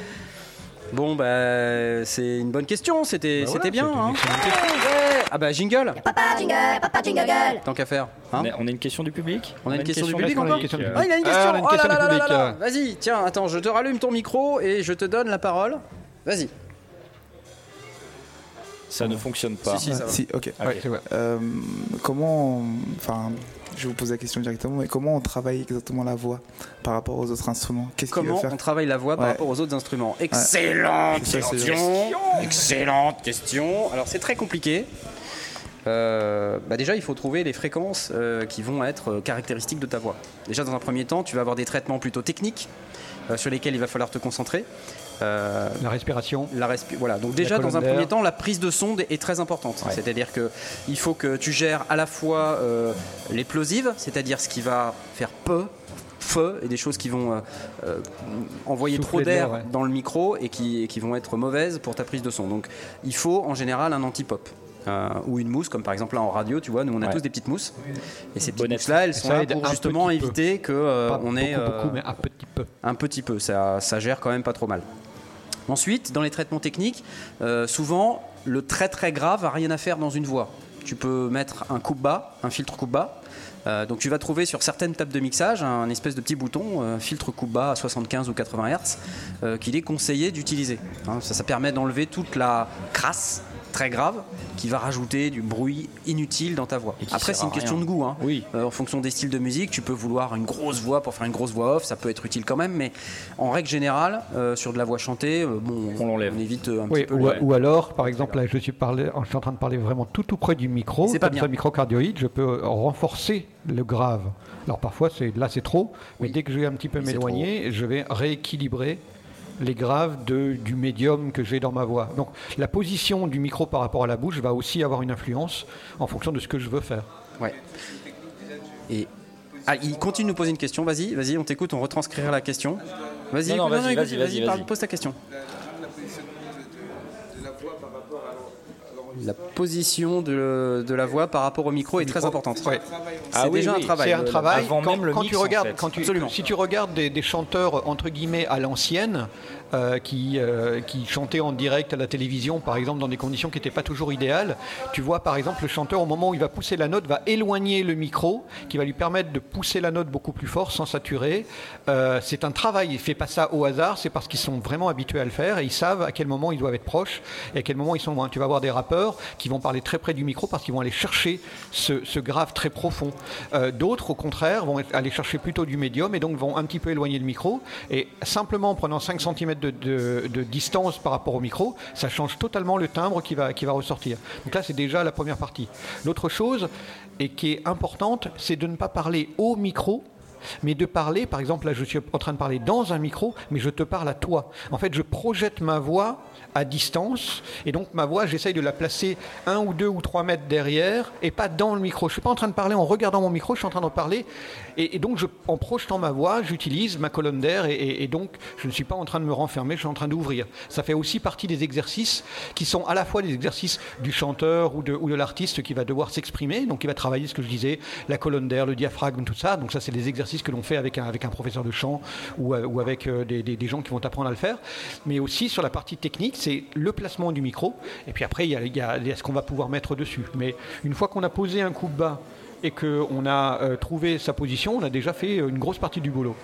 S1: Bon, bah, c'est une bonne question. C'était
S2: Bah
S1: c'était
S2: voilà,
S1: bien.
S2: c'est une
S1: hein.
S2: excellente
S1: Ouais. Ah, bah, jingle.
S11: Papa jingle, papa jingle gueule.
S1: Tant qu'à faire. hein.
S3: on, a, on a une question du public
S1: On a une question du public
S2: Est-ce qu'on a une
S1: encore
S3: Euh,
S2: question du
S1: Ah,
S2: public
S1: il a une question.
S2: Ah, on a une
S1: Oh
S2: question
S1: là
S2: du
S1: là là
S2: public,
S1: là là.
S2: euh.
S1: Vas-y, tiens, attends, je te rallume ton micro et je te donne la parole. Vas-y.
S3: Ça ne fonctionne pas.
S1: Si, si, ça va.
S6: Si, ok.
S3: Ah,
S2: Ouais, c'est vrai.
S6: Euh, comment. on- Enfin, je vous pose la question directement, mais comment on travaille exactement la voix par rapport aux autres instruments Qu'est-ce qu'il va
S1: Comment
S6: faire
S1: on travaille la voix par
S6: Ouais.
S1: rapport aux autres instruments Excellente
S6: Ça, c'est-
S1: question Excellente question Alors c'est très compliqué. Euh, bah déjà, il faut trouver les fréquences euh, qui vont être euh, caractéristiques de ta voix. Déjà, dans un premier temps, tu vas avoir des traitements plutôt techniques euh, sur lesquels il va falloir te concentrer. Euh,
S2: La respiration.
S1: la respi- voilà. Donc déjà
S2: colonne
S1: dans un
S2: d'air.
S1: premier temps, la prise de sonde est très importante. C'est-à-dire que il faut que tu gères à la fois euh, les plosives, c'est-à-dire ce qui va faire peu feu et des choses qui vont euh, euh, envoyer
S2: Souffler
S1: trop
S2: de l'air,
S1: d'air
S2: ouais.
S1: dans le micro et qui, et qui vont être mauvaises pour ta prise de son. Donc il faut en général un anti-pop. euh, ou une mousse comme par exemple là en radio tu vois nous on a
S3: Ouais.
S1: tous des petites mousses et ces petites
S3: Bonnette.
S1: mousses là elles sont
S2: Ça
S1: là
S2: aide
S1: pour
S2: un
S1: justement
S2: petit peu.
S1: éviter que euh,
S2: Pas
S1: on ait
S2: beaucoup,
S1: euh,
S2: beaucoup, mais un petit peu.
S1: un petit peu, ça, ça gère quand même pas trop mal. Ensuite, dans les traitements techniques, euh, souvent le très très grave a rien à faire dans une voix. Tu peux mettre un coupe bas, un filtre coupe bas. Euh, donc tu vas trouver sur certaines tables de mixage un espèce de petit bouton euh, filtre coupe bas à 75 ou 80 Hz euh, qu'il est conseillé d'utiliser. Hein, ça, ça permet d'enlever toute la crasse très grave qui va rajouter du bruit inutile dans ta voix.
S3: qui
S1: Après,
S3: sert
S1: c'est une
S3: à
S1: question
S3: rien.
S1: de goût. hein.
S3: Oui.
S1: Euh, en fonction des styles de musique, tu peux vouloir une grosse voix pour faire une grosse voix off, ça peut être utile quand même, mais en règle générale, euh, sur de la voix chantée, euh, bon, on, évite euh, un
S2: Oui,
S1: petit peu
S2: ou,
S1: le-
S2: ou alors, par exemple, là, je suis, parlé, je suis en train de parler vraiment tout tout près du micro.
S1: C'est pas
S2: comme
S1: bien.
S2: ça, le microcardioïde, je peux euh, renforcer le grave. Alors parfois, c'est là, c'est trop. Mais dès que je vais un petit peu m'éloigner, je vais rééquilibrer les graves de, du médium que j'ai dans ma voix. Donc la position du micro par rapport à la bouche va aussi avoir une influence en fonction de ce que je veux faire.
S1: Ouais. Et ah, il continue de nous poser une question. Vas-y, vas-y, on t'écoute, on retranscrira la question. Vas-y,
S3: Non, non,
S1: écoute-
S3: vas-y,
S1: écoute,
S3: vas-y, vas-y,
S1: parle,
S3: vas-y.
S1: pose ta question. La position de, de la voix par rapport au micro est très importante. Ah C'est déjà un travail.
S2: C'est un
S1: le-
S2: travail.
S1: avant
S2: quand,
S1: même le
S2: quand
S1: mix,
S2: tu
S1: en
S2: regardes,
S1: fait.
S2: quand tu-
S1: Absolument.
S2: si tu regardes des, des chanteurs entre guillemets à l'ancienne euh, qui, euh, qui chantaient en direct à la télévision, par exemple, dans des conditions qui n'étaient pas toujours idéales, tu vois par exemple le chanteur au moment où il va pousser la note va éloigner le micro, qui va lui permettre de pousser la note beaucoup plus fort sans saturer. Euh, c'est un travail. Il fait pas ça au hasard. C'est parce qu'ils sont vraiment habitués à le faire et ils savent à quel moment ils doivent être proches et à quel moment ils sont loin. Tu vas avoir des rappeurs qui vont parler très près du micro parce qu'ils vont aller chercher ce, ce grave très profond. Euh, D'autres, au contraire, vont être- aller chercher plutôt du médium et donc vont un petit peu éloigner le micro. Et simplement en prenant 5 cm de, de- de distance par rapport au micro, ça change totalement le timbre qui va, qui va ressortir. Donc là, c'est déjà la première partie. L'autre chose, et qui est importante, c'est de ne pas parler au micro mais de parler, par exemple, là je suis en train de parler dans un micro, mais je te parle à toi. En fait, je projette ma voix à distance, et donc ma voix, j'essaye de la placer un ou deux ou trois mètres derrière, et pas dans le micro. Je suis pas en train de parler en regardant mon micro, je suis en train de parler, et, et donc je- en projetant ma voix, j'utilise ma colonne d'air, et, et- et donc je ne suis pas en train de me renfermer, je suis en train d'ouvrir. Ça fait aussi partie des exercices qui sont à la fois des exercices du chanteur ou de, ou de l'artiste qui va devoir s'exprimer, donc il va travailler ce que je disais, la colonne d'air, le diaphragme, tout ça. Donc ça, c'est des exercices que l'on fait avec un, avec un professeur de chant ou, euh, ou avec euh, des, des- des gens qui vont apprendre à le faire. Mais aussi sur la partie technique, c'est le placement du micro. Et puis après, il y a, il y a- il y a ce qu'on va pouvoir mettre dessus. Mais une fois qu'on a posé un coup de bas et qu'on a euh, trouvé sa position, on a déjà fait euh, une grosse partie du boulot.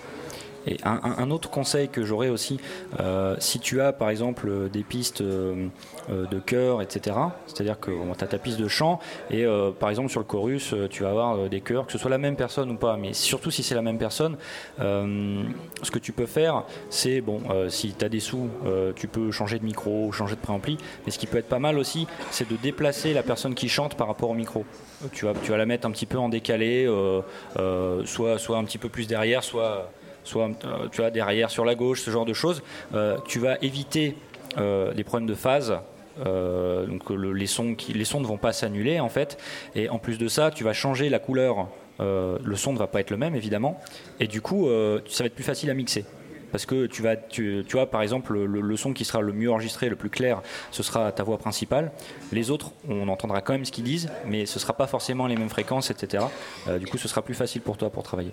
S3: Et un, un- un autre conseil que j'aurais aussi, euh, si tu as par exemple euh, des pistes euh, euh, de chœur, etc., c'est-à-dire que tu as ta piste de chant, et euh, par exemple sur le chorus, euh, tu vas avoir euh, des chœurs, que ce soit la même personne ou pas, mais surtout si c'est la même personne, euh, ce que tu peux faire, c'est, bon, euh, si tu as des sous, euh, tu peux changer de micro, ou changer de préampli, mais ce qui peut être pas mal aussi, c'est de déplacer la personne qui chante par rapport au micro. Tu vas, tu vas la mettre un petit peu en décalé, euh, euh, soit, soit un petit peu plus derrière, soit soit euh, tu vois, derrière, sur la gauche, ce genre de choses, euh, tu vas éviter euh, les problèmes de phase. euh, donc le- les, sons qui, les sons ne vont pas s'annuler en fait. Et en plus de ça, tu vas changer la couleur. Euh, le son ne va pas être le même évidemment. Et du coup, euh, ça va être plus facile à mixer. Parce que tu vas, tu, tu vois, par exemple, le, le son qui sera le mieux enregistré, le plus clair, ce sera ta voix principale. Les autres, on entendra quand même ce qu'ils disent, mais ce sera pas forcément les mêmes fréquences, etc. Euh, du coup, ce sera plus facile pour toi pour travailler.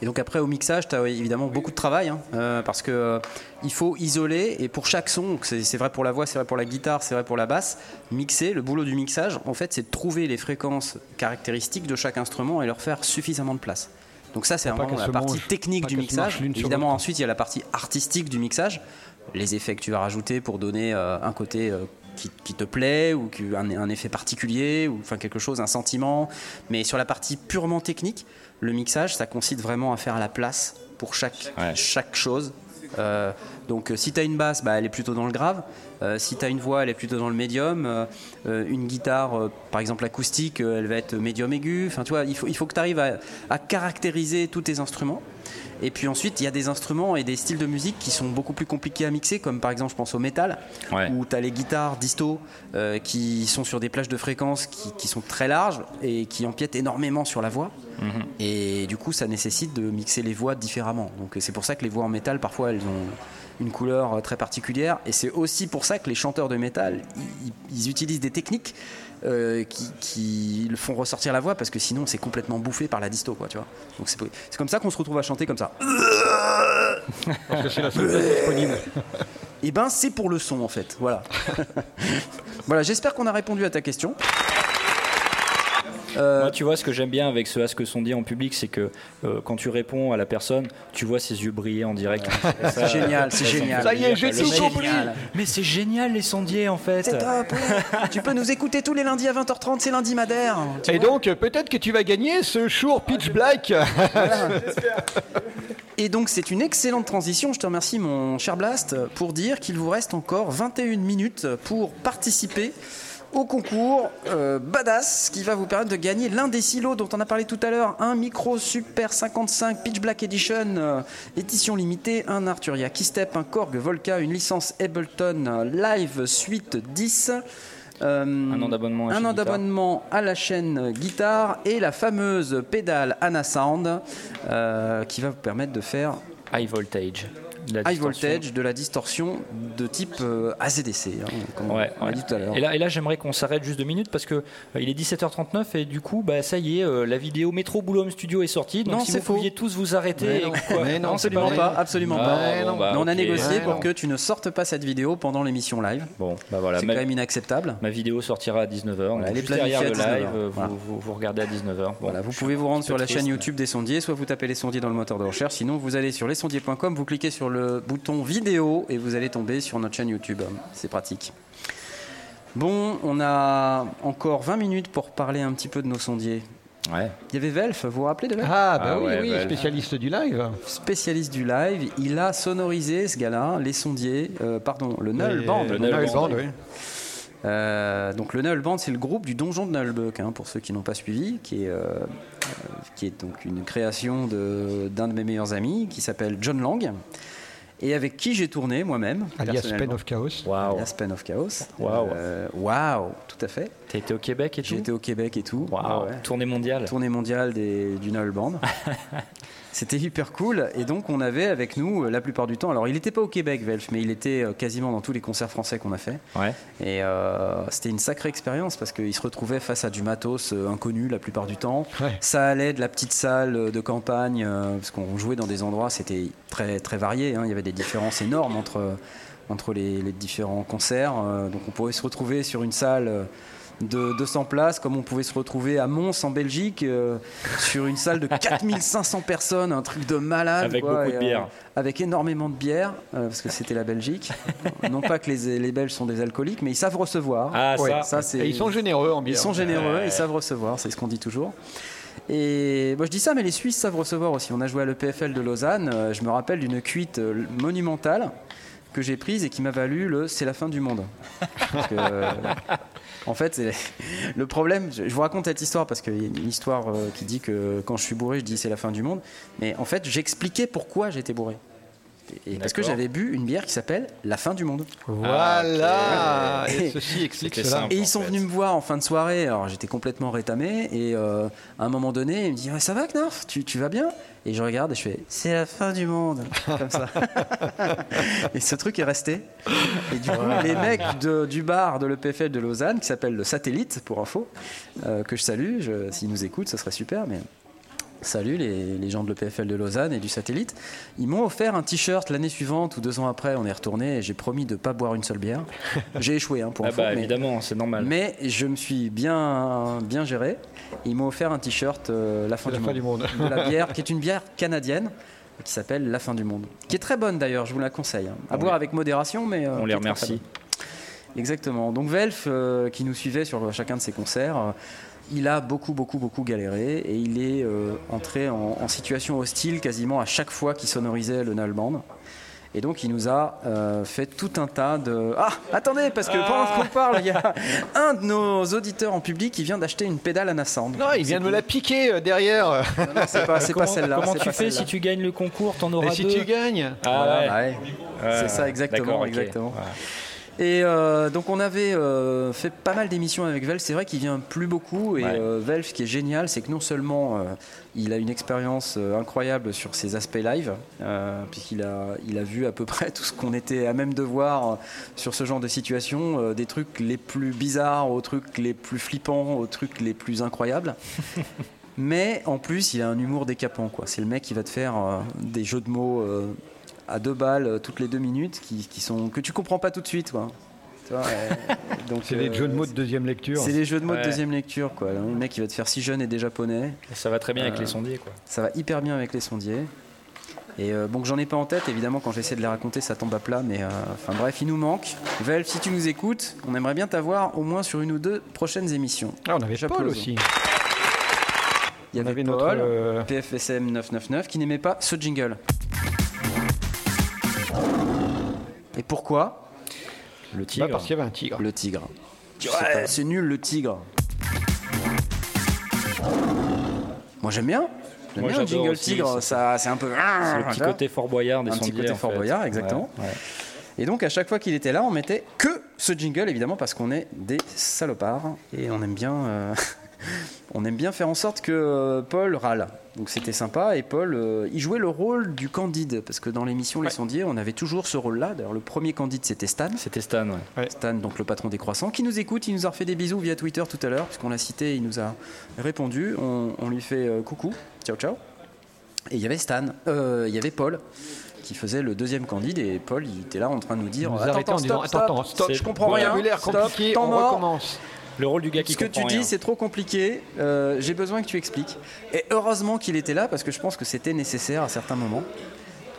S1: Et donc après au mixage, tu as évidemment beaucoup de travail hein, euh, parce que euh, il faut isoler et pour chaque son, donc c'est c'est vrai pour la voix, c'est vrai pour la guitare, c'est vrai pour la basse, mixer, le boulot du mixage, en fait, c'est de trouver les fréquences caractéristiques de chaque instrument et leur faire suffisamment de place. Donc ça, c'est
S2: Faut pas
S1: vraiment
S2: qu'elles
S1: la
S2: se
S1: partie
S2: mangent,
S1: technique
S2: pas
S1: du
S2: qu'elles se
S1: mixage.
S2: mangent l'une sur
S1: Évidemment, ensuite, il y a la partie artistique du mixage, les effets que tu vas rajouter pour donner euh, un côté euh, qui, qui te plaît ou qui- un, un effet particulier ou enfin quelque chose, un sentiment. Mais sur la partie purement technique, le mixage, ça consiste vraiment à faire la place pour chaque, chaque chose. Euh, donc euh, si tu as une basse, bah, elle est plutôt dans le grave. Euh, si tu as une voix, elle est plutôt dans le médium. Euh, euh, une guitare, euh, par exemple acoustique, euh, elle va être médium aigu. Enfin, tu vois, il faut, il faut que tu arrives à, à caractériser tous tes instruments. Et puis ensuite, il y a des instruments et des styles de musique qui sont beaucoup plus compliqués à mixer, comme par exemple, je pense au métal, où tu as les guitares disto euh, qui sont sur des plages de fréquences qui, qui sont très larges et qui empiètent énormément sur la voix.
S3: Mhm.
S1: Et du coup, ça nécessite de mixer les voix différemment. Donc, c'est pour ça que les voix en métal, parfois, elles ont une couleur euh, très particulière. Et c'est aussi pour ça que les chanteurs de métal, i- i- ils, utilisent des techniques euh, qui, qui le font ressortir la voix parce que sinon, c'est complètement bouffé par la disto, quoi, tu vois. Donc, c'est, c'est comme ça qu'on se retrouve à chanter comme ça.
S2: Parce que c'est la seule place disponible.
S1: Et ben, c'est pour le son, en fait. Voilà. voilà, j'espère qu'on a répondu à ta question.
S3: Moi, tu vois, ce que j'aime bien avec ce à ce que sont dit en public, c'est que euh, quand tu réponds à la personne, tu vois ses yeux briller en direct. Et ça,
S1: génial, c'est
S3: ça, ça me
S1: génial.
S3: fait
S1: Ça y est,
S3: plaisir,
S1: j'ai
S3: quoi. Le
S1: tout
S3: mec-
S1: compris.
S3: Mais c'est génial les sondiers en fait.
S1: C'est top. ouais. tu peux nous écouter tous les lundis à 20h30, c'est lundi Madère.
S2: Et donc, euh, peut-être que tu vas gagner ce jour Pitch Black.
S1: Et donc c'est une excellente transition, je te remercie mon cher Blast, pour dire qu'il vous reste encore 21 minutes pour participer au concours euh, Badass qui va vous permettre de gagner l'un des silos dont on a parlé tout à l'heure, un micro Super 55 Pitch Black Edition, euh, édition limitée, un Arturia Keystep, un Korg Volca, une licence Ableton euh, Live Suite 10. euh,
S3: an d'abonnement à la
S1: un an
S3: chaîne Guitare.
S1: d'abonnement à la chaîne guitare et la fameuse pédale Anasound euh, qui va vous permettre de faire
S3: high voltage. de la
S1: high
S3: distorsion.
S1: voltage de la distorsion de type euh, AZDC, hein, comme
S3: Ouais,
S1: on
S3: ouais.
S1: a dit tout à l'heure.
S3: Et là, et là, j'aimerais qu'on s'arrête juste deux minutes parce que euh, il est 17h39 et du coup, bah ça y est, euh, la vidéo Métro Boulot Home Studio est sortie. Donc
S1: Non,
S3: si
S1: c'est
S3: vous
S1: faux.
S3: pouviez tous vous arrêter.
S1: Mais
S3: et
S1: non.
S3: quoi-
S1: Mais non,
S3: c'est
S1: absolument
S3: vrai.
S1: pas, absolument
S3: Ah,
S1: pas.
S3: bon, bah,
S1: Mais on a
S3: ok.
S1: négocié pour
S3: Ouais,
S1: que tu ne sortes pas cette vidéo pendant l'émission live.
S3: Bon, bah voilà.
S1: C'est
S3: Ma-
S1: quand même inacceptable.
S3: Ma vidéo sortira à 19h.
S1: Voilà, elle est
S3: juste derrière le
S1: planifiée à
S3: live,
S1: 19h.
S3: euh, vous,
S1: Voilà.
S3: vous- vous regardez à 19h.
S1: Voilà, vous pouvez vous rendre sur la chaîne YouTube des sondiers, soit vous tapez les sondiers dans le moteur de recherche, sinon vous allez sur lesondiers.com, vous cliquez sur le bouton vidéo et vous allez tomber sur notre chaîne YouTube. C'est pratique. Bon, on a encore 20 minutes pour parler un petit peu de nos sondiers. Il y avait Velf, vous vous rappelez de Velf
S2: Ah, bah Ah oui, ouais, oui, Velf. spécialiste
S1: du live. Spécialiste du live, il a sonorisé ce gars-là, les sondiers, euh, pardon, le Null
S2: Les-
S1: Band.
S2: le Null Null Band, Band, oui.
S1: Euh, donc le Null Band, c'est le groupe du donjon de Nullbuck, hein, pour ceux qui n'ont pas suivi, qui est, euh, euh, qui est donc une création de- d'un de, mes meilleurs amis, qui s'appelle John Lang, et avec qui j'ai tourné moi-même.
S2: Alias
S1: personnellement.
S2: Pen of Chaos.
S3: Wow.
S1: Alias Pen of Chaos.
S3: Waouh.
S1: Euh, Waouh, tout à fait.
S3: T'as été au Québec et tout
S1: J'ai été au Ah Québec et tout.
S3: Waouh, tournée mondiale.
S1: Tournée mondiale des- du Null Band. C'était hyper cool. Et donc, on avait avec nous euh, la plupart du temps. Alors, il n'était pas au Québec, Velf, mais il était euh, quasiment dans tous les concerts français qu'on a fait.
S3: Ouais.
S1: Et euh, c'était une sacrée expérience parce qu'il se retrouvait face à du matos euh, inconnu la plupart du temps. Ça allait de la petite salle euh, de campagne, euh, parce qu'on jouait dans des endroits, c'était très, très varié. hein. Il y avait des différences énormes entre, entre les, les différents concerts. Euh, donc on pouvait se retrouver sur une salle. euh, de 200 places, comme on pouvait se retrouver à Mons en Belgique, euh, sur une salle de 4500 personnes, un truc de malade.
S3: Avec
S1: quoi,
S3: beaucoup de
S1: et, euh,
S3: bière.
S1: avec énormément de bière, euh, parce que c'était la Belgique. non pas que les, les Belges sont des alcooliques, mais ils savent recevoir.
S2: Ah, ça.
S1: c'est-
S2: Et ils sont généreux en bière.
S1: Ils sont généreux,
S2: Ouais.
S1: ils savent recevoir, c'est ce qu'on dit toujours. Et moi je dis ça, mais les Suisses savent recevoir aussi. On a joué à l'EPFL de Lausanne, euh, je me rappelle d'une cuite euh, monumentale que j'ai prise et qui m'a valu le c'est la fin du monde. Parce que, euh, en fait, c'est- le problème, je je vous raconte cette histoire parce qu'il y a une histoire euh, qui dit que quand je suis bourré, je dis c'est la fin du monde. Mais en fait, j'expliquais pourquoi j'étais bourré. Et parce que
S2: D'accord.
S1: j'avais bu une bière qui s'appelle La fin du monde.
S2: Voilà. Et ceci explique
S1: Ah, C'était
S2: cela.
S1: simple, Et ils sont venus me voir en fin de soirée. Alors j'étais complètement rétamé. Et euh, à un moment donné, ils me disent Ouais, Ça va, Knarf tu, tu vas bien Et je regarde et je fais C'est la fin du monde. Comme ça. et ce truc est resté. Et du coup,
S2: Ouais.
S1: les mecs de- du bar de l'EPFL de Lausanne, qui s'appelle le Satellite, pour info, euh, que je salue, je- s'ils nous écoutent, ce serait super. Mais Salut les, les gens de l'EPFL de Lausanne et du satellite. Ils m'ont offert un t-shirt l'année suivante ou deux ans après. On est retourné et j'ai promis de pas boire une seule bière. J'ai échoué hein, pour
S3: Ah
S1: info,
S3: bah,
S1: mais-
S3: évidemment, c'est normal.
S1: Mais je me suis bien, bien géré. Ils m'ont offert un t-shirt euh, La fin,
S2: C'est
S1: du,
S2: la fin
S1: monde,
S2: du monde.
S1: de la bière qui est une bière canadienne qui s'appelle La fin du monde, qui est très bonne d'ailleurs. Je vous la conseille. hein. À
S3: On
S1: boire
S3: les-
S1: avec modération, mais euh,
S3: on
S1: qui
S3: les
S1: est très, très
S3: remercie.
S1: bonne. Exactement. Donc Velf, euh, qui nous suivait sur chacun de ses concerts, euh, il a beaucoup, beaucoup, beaucoup galéré et il est euh, entré en, en situation hostile quasiment à chaque fois qu'il sonorisait le Nalband. Et donc il nous a euh, fait tout un tas de... Ah, attendez, parce que pendant qu'on parle, il y a un de nos auditeurs en public qui vient d'acheter une pédale à Nassand.
S2: Non, il vient de me la piquer euh, derrière.
S1: Non, non, c'est pas, c'est pas
S3: Comment-
S1: celle-là.
S3: Comment
S1: c'est
S3: tu
S1: pas
S3: fais
S1: celle-là.
S3: si tu gagnes le concours, t'en auras
S2: Et si
S3: deux.
S2: tu gagnes
S3: Ah
S1: Voilà,
S3: ouais.
S1: ouais.
S3: Ouais,
S1: C'est ça, exactement.
S3: d'accord, ok.
S1: exactement.
S3: Voilà.
S1: Et euh, donc on avait euh, fait pas mal d'émissions avec Velf, c'est vrai qu'il vient plus beaucoup et
S3: Ouais.
S1: euh, Velf ce qui est génial c'est que non seulement euh, il a une expérience euh, incroyable sur ses aspects live, euh, puisqu'il a, il a vu à peu près tout ce qu'on était à même de voir euh, sur ce genre de situation, euh, des trucs les plus bizarres aux trucs les plus flippants, aux trucs les plus incroyables. Mais en plus, il a un humour décapant. quoi. C'est le mec qui va te faire euh, des jeux de mots euh, à deux balles euh, toutes les deux minutes qui, qui sont que tu comprends pas tout de suite. Quoi. Tu vois, euh, donc,
S2: C'est les
S1: euh,
S2: jeux de mots de deuxième lecture.
S1: C'est les jeux de mots de
S2: Ouais.
S1: deuxième lecture, quoi. Le mec, il va te faire si jeune et déjà japonais.
S3: Ça va très bien avec les sondiers, quoi.
S1: Ça va hyper bien avec les sondiers. Et euh, bon, que j'en ai pas en tête, évidemment, quand j'essaie de les raconter, ça tombe à plat, mais euh, enfin bref, il nous manque. Valve, si tu nous écoutes, on aimerait bien t'avoir au moins sur une ou deux prochaines émissions.
S2: Ah, on avait Paul
S1: J'applause.
S2: aussi.
S1: Il y avait,
S2: notre,
S1: Paul,
S2: euh,
S1: PFSM 999, qui n'aimait pas ce jingle. Et pourquoi Le tigre.
S2: parce qu'il y avait un tigre.
S1: Le tigre. Ouais, c'est nul le tigre. Moi j'aime bien. J'aime
S3: Moi,
S1: bien le
S3: j'adore
S1: jingle
S3: aussi,
S1: tigre, ça c'est un peu.
S3: C'est le petit
S1: Voilà.
S3: côté Fort Boyard des
S1: Ah Un petit
S3: sondiers,
S1: côté
S3: en
S1: Fort
S3: fait.
S1: Boyard, exactement.
S3: Ouais, ouais.
S1: Et donc à chaque fois qu'il était là, on mettait que ce jingle évidemment parce qu'on est des salopards et on aime bien, euh, on aime bien faire en sorte que euh, Paul râle. Donc c'était sympa et Paul, euh, il jouait le rôle du Candide parce que dans l'émission Les Sondiers, on avait toujours ce rôle-là. D'ailleurs le premier Candide c'était Stan.
S3: C'était Stan,
S1: Stan donc le patron des croissants qui nous écoute, il nous a refait des bisous via Twitter tout à l'heure puisqu'on l'a cité, il nous a répondu. On, on lui fait euh, coucou, ciao ciao. Et il y avait Stan, euh, il y avait Paul qui faisait le deuxième candide et Paul il était là en train de nous dire
S2: Nous
S1: attends,
S2: arrêter en
S1: attends,
S2: disant,
S1: stop, stop,
S2: attends, attends,
S1: stop,
S2: stop,
S1: je comprends rien,
S2: vocabulaire
S1: stop,
S2: compliqué,
S1: temps
S2: on
S1: mort.
S2: recommence.
S3: Le rôle du gars qui
S1: Ce que tu
S3: comprend
S1: dis
S3: rien.
S1: c'est trop compliqué, euh, j'ai besoin que tu expliques. Et heureusement qu'il était là parce que je pense que c'était nécessaire à certains moments.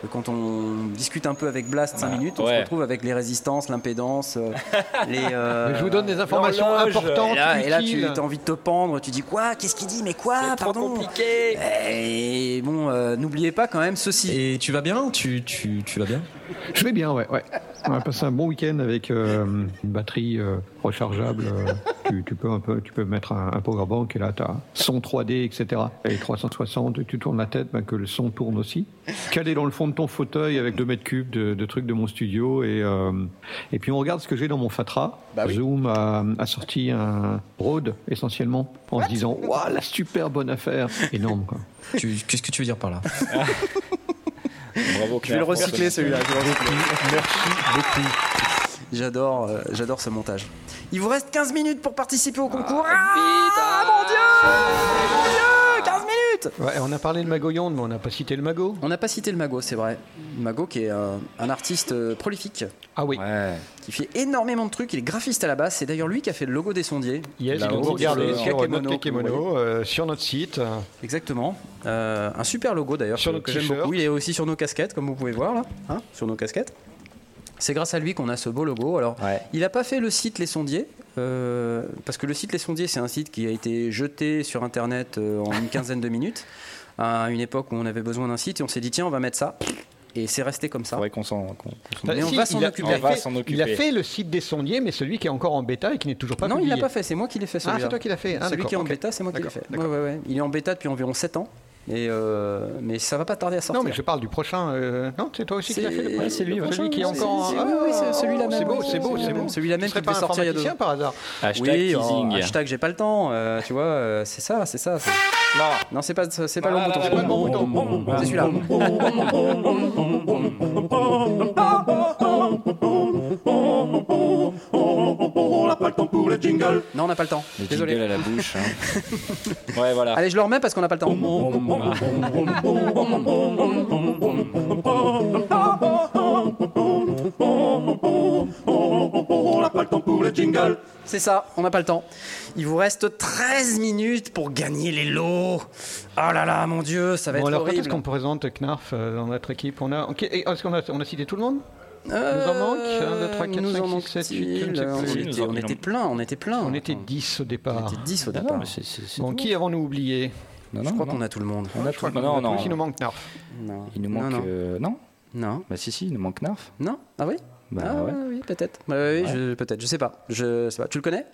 S1: Parce que Quand on discute un peu avec Blast 5 minutes, on se
S3: Bah, ouais.
S1: retrouve avec les résistances, l'impédance, euh, les. euh,
S2: Mais je vous donne des informations
S1: l'horloge.
S2: importantes,
S1: Et là, et là, tu
S2: utiles.
S1: as envie de te pendre, tu dis quoi Qu'est-ce qu'il dit Mais quoi Pardon compliqué Et bon, euh, n'oubliez pas quand même ceci.
S5: Et tu vas bien tu, tu, tu vas bien
S2: Je vais bien, ouais. ouais. On a passé un bon week-end avec euh, une batterie euh, rechargeable. euh, tu, tu peux un peu, tu peux mettre un, un power bank et là t'as son 3D, etc. Et 360, tu tournes la tête, ben, que le son tourne aussi. Calé dans le fond de ton fauteuil avec 2 mètres cubes de, de trucs de mon studio et euh, et puis on regarde ce que j'ai dans mon Fatra. Zoom a, a sorti un Rode essentiellement en se disant waouh la super bonne affaire, énorme quoi.
S5: Tu- Qu'est-ce que tu veux dire par là
S3: Bravo,
S1: Je vais le recycler celui-là. je vais le recycler.
S2: Merci beaucoup.
S1: J'adore, euh, j'adore ce montage. Il vous reste 15 minutes pour participer au concours. Ah, mon dieu Mon dieu 15 minutes
S2: Ouais, on a parlé de Magoyonde, mais on n'a pas cité le Mago.
S1: On n'a pas cité le Mago, c'est vrai. Mago qui est un, un artiste euh, prolifique,
S2: Ah oui.
S3: Ouais.
S1: qui fait énormément de trucs. Il est graphiste à la base. C'est d'ailleurs lui qui a fait le logo des sondiers.
S2: Yes,
S1: Là,
S2: il
S1: on
S2: faut
S1: dit
S2: regarder
S1: sur, euh,
S2: sur
S1: Kekemono,
S2: notre
S1: comme vous
S2: Kekemono, euh, sur notre site. euh,
S1: Exactement. Euh, un super logo d'ailleurs
S2: Sur
S1: que,
S2: notre
S1: que j'aime
S2: t-shirt.
S1: beaucoup. Il est aussi sur nos casquettes, comme vous pouvez voir là, hein, sur nos casquettes. C'est grâce à lui qu'on a ce beau logo. Alors,
S3: Ouais.
S1: il n'a pas fait le site Les Sondiers, euh, parce que le site Les Sondiers, c'est un site qui a été jeté sur Internet euh, en une quinzaine de minutes, à une époque où on avait besoin d'un site, et on s'est dit, tiens, on va mettre ça. Et c'est resté comme ça.
S3: Faudrait qu'on s'en. qu'on- qu'on s'en-
S1: Mais on
S2: si,
S1: va s'en
S2: il a-
S1: occuper.
S2: il a
S3: On va
S2: fait-
S3: s'en
S2: Il a
S3: occuper.
S2: fait le site des sondiers, mais celui qui est encore en bêta et qui n'est toujours pas
S1: non, il
S2: publié.
S1: l'a pas fait, c'est moi qui l'ai fait
S2: Ah,
S1: celui-là.
S2: c'est toi qui l'as fait. Ah,
S1: Celui qui est en
S2: d'accord, ok.
S1: bêta, c'est moi qui l'ai fait.
S2: D'accord,
S1: Ouais, ouais, ouais. Il est en bêta depuis environ 7 ans, et euh, mais ça va pas tarder à sortir.
S2: Non, mais je parle du prochain. euh, Non, c'est toi aussi qui
S1: C'est-
S2: l'as fait. le
S1: Ouais,
S2: premier.
S1: c'est lui, ouais.
S2: Celui qui est
S1: C'est-
S2: encore.
S1: c'est-
S2: Ah,
S1: oui, oui, c'est celui-là
S2: C'est
S1: même,
S2: beau,
S1: oui,
S2: c'est beau,
S1: celui-là
S2: c'est
S1: même.
S2: beau.
S1: Celui-là
S2: Tu
S1: même
S2: serais
S1: qui
S2: pas
S1: devait sortir il y a deux
S2: informaticien
S1: ans.
S2: par hasard.
S3: Hashtag
S1: oui, en
S3: teasing.
S1: hashtag j'ai pas le temps, euh, tu vois, euh, c'est ça, c'est ça. c'est-
S3: Non.
S1: Non, c'est pas, c'est pas
S3: Ah,
S1: le bon
S3: là,
S1: bouton,
S3: là,
S1: c'est pas
S3: là,
S1: le bon
S3: là,
S1: bouton. Ah,
S3: là,
S1: C'est celui-là. Non, on n'a pas le temps.
S3: Le
S1: Désolé.
S3: jingle à la bouche. hein. ouais, voilà.
S1: Ah. Allez, je le remets parce qu'on n'a pas le temps. C'est ça, on n'a pas le temps. Il vous reste 13 minutes pour gagner les lots. Oh là là, mon dieu, ça va être
S2: Bon, alors quand est-ce
S1: horrible.
S2: qu'on présente Knarf euh, dans notre équipe On a. ok, et Est-ce qu'on a on a cité tout le monde
S1: Euh,
S2: nous en manque Un, deux, trois, quatre,
S1: nous
S2: cinq,
S1: en
S2: six,
S1: manque
S2: sept,
S1: il,
S2: huit, je ne sais
S1: euh,
S2: plus.
S1: On était- on
S3: Ils
S1: était
S3: ont-
S1: plein, on était plein.
S2: On était 10 au
S1: On
S2: départ.
S1: était 10 au
S3: Ah,
S1: départ.
S3: mais c'est- c'est- c'est
S2: Bon,
S3: tout.
S2: qui avons-nous oublié Bah,
S3: Non,
S1: Je
S3: non,
S1: crois
S3: non.
S1: qu'on a tout le monde.
S3: On a tout.
S2: Je crois
S3: Non,
S2: qu'on a
S3: non.
S2: tous, Il nous manque Knarf.
S1: Non.
S3: Il nous
S1: Non,
S3: manque.
S1: non.
S3: euh, Non
S1: Non.
S3: Bah, si, si, il nous manque Narf.
S1: Non Ah oui
S3: Bah,
S1: Ah
S3: ouais.
S1: oui, peut-être. Bah oui, je- peut-être, je sais pas. Je sais pas. Tu le connais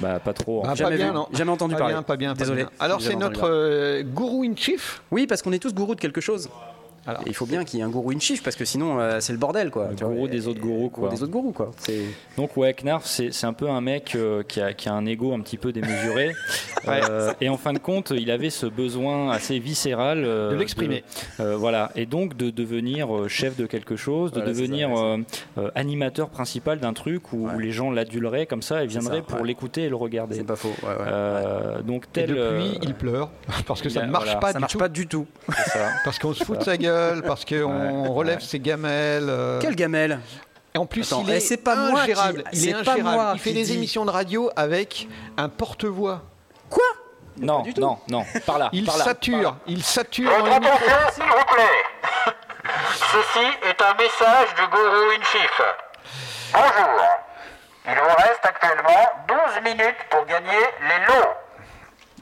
S3: Bah, pas trop.
S2: Ah,
S1: Jamais
S2: pas bien,
S1: vu,
S2: non.
S1: jamais entendu
S2: pas
S1: parler.
S2: Bien, pas bien, pas
S1: Désolé.
S2: bien. Alors,
S1: Jamais
S2: c'est
S1: entendu
S2: notre
S1: parler.
S2: euh, gourou in chief
S1: Oui, parce qu'on est tous gourous de quelque chose.
S2: Alors,
S1: Et il faut bien qu'il y ait un gourou in chief parce que sinon euh, c'est le bordel quoi.
S3: Le
S1: Tu vois,
S3: gourou
S1: et-
S3: des autres gourous,
S1: gourou
S3: quoi.
S1: Des autres gourous quoi. C'est
S3: Donc ouais, Knarf, c'est c'est un peu un mec euh, qui, a, qui a un ego un petit peu démesuré. Euh, et en fin de compte, il avait ce besoin assez viscéral euh,
S2: De l'exprimer.
S3: de- euh, voilà. Et donc de devenir euh, chef de quelque chose, de
S1: Voilà, c'est
S3: devenir
S1: ça, c'est
S3: euh, euh, animateur principal d'un truc où, où les gens l'aduleraient comme ça et viendraient
S1: ça,
S3: pour
S1: ouais.
S3: l'écouter et le regarder.
S1: c'est pas faux. ouais, ouais.
S3: Euh, donc
S2: Et
S3: tel.
S2: depuis,
S3: euh,
S2: il pleure parce que
S3: il
S2: ça
S3: a-
S2: ne marche
S3: voilà,
S2: pas
S1: ça
S2: du
S1: marche
S2: tout.
S1: pas du tout.
S3: c'est ça.
S2: Parce qu'on se fout de sa gueule, parce qu'on relève ses gamelles. euh,
S1: Quelle gamelle
S2: Et en plus,
S1: Attends,
S2: il est,
S1: eh, c'est pas moi qui-
S2: ingérable. il est
S1: c'est pas
S2: ingérable.
S1: moi
S2: il fait
S1: qui
S2: des
S1: dis.
S2: émissions de radio avec un porte-voix.
S3: Non, non, non, par là.
S2: Il
S3: par là,
S2: sature,
S3: par là.
S2: il sature.
S4: Votre
S2: dans les micros.
S4: attention, s'il vous plaît. Ceci est un message du gourou InChief. Bonjour. Il vous reste actuellement 12 minutes pour gagner les lots.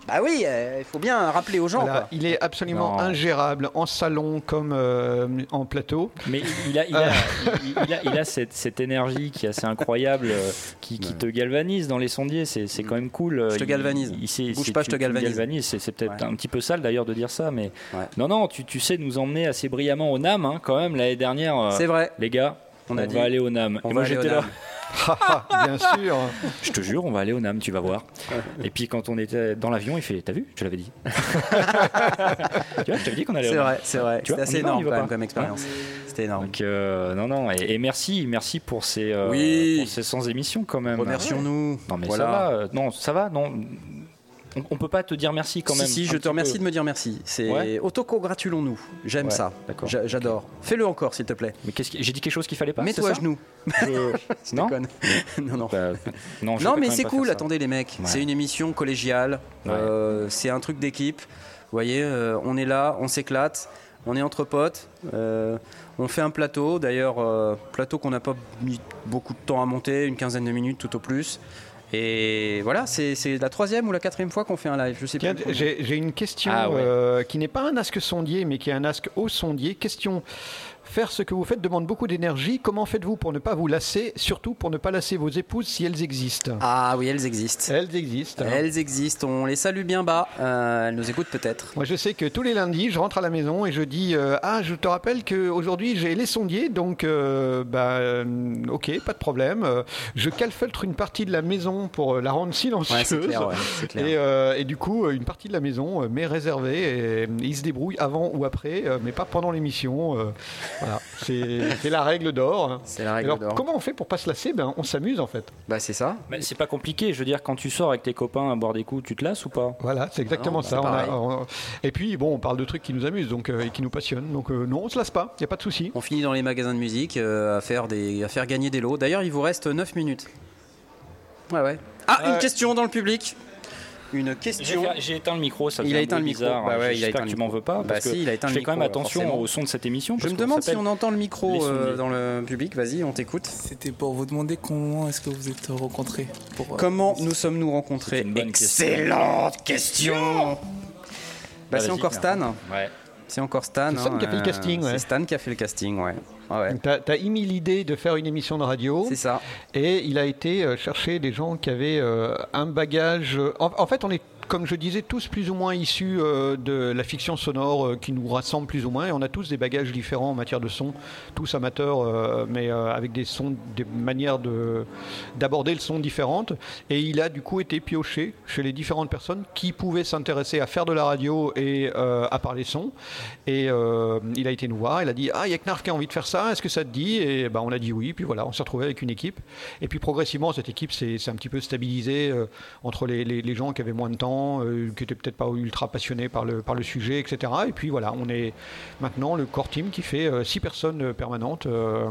S1: Bah oui, euh, il faut bien rappeler aux gens.
S2: Voilà,
S1: quoi.
S2: il est absolument
S3: Non.
S2: ingérable en salon comme euh, en plateau.
S3: Mais il a, il a, il, il a, il a cette, cette énergie qui est assez incroyable, euh, qui, qui te galvanise dans les sondiers. C'est, c'est quand même cool. euh,
S1: Je te
S3: il-
S1: galvanise.
S3: il- il sait-
S1: Bouge
S3: c'est-
S1: pas, je
S3: tu-
S1: te
S3: tu
S1: galvanise.
S3: galvanises. C'est, c'est peut-être
S1: Ouais.
S3: un petit peu sale d'ailleurs de dire ça, mais
S1: Ouais.
S3: non, non, tu, tu sais nous emmener assez brillamment au NAM hein, quand même l'année dernière. euh,
S1: C'est vrai.
S3: Les gars,
S1: On
S3: on,
S1: a dit,
S3: va aller au NAM.
S1: on
S3: Et
S1: va
S3: moi
S1: aller au
S3: j'étais là.
S1: NAM.
S2: Ah, Bien sûr.
S3: Je te jure, on va aller au NAM, tu vas voir. Et puis quand on était dans l'avion, il fait T'as vu Je te l'avais dit. tu vois, je t'avais dit qu'on allait
S1: C'est
S3: au NAM.
S1: vrai, c'est vrai.
S3: Tu
S1: C'était
S3: vois,
S1: assez
S3: on y va, on y
S1: énorme
S3: va
S1: quand
S3: pas.
S1: même comme expérience. C'était énorme.
S3: Donc, euh, non, non, et, et merci, merci pour ces, euh,
S1: Oui.
S3: pour ces 100 émissions quand même.
S1: Remercions-nous.
S3: Non, mais
S1: Voilà.
S3: ça va, euh, non, ça va, non. On, on peut pas te dire merci quand
S1: Si,
S3: même.
S1: Si,
S3: un
S1: je
S3: petit
S1: te remercie
S3: peu.
S1: de me dire merci. C'est
S3: Ouais.
S1: autocongratulons-nous. J'aime
S3: Ouais,
S1: ça.
S3: d'accord.
S1: J'a- J'adore. Fais-le encore, s'il te plaît.
S3: Mais qu'est-ce que- j'ai dit quelque chose qu'il fallait pas
S1: Mets-toi à
S3: c'est ça Hein?
S1: genoux.
S3: Je- Non,
S1: Déconne. non, non.
S3: Bah, non, je
S1: Non,
S3: vais
S1: mais
S3: quand même
S1: c'est
S3: pas
S1: cool,
S3: faire ça.
S1: attendez les mecs.
S3: Ouais.
S1: C'est une émission collégiale,
S3: Ouais.
S1: euh, c'est un truc d'équipe. Vous voyez, euh, on est là, on s'éclate, on est entre potes, euh, on fait un plateau, d'ailleurs, euh, plateau qu'on n'a pas mis beaucoup de temps à monter, une quinzaine de minutes tout au plus. Et voilà, c'est c'est la troisième ou la quatrième fois qu'on fait un live, je sais
S2: Tiens,
S1: plus.
S2: j'ai j'ai une question
S3: Ah ouais.
S2: euh, qui n'est pas un asque sondier, mais qui est un asque au sondier. Question faire ce que vous faites demande beaucoup d'énergie. Comment faites-vous pour ne pas vous lasser, surtout pour ne pas lasser vos épouses si elles existent
S1: Ah oui, elles existent.
S2: Elles existent. hein.
S1: Elles existent, on les salue bien bas, euh, elles nous écoutent peut-être.
S2: Moi, je sais que tous les lundis, je rentre à la maison et je dis euh, Ah, je te rappelle qu'aujourd'hui, j'ai les sondiers, donc, euh, bah, euh, ok, pas de problème. Euh, Je calfeutre une partie de la maison pour euh, la rendre silencieuse.
S1: Ouais, c'est clair, ouais, c'est clair.
S2: Et, euh, et du coup, euh, une partie de la maison euh, m'est réservée et euh, ils se débrouillent avant ou après, euh, mais pas pendant l'émission. euh, voilà, c'est c'est la règle d'or. hein.
S1: C'est la règle
S2: Alors,
S1: d'or.
S2: comment on fait pour pas se lasser ben, On s'amuse en fait.
S1: Bah c'est ça.
S3: Mais c'est pas compliqué, je veux dire, quand tu sors avec tes copains à boire des coups, tu te lasses ou pas
S2: Voilà, c'est exactement
S1: Non, bah, c'est
S2: ça. On a-
S1: pareil.
S2: on- Et puis, bon, on parle de trucs qui nous amusent donc, euh, et qui nous passionnent. Donc, euh, non, on se lasse pas, il n'y a pas de souci.
S1: On finit dans les magasins de musique euh, à, faire des, à faire gagner des lots. D'ailleurs, il vous reste 9 minutes. Ouais, ouais. Ah, une
S2: Ouais.
S1: question dans le public. Une
S3: J'ai
S1: question.
S3: fait- j'ai éteint le micro, ça
S1: Il
S3: fait
S1: a
S3: un
S1: éteint
S3: bruit
S1: le micro.
S3: bizarre. hein.
S1: Bah ouais, il a
S3: J'espère
S1: éteint
S3: que
S1: le
S3: tu m'en
S1: micro.
S3: veux pas.
S1: Bah
S3: parce que
S1: si, il a éteint
S3: je
S1: le
S3: fais quand même
S1: micro,
S3: attention
S1: forcément.
S3: au son de cette émission.
S1: Je
S3: parce
S1: me
S3: qu'on
S1: demande si
S3: s'appelle-
S1: on entend le micro
S3: les
S1: euh,
S3: sondiers.
S1: dans le public. Vas-y, on t'écoute.
S6: C'était pour vous demander comment est-ce que vous êtes rencontrés. Pour, euh,
S1: Comment nous sommes-nous rencontrés
S3: C'est une bonne question.
S1: Excellente question. Bah, c'est
S3: Vas-y,
S1: encore
S3: Pierre.
S1: Stan.
S3: Ouais.
S1: C'est encore Stan. hein.
S2: C'est Stan qui a fait le casting, ouais.
S1: C'est Stan qui a fait le casting, ouais. Ouais, ouais.
S2: Donc, T'as as émis l'idée de faire une émission de radio
S1: C'est ça.
S2: et il a été euh, chercher des gens qui avaient euh, un bagage. euh, En, en fait, on est, comme je disais, tous plus ou moins issus euh, de la fiction sonore euh, qui nous rassemble plus ou moins et on a tous des bagages différents en matière de son, tous amateurs, euh, mais euh, avec des sons, des manières de- d'aborder le son différentes. Et il a du coup été pioché chez les différentes personnes qui pouvaient s'intéresser à faire de la radio et euh, à parler son. Et euh, il a été nous voir, il a dit Ah, il y a Knarf qui a envie de faire ça, est-ce que ça te dit Et ben, on a dit oui, puis voilà, on s'est retrouvé avec une équipe. Et puis progressivement, cette équipe s'est s'est un petit peu stabilisée euh, entre les, les- les gens qui avaient moins de temps, euh, qui n'étaient peut-être pas ultra passionnés par le, par le sujet, etc. Et puis voilà, on est maintenant le core team qui fait euh, six personnes euh, permanentes. euh,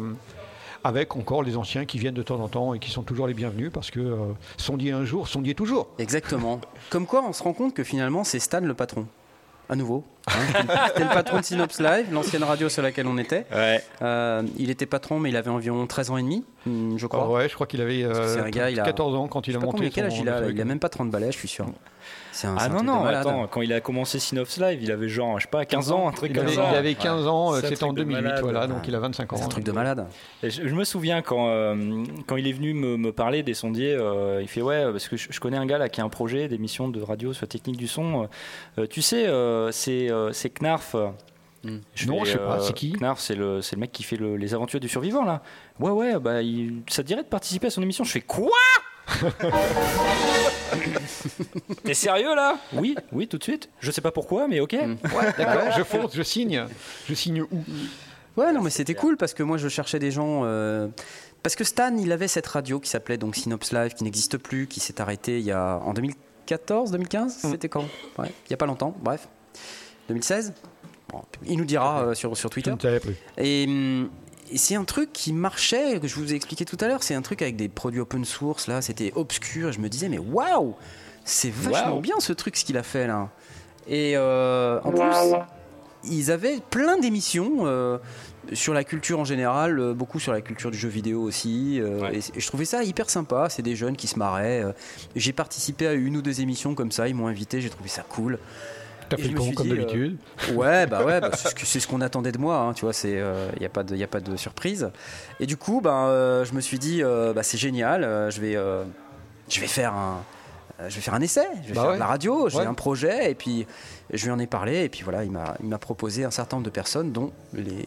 S2: avec encore les anciens qui viennent de temps en temps et qui sont toujours les bienvenus parce que euh, sondier un jour, sondier toujours.
S1: Exactement. Comme quoi, on se rend compte que finalement, c'est Stan le patron. À nouveau. Hein, C'était le patron de Synops Live, l'ancienne radio sur laquelle on était.
S3: Ouais.
S1: Euh, il était patron, mais il avait environ 13 ans et demi, hmm, je crois.
S2: Ah ouais, je crois qu'il avait
S1: Parce que c'est un gars, il a-
S2: 14 ans quand il
S1: Je
S2: a
S1: sais pas
S2: monté
S1: combien quel âge
S2: son-
S1: il a,
S2: son-
S1: il a même pas 30 balais, je suis sûr. C'est
S2: Hein,
S1: un, c'est
S3: Ah
S1: un
S3: non,
S1: truc de
S3: non,
S1: malade.
S3: attends, quand il a commencé Synops Live, il avait genre, je sais pas, 15 ans, un truc
S2: Il
S3: comme
S2: avait,
S3: ça.
S2: il avait 15 ans,
S3: C'est
S2: euh,
S3: un
S2: c'était
S3: truc
S2: en
S3: de
S2: 2008,
S3: malade.
S2: voilà, donc il a 25 ans.
S1: C'est un truc de malade.
S3: Et Je, je me souviens quand, euh, quand il est venu me, me parler des sondiers, euh, il fait ouais, parce que je, je connais un gars là qui a un projet d'émission de radio sur la technique du son. Euh, tu sais, euh, c'est euh, c'est Knarf. euh,
S2: Non, je sais pas, c'est qui
S3: Knarf, c'est le, c'est le mec qui fait le- les aventures du survivant là. Ouais, ouais, bah, il- ça te dirait de participer à son émission. Je fais quoi T'es sérieux là Oui, oui, tout de suite. Je sais pas pourquoi, mais ok.
S2: Ouais, d'accord, je fonce, je signe. Je signe où
S1: Ouais, non, mais c'était cool parce que moi, je cherchais des gens. euh, Parce que Stan, il avait cette radio qui s'appelait donc Synops Live, qui n'existe plus, qui s'est arrêtée il y a en 2014, 2015, c'était quand Ouais, il y a pas longtemps. Bref, 2016. Bon, il nous dira euh, sur sur Twitter.
S2: savais plus.
S1: Et hum, et c'est un truc qui marchait, que je vous ai expliqué tout à l'heure, c'est un truc avec des produits open source, là, c'était obscur, et je me disais, mais waouh, c'est vachement
S12: Waouh.
S1: bien ce truc, ce qu'il a fait là. Et euh, en plus, ils avaient plein d'émissions euh, sur la culture en général, euh, beaucoup sur la culture du jeu vidéo aussi. euh, et, c- et je trouvais ça hyper sympa. C'est des jeunes qui se marraient. euh. J'ai participé à une ou deux émissions comme ça. Ils m'ont invité. J'ai trouvé ça cool.
S2: T'as
S1: Et je
S2: fait le
S1: me
S2: con
S1: suis
S2: comme
S1: dit, euh,
S2: d'habitude.
S1: ouais, bah ouais, bah, c'est ce que- c'est ce qu'on attendait de moi. hein, tu vois, c'est il n'y a pas de y a pas de surprise. Et du coup, ben euh, je me suis dit, euh, bah, c'est génial. euh, je vais euh, je vais faire un euh, je vais faire un essai, je vais
S12: Bah
S1: faire
S12: ouais.
S1: de la radio, j'ai
S12: Ouais.
S1: un projet, et puis je lui en ai parlé, et puis voilà, il m'a il m'a proposé un certain nombre de personnes, dont les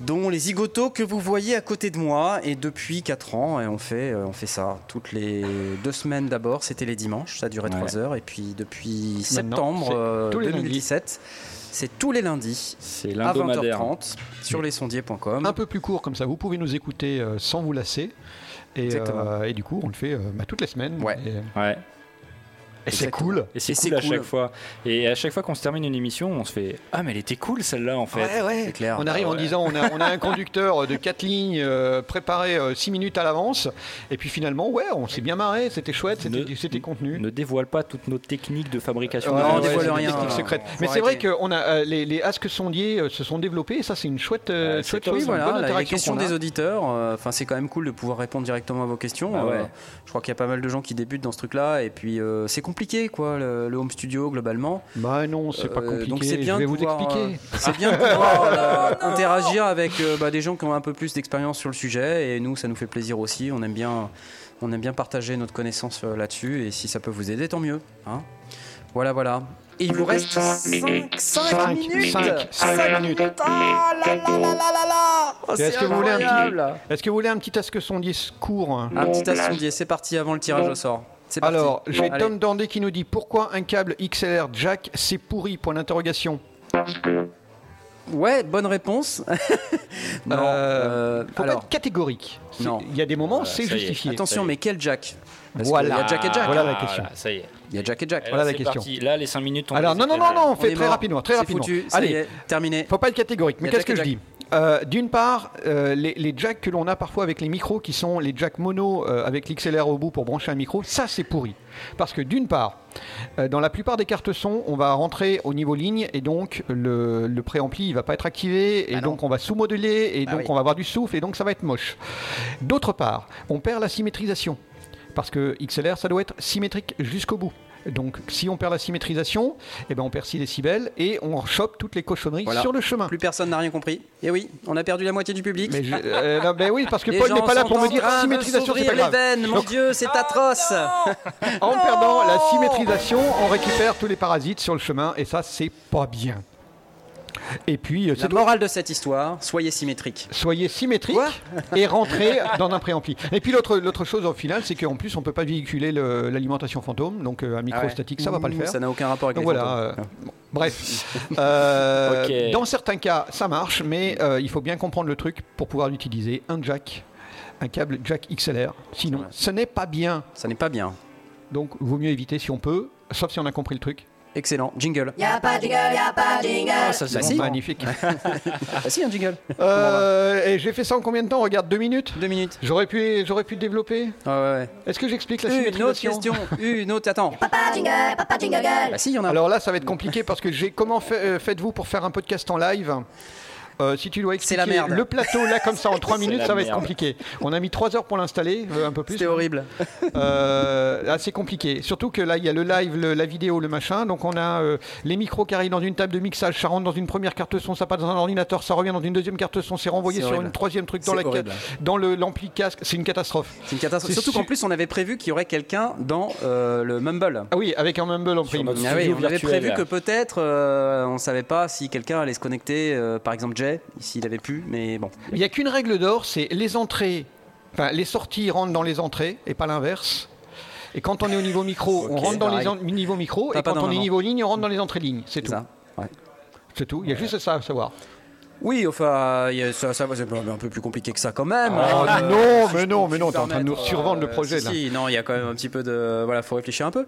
S1: dont les zigotos que vous voyez à côté de moi, et depuis 4 ans, et on fait euh, on fait ça toutes les deux semaines d'abord, c'était les dimanches, ça durait
S3: Ouais.
S1: 3 heures, et puis depuis
S3: Maintenant,
S1: septembre
S3: c'est
S1: euh,
S3: tous les lundis.
S1: 2017, c'est tous les lundis à
S2: l'indomadaire.
S1: 20h30 sur lesondiers.com.
S2: Un peu plus court comme ça, vous pouvez nous écouter euh, sans vous lasser. Et,
S1: Exactement.
S2: euh, et du coup, on le fait euh, bah, toutes les semaines. Ouais. Et,
S3: Ouais.
S2: et c'est cool.
S3: Et c'est cool, à chaque fois. Et à chaque fois qu'on se termine une émission, on se fait Ah, mais elle était cool celle-là en fait.
S2: Ouais, ouais. On arrive
S3: Ah
S2: en
S3: ouais.
S2: disant on a, on a un conducteur de 4 lignes euh, préparé 6 minutes à l'avance. Et puis finalement, ouais, on s'est bien marré, c'était chouette, c'était- c'était contenu.
S3: Ne dévoile pas toutes nos techniques de fabrication.
S2: Ouais,
S3: de-
S2: ouais, c'est
S3: de-
S2: des
S3: de-
S2: techniques secrètes. Mais c'est vrai que on a, euh, les, les asques sondiers euh, se sont développés et ça, c'est une chouette, euh,
S1: Euh,
S2: chouette
S1: c'est
S2: chose.
S1: oui,
S2: une
S1: voilà,
S2: bonne
S1: la- les
S2: interaction
S1: questions
S2: qu'on a.
S1: des auditeurs. euh, Enfin, c'est quand même cool de pouvoir répondre directement à vos questions.
S2: Bah
S1: Euh,
S3: Ah ouais.
S1: je crois qu'il y a pas mal de gens qui débutent dans ce truc-là, et puis euh, c'est compliqué, quoi, le, le home studio globalement.
S2: Bah non, c'est pas compliqué,
S1: Euh, donc c'est bien
S2: je vais
S1: de
S2: vous
S1: pouvoir,
S2: expliquer.
S1: euh, c'est bien de pouvoir euh, interagir avec euh, bah, des gens qui ont un peu plus d'expérience sur le sujet, et nous, ça nous fait plaisir aussi. On aime bien, on aime bien partager notre connaissance euh, là-dessus, et si ça peut vous aider, tant mieux. hein. Voilà, voilà. Et il vous reste 5,
S12: Cinq,
S1: minutes.
S2: cinq, cinq
S1: Cinq
S2: minutes.
S1: Ah là là là là là là Oh,
S2: Et
S1: c'est
S2: Est-ce que, vous voulez un
S1: incroyable.
S2: petit- est-ce que vous voulez un petit asque sondier court hein
S1: Un petit ascendier, c'est parti avant le tirage au sort. C'est parti.
S2: Alors, j'ai
S1: Allez.
S2: Tom Dandé qui nous dit pourquoi un câble XLR jack c'est pourri point d'interrogation.
S1: Ouais, bonne réponse. non, euh,
S2: faut
S1: alors,
S2: pas être catégorique. C'est-
S1: non.
S2: Il y a des moments, c'est
S1: ça y est.
S2: justifié.
S1: Attention, mais quel Jack Parce
S2: Voilà.
S1: qu'il y a Jack et Jack.
S2: Voilà la question.
S3: Voilà, ça y est.
S1: Il y a Jack et Jack.
S3: Et
S2: Voilà la
S3: c'est
S2: question.
S3: parti. Là, les 5 minutes. on
S2: Alors
S3: les
S2: non
S3: a
S2: non
S3: déjà.
S2: non non, on
S1: On
S2: fait
S1: est
S2: très
S1: mort.
S2: rapidement, très
S1: C'est
S2: rapidement.
S1: foutu, ça y
S2: Allez,
S1: est, terminé.
S2: Faut pas être catégorique. Mais
S1: Il y a
S2: qu'est-ce que je
S1: Jack et
S2: dis Euh, D'une part, euh, les, les jacks que l'on a parfois avec les micros qui sont les jacks mono euh, avec l'XLR au bout pour brancher un micro, ça c'est pourri. Parce que d'une part, euh, dans la plupart des cartes son, on va rentrer au niveau ligne et donc le, le préampli il va pas être activé et
S1: Ah
S2: donc on va sous-moduler et
S12: Bah
S2: donc
S12: oui.
S2: on va avoir du souffle et donc ça va être moche. D'autre part, on perd la symétrisation parce que XLR ça doit être symétrique jusqu'au bout. Donc si on perd la symétrisation, eh ben on perd 6 décibels et on chope toutes les cochonneries
S1: Voilà.
S2: sur le chemin.
S1: Plus personne n'a rien compris. Et oui, on a perdu la moitié du public.
S2: Mais je- euh, non, mais oui, parce que
S1: Les
S2: Paul n'est
S1: gens
S2: pas là
S1: sont
S2: pour me
S1: en
S2: dire ah,
S1: train de
S2: symétrisation, c'est
S1: s'ouvrir
S2: pas grave.
S1: les veines, mon
S2: Donc,
S1: Dieu, c'est atroce.
S11: Ah
S2: en perdant la symétrisation, on récupère tous les parasites sur le chemin et ça, c'est pas bien. Et puis, euh,
S1: La
S2: c'est
S1: morale de cette histoire, soyez symétriques.
S2: Soyez symétrique et rentrez dans un préampli. Et puis l'autre l'autre chose au final, c'est qu'en plus on peut pas véhiculer le- l'alimentation fantôme, donc euh, un micro
S1: Ah ouais.
S2: statique ça va pas le
S1: Ouh,
S2: faire.
S1: ça n'a aucun rapport avec
S2: Donc
S1: les
S2: voilà.
S1: fantômes.
S2: euh, bon, bref, Euh,
S1: Ok.
S2: dans certains cas ça marche, mais euh, il faut bien comprendre le truc pour pouvoir utiliser un jack, un câble jack XLR. Sinon, ce n'est pas bien.
S1: Ça n'est pas bien.
S2: Donc vaut mieux éviter si on peut, sauf si on a compris le truc.
S1: Excellent, jingle.
S11: Y a pas de jingle, y a pas de jingle.
S2: ça
S1: Bah si.
S2: magnifique.
S1: Ah si, un jingle.
S2: Euh, et j'ai fait ça en combien de temps Regarde, deux minutes
S1: Deux minutes.
S2: J'aurais pu, j'aurais pu développer
S1: ouais.
S2: Est-ce que j'explique la
S1: Une autre
S2: symétrisation
S1: question, une autre, attends.
S11: Papa jingle, papa jingle girl.
S1: Bah si, il y en a.
S2: Alors là, ça va être compliqué parce que j'ai comment fait- euh, faites-vous pour faire un podcast en live Euh, si tu dois
S1: C'est
S2: expliquer
S1: la merde.
S2: le plateau là comme ça en 3
S1: C'est
S2: minutes,
S1: la
S2: ça va être
S1: merde.
S2: compliqué. On a mis 3 heures pour l'installer, euh, un peu plus.
S1: C'était horrible.
S2: Euh, là, c'est compliqué. Surtout que là, il y a le live, le- la vidéo, le machin. Donc on a euh, les micros qui arrivent dans une table de mixage, ça rentre dans une première carte son, ça passe dans un ordinateur, ça revient dans une deuxième carte son, c'est renvoyé
S1: C'est
S2: sur
S1: horrible.
S2: une troisième truc dans
S1: C'est
S2: la ca-
S1: horrible.
S2: dans le l'ampli casque. C'est une catastrophe.
S1: C'est une catastrophe.
S2: C'est
S1: Surtout qu'en plus, on avait prévu qu'il y aurait quelqu'un dans euh, le Mumble.
S2: Ah oui, avec un mumble en prime.
S1: Ah oui, on avait prévu que peut-être, euh, on savait pas si quelqu'un allait se connecter, euh, par exemple Jay, s'il avait pu, mais bon.
S2: Il n'y a qu'une règle d'or, c'est les entrées, enfin les sorties rentrent dans les entrées et pas l'inverse. Et quand on est au niveau micro, on
S1: Ok,
S2: rentre dans
S1: pareil.
S2: les en- niveaux micro.
S1: T'as
S2: Et
S1: pas
S2: quand
S1: dans
S2: on est
S1: maman.
S2: niveau ligne, on rentre dans les entrées lignes. C'est tout.
S1: Ça, ouais.
S2: C'est tout. Il y a juste ça à savoir.
S1: Oui, enfin, il y a- ça, ça va, c'est un peu plus compliqué que ça quand même.
S2: Oh
S1: hein.
S2: non,
S1: si
S2: mais
S1: je
S2: non,
S1: peux
S2: mais non,
S1: me
S2: t'es en train de nous
S1: permettre, euh,
S2: survendre le projet,
S1: si,
S2: là.
S1: si, non, il y a quand même un petit peu de, voilà, faut réfléchir un peu.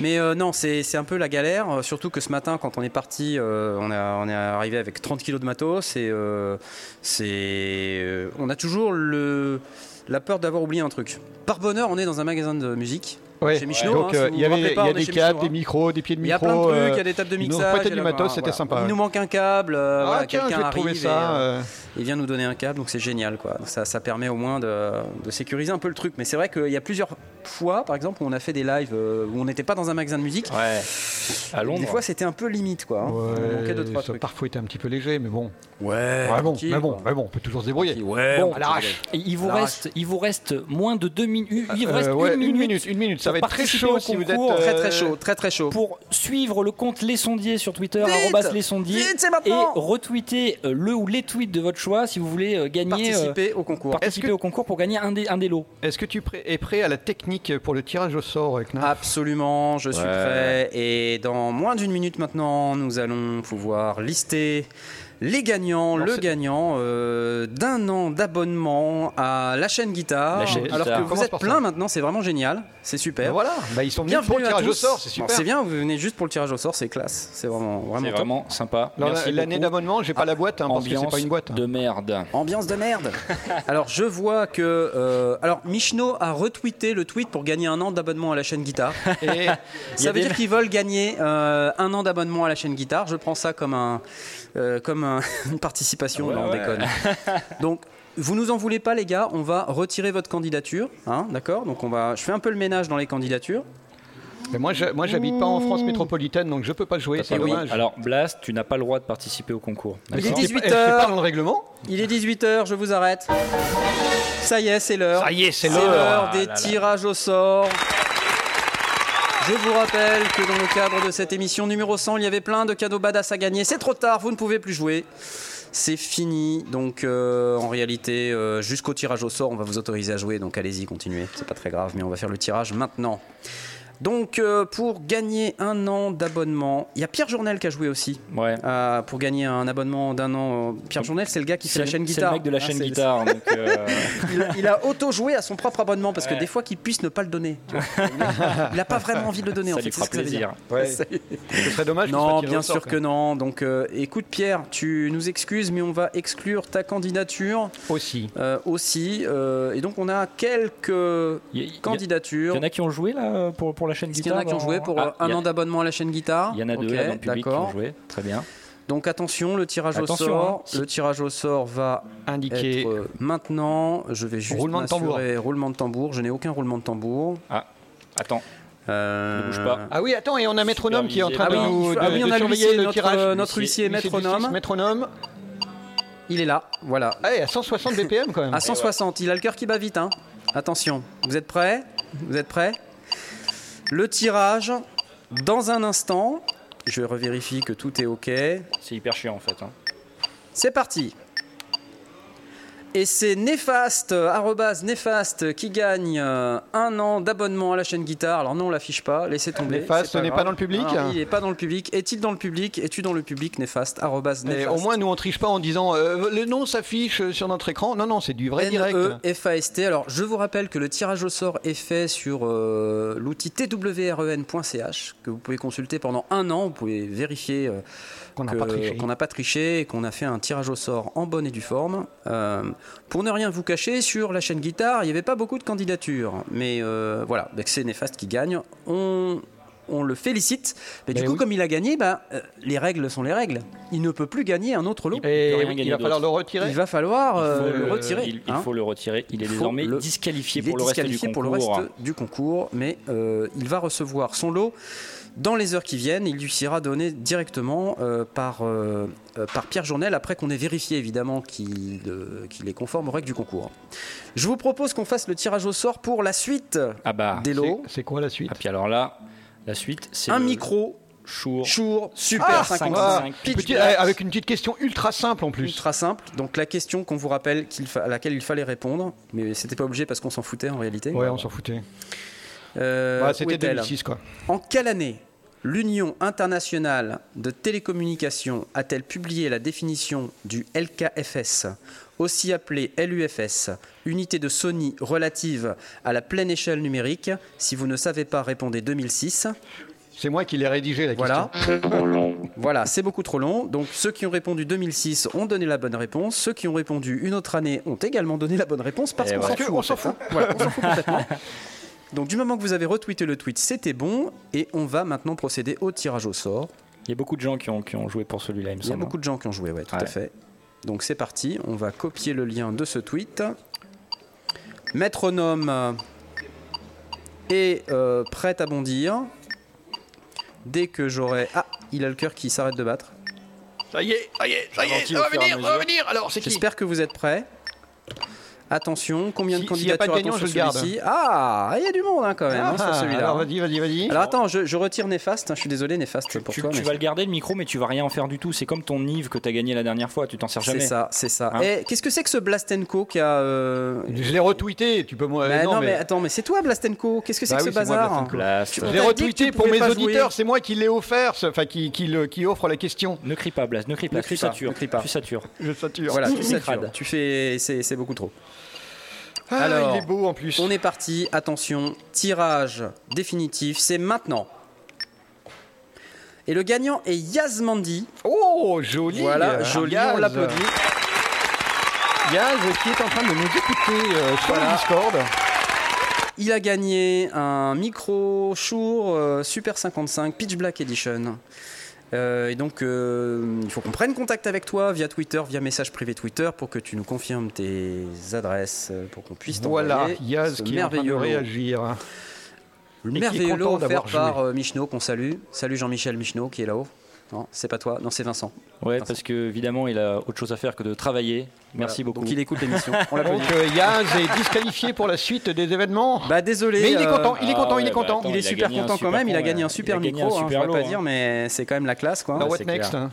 S1: Mais euh, non, c'est c'est un peu la galère, euh, surtout que ce matin, quand on est parti, euh, on, a- on est arrivé avec 30 kilos de matos et euh, c'est, euh, on a toujours le, la peur d'avoir oublié un truc. Par bonheur, on est dans un magasin de musique.
S2: Ouais.
S1: Chez Michelot,
S2: Donc,
S1: hein, si
S2: euh,
S1: vous
S2: il
S1: vous
S2: y avait
S1: rappelez
S2: il y
S1: pas,
S2: a
S1: on est
S2: des
S1: chez
S2: câbles,
S1: Michelot,
S2: des
S1: hein.
S2: micros, des pieds de
S1: Il y
S2: micro.
S1: a plein de trucs,
S2: euh,
S1: il y a des tables de
S2: ils nous ont
S1: mixage.
S2: prêté
S1: il y a
S2: du
S1: la-
S2: matos, c'était
S1: voilà.
S2: sympa.
S1: Il nous manque un câble, euh,
S2: Ah,
S1: voilà,
S2: tiens,
S1: quelqu'un
S2: j'ai trouvé
S1: arrive et,
S2: ça,
S1: euh,
S2: euh.
S1: il vient nous donner un câble, donc c'est génial. Quoi. Donc Ça, ça permet au moins de, de sécuriser un peu le truc. Mais c'est vrai qu'il y a plusieurs fois, par exemple, où on a fait des lives euh, où on n'était pas dans un magasin de musique.
S3: Ah, À
S1: Des
S2: Londres.
S1: fois, c'était un peu limite, quoi. hein.
S2: Ouais,
S1: on manquait deux, trois
S2: ça,
S1: trucs. Eh,
S2: Parfois, était un petit peu léger, mais bon.
S1: Ouais.
S2: bon,
S3: tranquille,
S2: mais bon,
S3: quoi.
S2: mais bon, on peut toujours se débrouiller.
S3: Bon,
S2: bon, à l'arrache.
S3: Et Il vous
S2: À l'arrache.
S3: reste, il vous reste moins de deux minutes. Il vous
S2: Euh,
S3: reste
S2: ouais,
S3: une
S2: une
S3: minute.
S2: minute, une minute, ça
S3: pour
S2: va être très
S3: participer
S2: chaud
S3: au
S2: si vous
S3: concours.
S2: êtes, euh,
S1: Très, très chaud, très, très chaud.
S3: Pour suivre le compte Les Sondiers sur Twitter,
S1: Vite
S3: arrobas Les Sondiers,
S1: Vite, c'est
S3: et
S1: maintenant
S3: retweeter euh, le ou les tweets de votre choix si vous voulez euh, gagner,
S1: Participer au concours.
S3: participer au concours pour gagner un des, un des lots.
S2: Est-ce que tu prêt- es prêt à la technique pour le tirage au sort, euh, Knarf
S1: Absolument, je suis
S2: Ouais.
S1: prêt. Et dans moins d'une minute maintenant, nous allons pouvoir lister les gagnants, le gagnant euh, d'un an d'abonnement à la chaîne guitare.
S2: La chaîne
S1: Alors
S2: Guitare.
S1: que vous
S2: Commence
S1: êtes
S2: par
S1: plein maintenant, c'est vraiment génial, c'est super.
S2: Ben voilà, bah ils sont venus
S1: Bienvenue
S2: pour le
S1: à
S2: tirage
S1: tous.
S2: au sort, c'est super.
S1: Bon, C'est bien, vous venez juste pour le tirage au sort, c'est classe. C'est vraiment,
S2: Ah,
S1: vraiment,
S3: C'est
S1: top.
S3: vraiment sympa.
S2: Alors,
S3: Merci
S2: L'année
S3: beaucoup.
S2: d'abonnement, j'ai pas la boîte, hein, parce que c'est
S3: Ambiance
S2: pas une boîte.
S3: de merde.
S1: Ambiance de merde. Alors je vois que euh, alors Michno a retweeté le tweet pour gagner un an d'abonnement à la chaîne guitare.
S2: Et
S3: y a
S1: ça veut
S3: des-
S1: dire qu'ils veulent gagner euh, un an d'abonnement à la chaîne guitare. Je prends ça comme un euh, comme un- une participation.
S3: Ouais,
S1: non, on
S3: ouais.
S1: déconne. Donc vous nous en voulez pas les gars, on va retirer votre candidature, hein, d'accord Donc on va, je fais un peu le ménage dans les candidatures.
S2: Mais moi, je- moi, j'habite pas en France métropolitaine, donc je peux pas
S1: Ah,
S2: jouer, c'est
S3: Et oui,
S2: dommage.
S3: Alors Blast, tu n'as pas le droit de participer au concours.
S1: Il est
S3: D'accord
S1: 18
S2: C'est pas dans
S1: h
S2: le règlement
S1: Il est 18 h Je vous arrête. Ça y est, c'est l'heure.
S2: Ça y est, c'est
S1: C'est
S2: l'heure.
S1: l'heure
S2: Ah
S1: des
S2: là là.
S1: tirages au sort. Je vous rappelle que dans le cadre de cette émission numéro 100, il y avait plein de cadeaux badass à gagner. C'est trop tard, vous ne pouvez plus jouer. C'est fini. Donc, euh, en réalité, euh, jusqu'au tirage au sort, on va vous autoriser à jouer. Donc, allez-y, continuez. C'est pas très grave, mais on va faire le tirage maintenant. Donc, euh, pour gagner un an d'abonnement, il y a Pierre Journel qui a joué aussi.
S3: Ouais.
S1: Euh, pour gagner un abonnement d'un an, euh, Pierre Journel, c'est le gars qui fait
S3: C'est
S1: la chaîne
S3: c'est
S1: guitare.
S3: le mec de la
S1: Ah,
S3: chaîne
S1: c'est-
S3: guitare. donc, euh,
S1: il, il a auto-joué à son propre abonnement parce que
S3: Ouais.
S1: des fois qu'il puisse ne pas le donner. tu vois. Il n'a pas vraiment envie de le donner
S3: Ça
S1: en
S3: lui
S1: fait. c'est
S3: fera
S1: ce que ça veut dire.
S2: plaisir. Ouais.
S1: Ça-
S2: Ce serait dommage. qu'il
S1: Non,
S2: soit tiré
S1: bien
S2: au sort,
S1: sûr
S2: quoi.
S1: que non. Donc euh, écoute Pierre, tu nous excuses mais on va exclure ta candidature
S2: Aussi.
S1: euh, aussi. Euh, et donc on a quelques
S3: y- y-
S1: candidatures.
S3: Il y en a qui ont joué là pour, pour la chaîne
S1: Est-ce qu'il y en
S3: guitare.
S1: a qui ont
S3: dans-
S1: joué pour
S3: Ah,
S1: euh, un
S3: il y a-
S1: an d'abonnement à la chaîne guitare
S3: Il y en a deux
S1: Ok,
S3: là, dans le public qui ont
S1: d'accord.
S3: joué. Très bien.
S1: Donc attention, le tirage
S3: Attention,
S1: au sort.
S3: hein.
S1: Le tirage au sort va
S2: Indiqué.
S1: être euh, maintenant. Je vais juste
S2: Roulement de tambour.
S1: m'assurer. Roulement de tambour. Je n'ai aucun roulement de tambour.
S3: Ah, attends.
S1: Euh,
S3: Ne bouge pas.
S2: Ah oui, attends, et on a métronome qui est en train
S1: Ah
S2: de
S1: oui,
S2: nous
S1: il
S2: de,
S1: faut- ah oui,
S2: de
S1: on a
S2: surveiller
S1: l'huissier,
S2: le
S1: notre-
S2: tirage.
S1: euh, notre huissier
S2: du six,
S1: métronome.
S2: métronome.
S1: Il est là, voilà.
S2: Ah, et à 160 BPM quand même.
S1: À 160, il a le cœur qui bat vite. Hein. Attention, vous êtes prêts Vous êtes prêts Le tirage, dans un instant. Je revérifie que tout est OK.
S3: C'est hyper chiant en fait. hein.
S1: C'est parti et c'est Néfaste, arrobase Néfaste, qui gagne euh, un an d'abonnement à la chaîne guitare. Alors non, on l'affiche pas, laissez tomber.
S2: Néfaste
S1: c'est
S2: n'est pas
S1: grave.
S2: dans le public
S1: Non, Il n'est pas dans le public. Est-il dans le public Es-tu dans le public, Néfaste, arrobase
S2: Mais
S1: Néfaste
S2: au moins, nous on triche pas en disant euh, le nom s'affiche euh, sur notre écran. Non, non, c'est du vrai direct.
S1: E N-E-F-A-S-T. Alors, je vous rappelle que le tirage au sort est fait sur euh, l'outil E twren.ch que vous pouvez consulter pendant un an. Vous pouvez vérifier euh,
S2: Qu'on n'a
S1: que-
S2: pas triché.
S1: qu'on n'a pas triché et qu'on a fait un tirage au sort en bonne et due forme. Euh, pour ne rien vous cacher, sur la chaîne guitare, il n'y avait pas beaucoup de candidatures. Mais euh, voilà, donc c'est Néfaste qui gagne. On. on le félicite, mais
S2: Mais
S1: du coup,
S2: Ben oui.
S1: comme il a gagné, bah, euh, les règles sont les règles. Il ne peut plus gagner un autre lot.
S2: Et
S3: peut rien
S2: oui, il va
S3: gagner d'autre.
S2: falloir le retirer.
S1: Il va falloir
S3: Il
S1: euh,
S3: faut
S1: le retirer.
S3: Il, il
S1: hein.
S3: faut le retirer. Il est
S1: faut
S3: désormais
S1: le-
S3: disqualifié
S1: Il est
S3: pour le reste du
S1: disqualifié
S3: concours.
S1: pour le reste du concours, mais euh, il va recevoir son lot dans les heures qui viennent. Il lui sera donné directement euh, par, euh, euh, par Pierre Journel, après qu'on ait vérifié évidemment qu'il euh, qu'il est conforme aux règles du concours. Je vous propose qu'on fasse le tirage au sort pour la suite
S3: Ah bah.
S1: des lots.
S2: C'est- C'est quoi la suite
S3: Ah, puis alors là, la suite, c'est
S1: Un
S3: le
S1: micro,
S3: Shure.
S1: Shure, Super
S3: Ah,
S1: 55,
S3: cinq,
S1: pitch
S2: Petit-
S1: black.
S2: eh, Avec une petite question ultra simple en plus.
S1: ultra simple. Donc la question qu'on vous rappelle, qu'il fa- à laquelle il fallait répondre, mais c'était pas obligé parce qu'on s'en foutait en réalité.
S2: Ouais, on s'en foutait.
S1: Euh,
S2: Bah,
S1: où
S2: C'était
S1: est-elle
S2: 2006 quoi.
S1: En quelle année L'Union internationale de télécommunications a-t-elle publié la définition du LKFS, aussi appelé LUFS, unité de Sony relative à la pleine échelle numérique Si vous ne savez pas, répondez 2006.
S2: C'est moi qui l'ai rédigé la
S1: voilà.
S2: question. C'est trop long.
S1: Voilà, c'est beaucoup trop long. Donc ceux qui ont répondu 2006 ont donné la bonne réponse. Ceux qui ont répondu une autre année ont également donné la bonne réponse parce
S2: Et
S1: qu'on
S2: Eh ouais.
S1: s'en
S2: Parce
S1: fout.
S2: qu'on
S1: en
S2: s'en
S1: fait, hein. Voilà,
S2: fout.
S1: on s'en fout complètement. Donc du moment que vous avez retweeté le tweet, c'était bon. Et on va maintenant procéder au tirage au sort.
S3: Il y a beaucoup de gens qui ont, qui ont joué pour celui-là, il me
S1: Il y a
S3: semble. hein.
S1: beaucoup de gens qui ont joué, ouais, tout à
S3: Ouais.
S1: fait. Donc c'est parti, on va copier le lien de ce tweet. Métronome euh, est euh, prête à bondir. Dès que j'aurai. Ah, il a le cœur qui s'arrête de battre.
S2: Ça y est, ça y est, ça y est,
S1: J'aventis
S2: ça va
S1: au fur et à
S2: venir, ça va
S1: mesure.
S2: venir. Alors, c'est qui
S1: J'espère que vous êtes prêts. Attention, combien de
S2: Si- s'il y a pas de
S1: candidatures a-t-on
S2: gagnant,
S1: sur
S2: je le garde.
S1: celui-ci Ah, il y a du monde hein, quand même hein, sur
S2: Ah,
S1: celui-là.
S2: alors, vas-y, vas-y, vas-y.
S1: Alors attends, je, je retire Néfaste, hein, je suis désolé Néfaste pour
S3: Tu,
S1: toi.
S3: tu
S1: mais-
S3: vas le garder le micro, mais tu vas rien en faire du tout. C'est comme ton Yves que t'as gagné la dernière fois, tu t'en sers
S1: C'est
S3: jamais.
S1: ça, c'est ça.
S3: Hein
S1: Eh, qu'est-ce que c'est que ce Blastenko qui a. euh,
S2: Je l'ai retweeté, tu peux moi.
S1: Bah
S2: Euh, non,
S1: non, mais...
S2: mais-
S1: attends, mais c'est toi Blastenko Qu'est-ce que c'est
S2: Bah
S1: que
S2: oui,
S1: ce
S2: c'est moi,
S1: bazar
S2: Blastenko.
S1: Tu- on t'a
S2: Je l'ai
S1: dit que
S2: retweeté
S1: tu
S2: pour
S1: pouvais
S2: mes
S1: pas jouer.
S2: auditeurs, c'est moi qui l'ai offert, ce- enfin qui, qui, le- qui offre la question.
S3: Ne crie pas, Blas, ne crie pas,
S1: Ne
S3: tu
S1: crie pas,
S3: satures.
S1: ne crie pas.
S3: Tu satures.
S2: Je sature.
S1: Voilà, tu
S3: Il
S1: satures.
S3: crade.
S1: Tu fais. C'est c'est beaucoup trop.
S2: Ah,
S1: Alors,
S2: il est beau en plus.
S1: On est parti, attention, tirage définitif, c'est maintenant. Et le gagnant est Yazmandi.
S2: Oh, joli.
S1: Voilà,
S2: euh,
S1: joli,
S2: Yaz.
S1: on l'applaudit.
S2: Yaz qui est en train de nous écouter euh, sur
S1: Voilà.
S2: le Discord.
S1: Il a gagné un micro Shure euh, Super 55 Pitch Black Edition. Euh, et donc, euh, il faut qu'on prenne contact avec toi via Twitter, via message privé Twitter, pour que tu nous confirmes tes adresses, euh, pour qu'on puisse t'envoyer
S2: Voilà,
S1: ce
S2: Yaz qui est en train de
S1: merveilleux lot.
S2: réagir.
S1: Le
S2: Et qui est
S1: merveilleux lot
S2: content d'avoir
S1: offert
S2: joué.
S1: par euh, Michno, qu'on salue. Salut Jean-Michel Michno, qui est là-haut. Non, c'est pas toi, non, c'est Vincent.
S3: Ouais, parce que évidemment, il a autre chose à faire que de travailler. Merci beaucoup.
S1: Donc, il écoute l'émission. On l'applaudit.
S2: Donc euh, Yaz est disqualifié pour la suite des événements.
S1: Bah, désolé.
S2: Mais il est
S1: euh,
S2: content, il est
S3: ah
S2: content, il
S3: ouais,
S2: est
S3: bah,
S2: content.
S3: attends,
S1: Il est
S3: il a
S1: super
S3: gagné un
S1: content quand
S3: super
S1: même, il a
S3: con,
S1: gagné
S3: ouais.
S1: un super
S3: Il a gagné
S1: micro,
S3: un
S1: hein,
S3: super
S1: je ne pas
S3: lot,
S1: dire,
S3: hein.
S1: mais c'est quand même la classe. Quoi.
S2: Bah,
S3: Ouais,
S2: what
S3: c'est
S2: next
S3: clair.
S2: hein.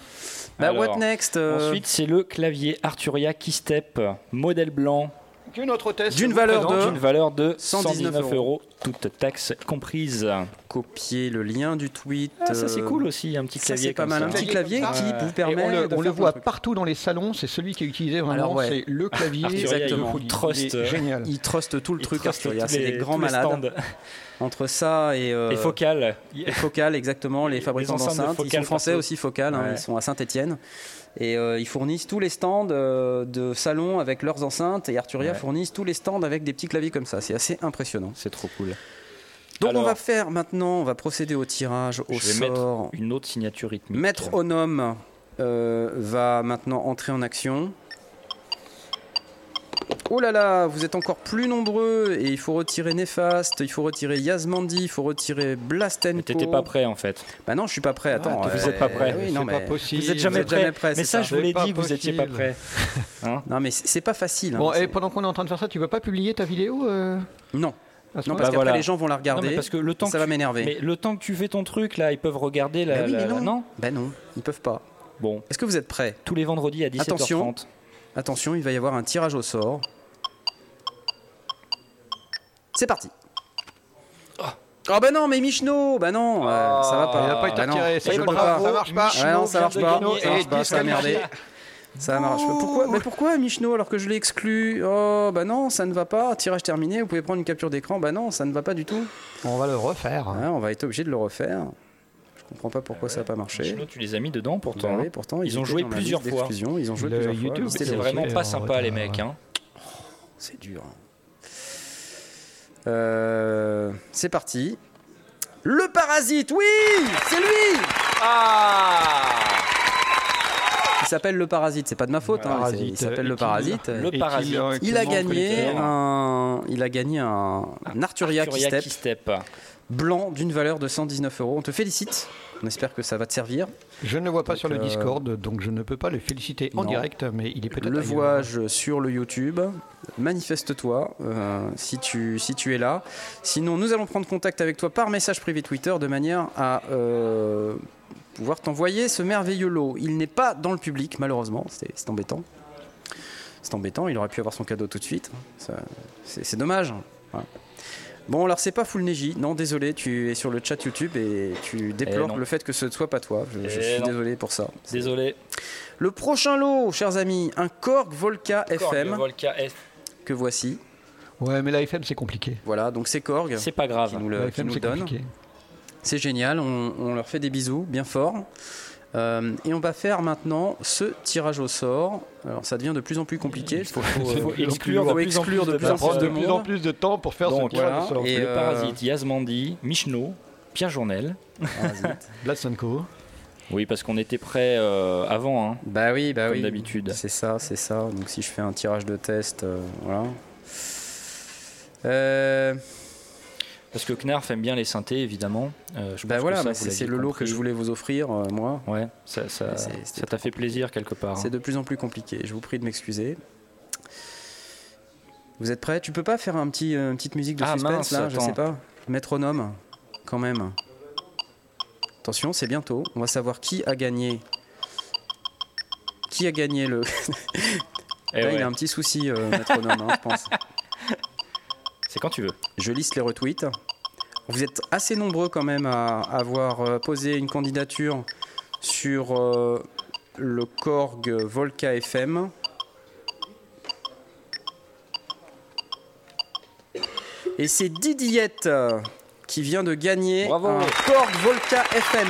S1: Bah,
S3: Alors,
S1: what next euh,
S3: Ensuite, c'est le clavier Arturia Keystep, modèle blanc,
S2: Qu'une autre thèse
S1: D'une
S2: vous
S1: valeur
S2: présente.
S1: de-
S3: d'une valeur de
S1: 119
S3: 119
S1: euros. Ah,
S3: euros, toutes taxes comprises.
S1: copier le lien du tweet.
S3: Ah, ça, c'est
S1: euh,
S3: cool aussi, un petit
S1: Ça
S3: clavier.
S1: c'est pas
S3: comme
S1: mal,
S3: ça.
S1: un petit
S2: Clavier
S1: clavier
S2: comme
S1: qui
S2: ça.
S1: vous
S2: Et
S1: permet
S2: on le,
S1: de
S2: on le
S1: faire
S2: voit
S1: plein de trucs.
S2: partout dans les salons, c'est celui qui est utilisé vraiment,
S1: Alors, ouais. Ah,
S2: c'est le clavier.
S3: Arturia,
S1: exactement.
S2: Il est
S3: Trust, euh,
S2: Génial.
S1: Il truste tout le
S3: Il
S1: truc,
S3: truste
S1: Arturia,
S3: tous
S1: c'est
S3: les-
S1: des grands
S3: tous les
S1: malades.
S3: stands.
S1: Entre ça et, euh,
S3: Et Focal.
S1: et Focal, exactement, les fabricants
S3: enceintes de
S1: d'enceintes. Ils sont
S3: Focal
S1: français
S3: partout.
S1: aussi, Focal, hein,
S3: Ouais.
S1: ils sont à Saint-Etienne. Et euh, ils fournissent tous les stands euh, de salons avec leurs enceintes. Et Arturia
S3: Ouais.
S1: fournissent tous les stands avec des petits claviers comme ça. C'est assez impressionnant.
S3: C'est trop cool.
S1: Donc on
S3: Alors-
S1: va faire maintenant, on va procéder au tirage, au
S3: Je vais
S1: sort.
S3: mettre une autre signature rythmique.
S1: Maître Onome euh, va maintenant entrer en action. Oh là là, vous êtes encore plus nombreux et il faut retirer Néfaste, il faut retirer Yazmandi, il faut retirer Blastenko.
S3: Mais t'étais pas prêt en fait.
S1: Bah non, je suis pas prêt. Attends, euh,
S3: Ah, vous êtes pas prêt.
S1: oui,
S2: C'est
S1: non,
S2: pas
S1: mais
S2: possible.
S1: Vous êtes jamais prêt.
S3: Mais
S1: c'est
S3: ça, je
S2: C'est
S3: vous l'ai
S2: pas
S3: dit, vous étiez pas
S2: possible.
S3: prêt.
S1: Non, mais c'est c'est pas facile. hein,
S2: Bon, et
S1: c'est-
S2: pendant qu'on est en train de faire ça, tu veux pas publier ta vidéo euh,
S1: Non,
S2: à ce
S1: non,
S2: moment-là
S1: parce
S3: Bah
S1: qu'après
S3: voilà.
S1: les gens vont la
S3: Non,
S1: regarder.
S3: mais parce que le temps
S1: ça
S3: que
S1: va
S3: tu-
S1: m'énerver.
S3: Mais euh, le temps que tu fais ton truc là, ils peuvent regarder la.
S1: Bah oui,
S3: la-
S1: mais non.
S3: la-
S1: Bah non, ils peuvent pas.
S3: Bon,
S1: Est-ce que vous êtes prêts
S3: tous les vendredis à 17h30.
S1: Attention. Attention, il va y avoir un tirage au sort. C'est parti. Oh, bah non, mais Michno Bah non, euh, ça va pas.
S2: Ah. Il a pas été
S1: Bah non,
S2: retiré, ça
S1: je
S2: y est,
S1: peux
S2: bravo,
S1: pas. Ah,
S2: ça marche pas.
S1: Ouais, non, ça marche pas.
S2: Michno
S1: Ça marche
S2: est
S1: pas, ça a merdé. Ça marche pas. Pourquoi, bah pourquoi Michno alors que je l'ai exclu Oh, bah non, ça ne va pas. Tirage terminé, vous pouvez prendre une capture d'écran. Bah non, ça ne va pas Ah, du tout.
S2: On va le refaire.
S1: Ouais, on va être obligé de le refaire. Je comprends pas
S2: Ah
S1: pourquoi ça n'a pas marché.
S3: Sinon, tu les as mis dedans
S1: Bah
S3: pourtant.
S1: oui,
S3: hein.
S1: pourtant,
S3: Ils ont
S1: étaient
S3: joué
S1: dans la
S3: plusieurs
S1: liste
S3: fois.
S1: d'exclusion, Ils ont joué
S2: Le
S1: plusieurs fois.
S2: YouTube,
S1: C'était
S3: C'est
S2: Ils ont
S3: vraiment
S2: fait
S3: pas
S2: en
S3: sympa
S2: retard,
S3: les mecs.
S2: ouais.
S3: hein.
S1: C'est dur. hein. Euh, c'est parti. Le parasite, oui, c'est lui. Il s'appelle le parasite. C'est pas de ma faute. hein,
S2: Parasite,
S1: c'est- il s'appelle
S2: euh,
S1: le
S2: est-il-
S1: parasite.
S3: Le
S2: est-il
S3: parasite.
S2: correctement
S1: Il a gagné
S2: collecteur
S1: un, il a gagné un Arturia qui
S3: Arturia
S1: step
S3: Keystep.
S1: blanc d'une valeur de 119 euros. On te félicite. On espère que ça va te servir.
S2: Je ne le vois pas sur le
S1: euh,
S2: Discord, donc je ne peux pas le féliciter en
S1: non.
S2: direct, mais il est peut-être.
S1: Le
S2: ailleurs.
S1: voyage sur le YouTube. Manifeste-toi euh, si, tu, si tu es là. Sinon, nous allons prendre contact avec toi par message privé Twitter de manière à euh, pouvoir t'envoyer ce merveilleux lot. Il n'est pas dans le public, malheureusement. C'est c'est embêtant. C'est embêtant. Il aurait pu avoir son cadeau tout de suite. Ça- C'est c'est dommage. Voilà. Bon, alors c'est pas Full Neji, non, désolé, tu es sur le chat YouTube et tu déplores
S3: Eh non.
S1: le fait que ce ne soit pas toi. Je, je
S3: Eh
S1: suis
S3: non.
S1: désolé pour ça.
S3: Désolé.
S1: Le prochain lot, chers amis, un Korg Volca FM
S3: Volca F.
S1: que voici.
S2: Ouais, mais la FM, c'est compliqué.
S1: Voilà, donc c'est Korg.
S3: C'est pas grave.
S1: Qui nous le,
S2: La
S1: qui
S2: FM,
S1: nous le
S2: c'est
S1: donne.
S2: compliqué.
S1: C'est génial, on, on leur fait des bisous bien fort. Euh, et on va faire maintenant ce tirage au sort. Alors ça devient de plus en plus compliqué. Il faut,
S3: Il faut
S1: faut
S3: exclure de
S1: faut
S3: plus en
S1: exclure
S3: plus
S1: de
S3: de
S1: plus en
S3: personnes.
S1: plus de
S3: De plus
S1: monde.
S2: en plus de temps pour faire
S3: Donc,
S2: ce tirage au
S1: voilà,
S2: sort.
S1: et,
S3: le
S1: euh,
S3: parasite Yasmandi, Michno, Pierre Journel.
S2: Blasenko.
S3: Oui, parce qu'on était prêts euh, avant, hein,
S1: Bah oui, bah
S3: comme
S1: oui.
S3: d'habitude.
S1: C'est ça, c'est ça. Donc si je fais un tirage de test, euh, voilà. Euh,
S3: Parce que Knarf aime bien les synthés, évidemment. Euh, je
S1: bah
S3: pense
S1: voilà,
S3: que ça,
S1: bah,
S3: vous
S1: c'est
S3: l'aviez
S1: c'est le lot
S3: compris.
S1: que je voulais vous offrir, euh, moi.
S3: Ouais, ça, ça,
S1: Mais c'est-
S3: ça t'a fait plaisir quelque part. hein.
S1: C'est de plus en plus compliqué. Je vous prie de m'excuser. Vous êtes prêts Tu peux pas faire un petit, euh, une petite musique de
S3: Ah,
S1: suspense
S3: mince,
S1: là Je
S3: attends.
S1: sais pas. Métronome, quand même. Attention, c'est bientôt. On va savoir qui a gagné. Qui a gagné le.
S3: Eh
S1: là,
S3: ouais,
S1: il a un petit souci, euh, métronome, hein, je pense.
S3: C'est quand tu veux.
S1: Je liste les retweets. Vous êtes assez nombreux quand même à avoir euh, posé une candidature sur euh, le Korg Volca FM. Et c'est Didiette euh, qui vient de gagner
S3: Bravo.
S1: un Korg Volca FM.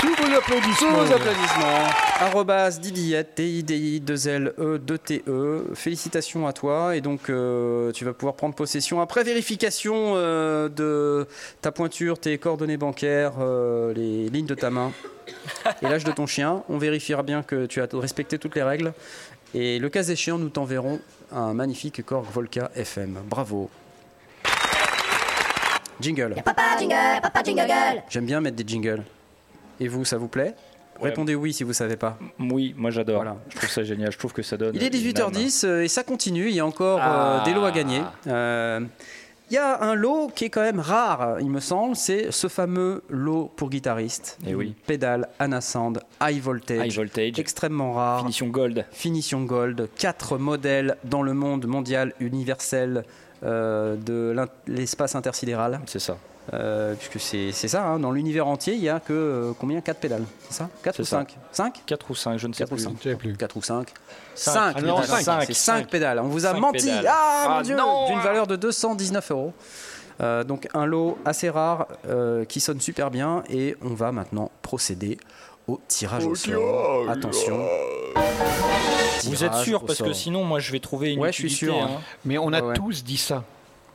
S2: Sous vos
S1: Sous
S2: applaudissements.
S1: vos applaudissements. Arrobas Didiette, D-I-D-I, 2-L-E, 2-T-E. E. Félicitations à toi. Et donc, euh, tu vas pouvoir prendre possession après vérification euh, de ta pointure, tes coordonnées bancaires, euh, les lignes de ta main et l'âge de ton chien. On vérifiera bien que tu as respecté toutes les règles. Et le cas échéant, nous t'enverrons un magnifique Korg Volca FM. Bravo. Jingle.
S11: Papa jingle, papa jingle girl.
S1: J'aime bien mettre des jingles. Et vous, ça vous plaît
S3: Ouais.
S1: Répondez oui si vous savez pas.
S3: Oui, moi j'adore.
S1: Voilà.
S3: Je trouve ça génial. Je trouve que ça donne.
S1: Il est
S3: une âme.
S1: 18h10 euh, et ça continue. Il y a encore euh,
S3: Ah.
S1: des lots à gagner. Euh, il y a un lot qui est quand même rare, il me semble. C'est ce fameux lot pour guitariste.
S3: Eh oui.
S1: Pédale Anasand High Voltage.
S3: High voltage.
S1: Extrêmement rare.
S3: Finition gold.
S1: Finition Gold, 4 modèles dans le monde mondial universel euh, de l'in- l'espace intersidéral.
S3: C'est ça.
S1: Euh, puisque c'est c'est ça, hein, dans l'univers entier, il n'y a que euh, combien 4 pédales, c'est ça 4
S3: C'est
S1: ou
S3: ça.
S1: 5 5
S3: 4 ou 5, je ne sais
S1: 4 ou
S3: plus.
S1: 5
S2: sais plus.
S1: 4 ou 5
S3: Cinq.
S1: 5
S3: Ah non, cinq.
S1: c'est
S3: Cinq.
S1: 5 pédales. On vous a
S3: Cinq
S1: menti
S3: pédales.
S1: Ah mon
S3: Ah
S1: dieu
S3: non
S1: D'une valeur de 219 euros. Euh, donc un lot assez rare euh, qui sonne super bien et on va maintenant procéder au tirage au sort. Attention.
S3: Vous êtes
S1: Tirage
S3: sûr
S1: au
S3: Parce que
S1: sort.
S3: sinon, moi je vais trouver une.
S1: Ouais, je suis
S3: utilité,
S1: sûr,
S3: hein.
S2: Mais on a
S1: Ouais, ouais.
S2: tous dit ça,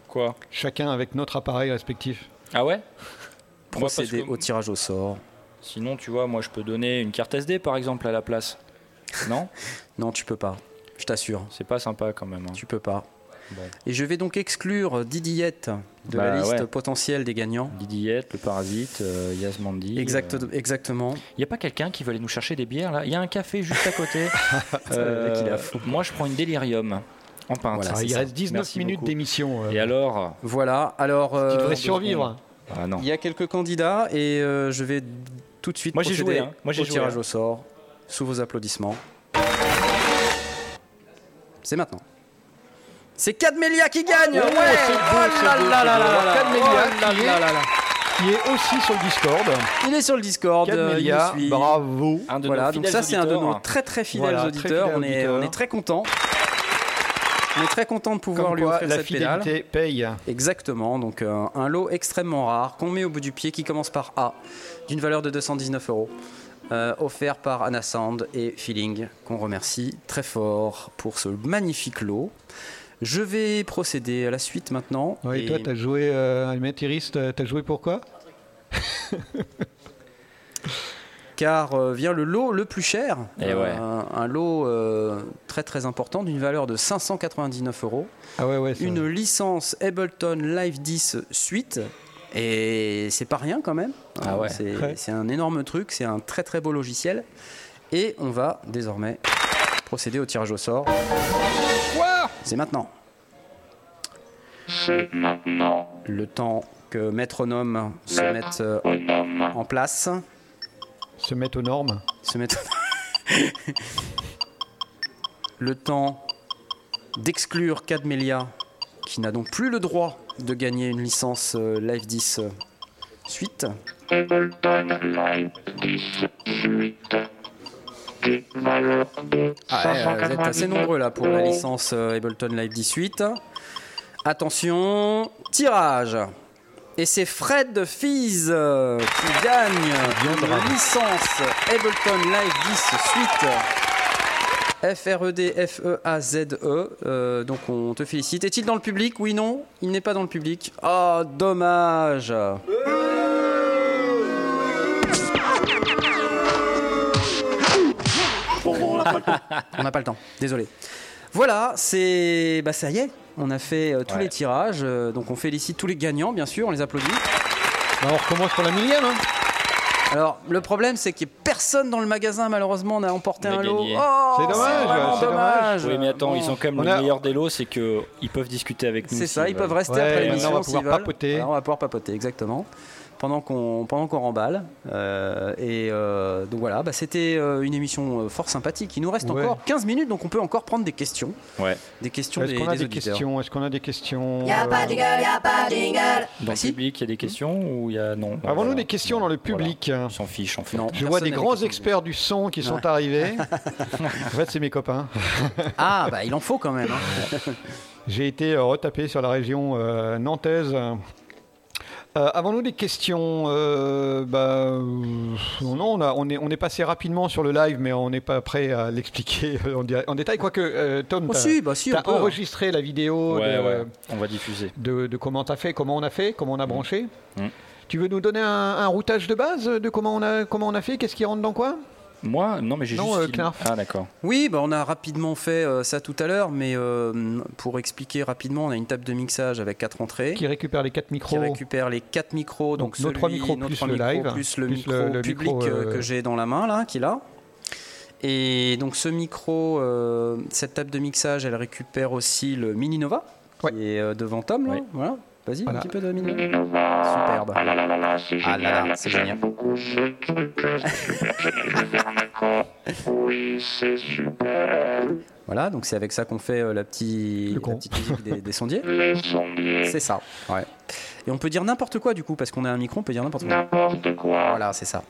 S3: Quoi
S2: chacun avec notre appareil respectif.
S3: Ah ouais Moi, parce
S1: procéder
S3: que-
S1: au tirage au sort.
S3: Sinon, tu vois, moi je peux donner une carte SD par exemple à la place. Non
S1: Non, tu peux pas. Je t'assure,
S3: C'est pas sympa quand même. hein.
S1: tu peux pas.
S3: Bon.
S1: Et je vais donc exclure Didiette de la
S3: Bah,
S1: liste
S3: ouais.
S1: potentielle des gagnants.
S3: Didiette, le parasite, euh, Yasmandi.
S1: Exact, Exactement.
S3: Il n'y a pas quelqu'un qui veut aller nous chercher des bières là Il y a un café juste à côté. Euh,
S1: Le mec, il est à
S3: moi je prends une délirium en pinte.
S1: Voilà, Ah,
S2: Ah,
S1: c'est
S2: il
S1: ça.
S2: reste 19
S3: Merci
S2: minutes
S3: beaucoup.
S2: d'émission. euh.
S3: Et alors
S1: Voilà, alors
S2: Tu
S1: euh,
S2: devrais survivre.
S3: Ah non.
S1: il y a quelques candidats et euh, je vais tout de suite
S3: Moi, j'ai
S1: procéder
S3: joué, hein. Moi, j'ai
S1: au
S3: joué,
S1: tirage
S3: hein.
S1: au sort sous vos applaudissements. C'est maintenant. C'est Cadmélia qui gagne Ouais
S2: c'est beau,
S1: Oh
S2: c'est
S1: là
S2: beau,
S1: là
S2: c'est
S1: là
S2: beau.
S1: là là.
S2: Cadmélia
S1: Oh là
S2: qui
S1: là là
S2: est-
S1: là.
S2: Qui est aussi sur le Discord.
S1: Il est sur le Discord, euh, il
S2: Cadmélia,
S1: nous suit.
S2: bravo.
S3: Un de
S1: Voilà,
S3: nos
S1: donc
S3: fidèles
S1: ça c'est un de
S3: auditeurs.
S1: nos très très fidèles
S2: Voilà, très
S1: auditeurs.
S2: fidèles
S1: on, est,
S2: auditeurs.
S1: on est très content. On est très content de pouvoir
S2: Comme
S1: lui
S2: quoi,
S1: offrir
S2: la
S1: cette pédale.
S2: fidélité paye.
S1: Exactement, donc euh, un lot extrêmement rare qu'on met au bout du pied qui commence par A, d'une valeur de 219 euros, euh, offert par Anna Sand et Feeling, qu'on remercie très fort pour ce magnifique lot. Je vais procéder à la suite maintenant.
S2: Ouais, et,
S1: Et-
S2: toi, t'as joué euh, Ultimate Iris, t'as t'as joué pourquoi
S1: car euh, vient le lot le plus cher,
S3: Eh
S1: Euh,
S3: ouais.
S1: un, un lot euh, très très important d'une valeur de 599 euros,
S2: Ah ouais, ouais. ça-
S1: une licence Ableton Live 10 Suite. Et c'est pas rien quand même.
S3: Ah
S1: Euh,
S3: ouais.
S1: C'est
S2: Ouais.
S1: c'est un énorme truc, c'est un très très beau logiciel. Et on va désormais procéder au tirage au sort. C'est maintenant.
S7: C'est maintenant.
S1: Le temps que Métronome se mette euh,
S7: Bonhomme.
S1: en place.
S2: Se mettre aux normes.
S1: se mettre le temps d'exclure Cadmélia, qui n'a donc plus le droit de gagner une licence euh, Live 10 euh, suite. Ah, eh,
S7: Ableton Live 10 suite. Des malheurs de
S1: Ah, eh, vous êtes assez
S7: 599
S1: nombreux là pour la licence euh, Ableton Live 18. Attention, tirage. Et c'est Fred de Fizz euh, qui gagne une licence Ableton Live 10 suite. E F-R-E-D-F-E-A-Z-E. Euh, donc on te félicite. Est-il dans le public Oui, non Il n'est pas dans le public. Ah, dommage On n'a pas le temps, désolé. Voilà, c'est. Bah ça y est, on a fait euh, tous les tirages, euh, donc on félicite tous les gagnants, bien sûr, on les applaudit.
S2: Bah,
S1: on recommence pour la millième,
S2: hein.
S1: Alors, le problème, c'est qu'il n'y a personne dans le magasin, malheureusement, on a emporté
S3: On
S1: un
S3: a
S1: lot.
S3: gagné.
S1: Oh,
S3: C'est dommage,
S1: vraiment
S3: c'est
S1: dommage.
S3: Oui, mais attends,
S1: Bon.
S3: ils ont quand même
S1: On
S3: le
S1: a-
S3: meilleur des lots, c'est que ils peuvent discuter avec nous.
S1: C'est ça,
S3: s'ils
S1: ils peuvent
S3: veulent.
S1: rester après l'émission. s'ils veulent. Voilà, on va pouvoir papoter, exactement. Pendant qu'on pendant qu'on remballe. Euh, et euh, donc voilà, bah, c'était euh, une émission euh, fort sympathique. Il nous reste
S2: Ouais.
S1: encore 15 minutes, donc on peut encore prendre des questions.
S3: Ouais.
S1: Des questions
S2: Est-ce
S1: des,
S2: qu'on a
S1: des
S2: des
S1: auditeurs.
S2: questions Est-ce qu'on a des questions
S11: Y a
S2: euh,
S11: pas de gueule, y a pas de jingle.
S3: Dans le public, il y a des questions ou il y a non
S2: Avons-nous des questions dans le public
S3: On s'en fiche en fait.
S2: Je vois des grands experts du son qui sont
S1: Ouais.
S2: arrivés. en fait, c'est mes copains.
S1: Ah, bah il en faut quand même. hein.
S2: J'ai été euh, retapé sur la région euh, nantaise. Euh, Avons-nous des questions Euh, bah, euh, Non, on, a- on est, on est passé rapidement sur le live, mais on n'est pas prêt à l'expliquer en, di- en détail. Quoique, euh, Tom,
S1: Oh,
S2: t'as-
S1: si, bah, si,
S2: t'as
S1: on peut.
S2: enregistré la vidéo
S1: Oh,
S3: Ouais,
S2: de,
S3: ouais. On va diffuser.
S2: de- de comment t'as fait, comment on a fait, comment on a branché.
S3: Mm.
S2: Tu veux nous donner un, un routage de base de comment on a, comment on a fait Qu'est-ce qui rentre dans quoi
S3: Moi, non, mais j'ai
S2: Non,
S3: juste.
S2: euh,
S3: il-
S2: Knarf.
S3: Ah d'accord.
S1: Oui, bah, on a rapidement fait euh, ça tout à l'heure, mais euh, pour expliquer rapidement, on a une table de mixage avec quatre entrées.
S2: Qui récupère les quatre
S1: qui
S2: micros
S1: récupère les quatre micros, donc,
S2: Donc, nos trois
S1: celui-
S2: micros
S1: nos
S2: plus
S1: trois
S2: le
S1: micros
S2: live,
S1: plus le
S2: plus
S1: micro
S2: le- le
S1: public
S2: micro,
S1: euh,
S2: euh,
S1: que j'ai dans la main là, qu'il a. Et donc ce micro, euh, cette table de mixage, elle récupère aussi le Mini Nova qui est euh, devant Tom là. Voilà, vas-y un petit peu de Mini. Superbe.
S7: Ah là là là là, c'est
S1: Ah là
S7: génial.
S1: là, c'est
S7: J'aime
S1: génial.
S7: beaucoup ce truc. C'est super génial. Je vais faire un accord. Oui, c'est super.
S1: Voilà, donc c'est avec ça qu'on fait euh, la, petite- la petite musique des, des sondiers.
S7: Les sondiers.
S1: C'est ça, ouais. Et on peut dire n'importe quoi du coup, parce qu'on a un micro, on peut dire n'importe quoi.
S7: N'importe quoi.
S1: Voilà, c'est ça.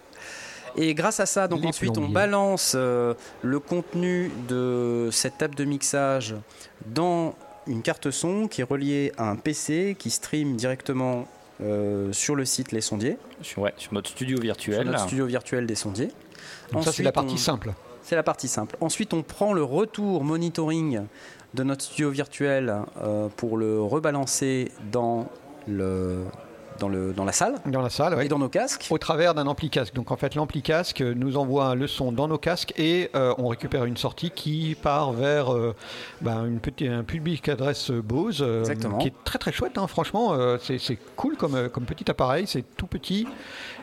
S1: Et grâce à ça, donc
S7: Les
S1: ensuite, on
S7: plombiers.
S1: balance euh, le contenu de cette table de mixage dans une carte son qui est reliée à un PC qui stream directement euh, sur le site Les Sondiers,
S3: Sur, ouais, sur notre studio virtuel.
S1: sur notre
S3: là.
S1: studio virtuel des Sondiers.
S2: Donc ça, c'est la partie
S1: on-
S2: simple.
S1: C'est la partie simple. Ensuite, on prend le retour monitoring de notre studio virtuel euh, pour le rebalancer dans, le, dans, le, dans la salle.
S2: Dans la salle,
S1: Et dans nos casques.
S2: Au travers d'un ampli casque. Donc en fait, l'ampli casque nous envoie le son dans nos casques et euh, on récupère une sortie qui part vers euh, ben, une petite, un public adresse Bose, euh,
S1: Exactement.
S2: qui est très très chouette. hein. Franchement, euh, c'est c'est cool comme, euh, comme petit appareil. C'est tout petit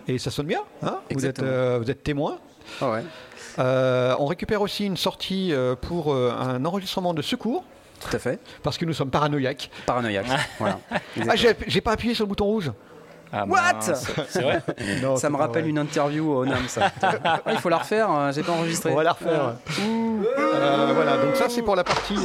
S2: et ça sonne bien. hein. vous, êtes,
S1: Exactement.
S2: euh, vous êtes témoin. Euh, on récupère aussi une sortie euh, pour euh, un enregistrement de secours.
S1: Tout à fait.
S2: Parce que nous sommes paranoïaques.
S1: Paranoïaque. voilà.
S2: Ah, j'ai j'ai pas appuyé sur le bouton rouge.
S3: Ah,
S1: What
S3: mince. C'est vrai
S2: Non,
S1: Ça
S2: c'est
S1: me
S2: pas
S1: rappelle
S2: vrai.
S1: une interview au NAM, ça. Ouais, Il faut la refaire, euh, j'ai pas enregistré.
S2: On va la refaire. Euh, voilà, donc ça c'est pour la partie euh,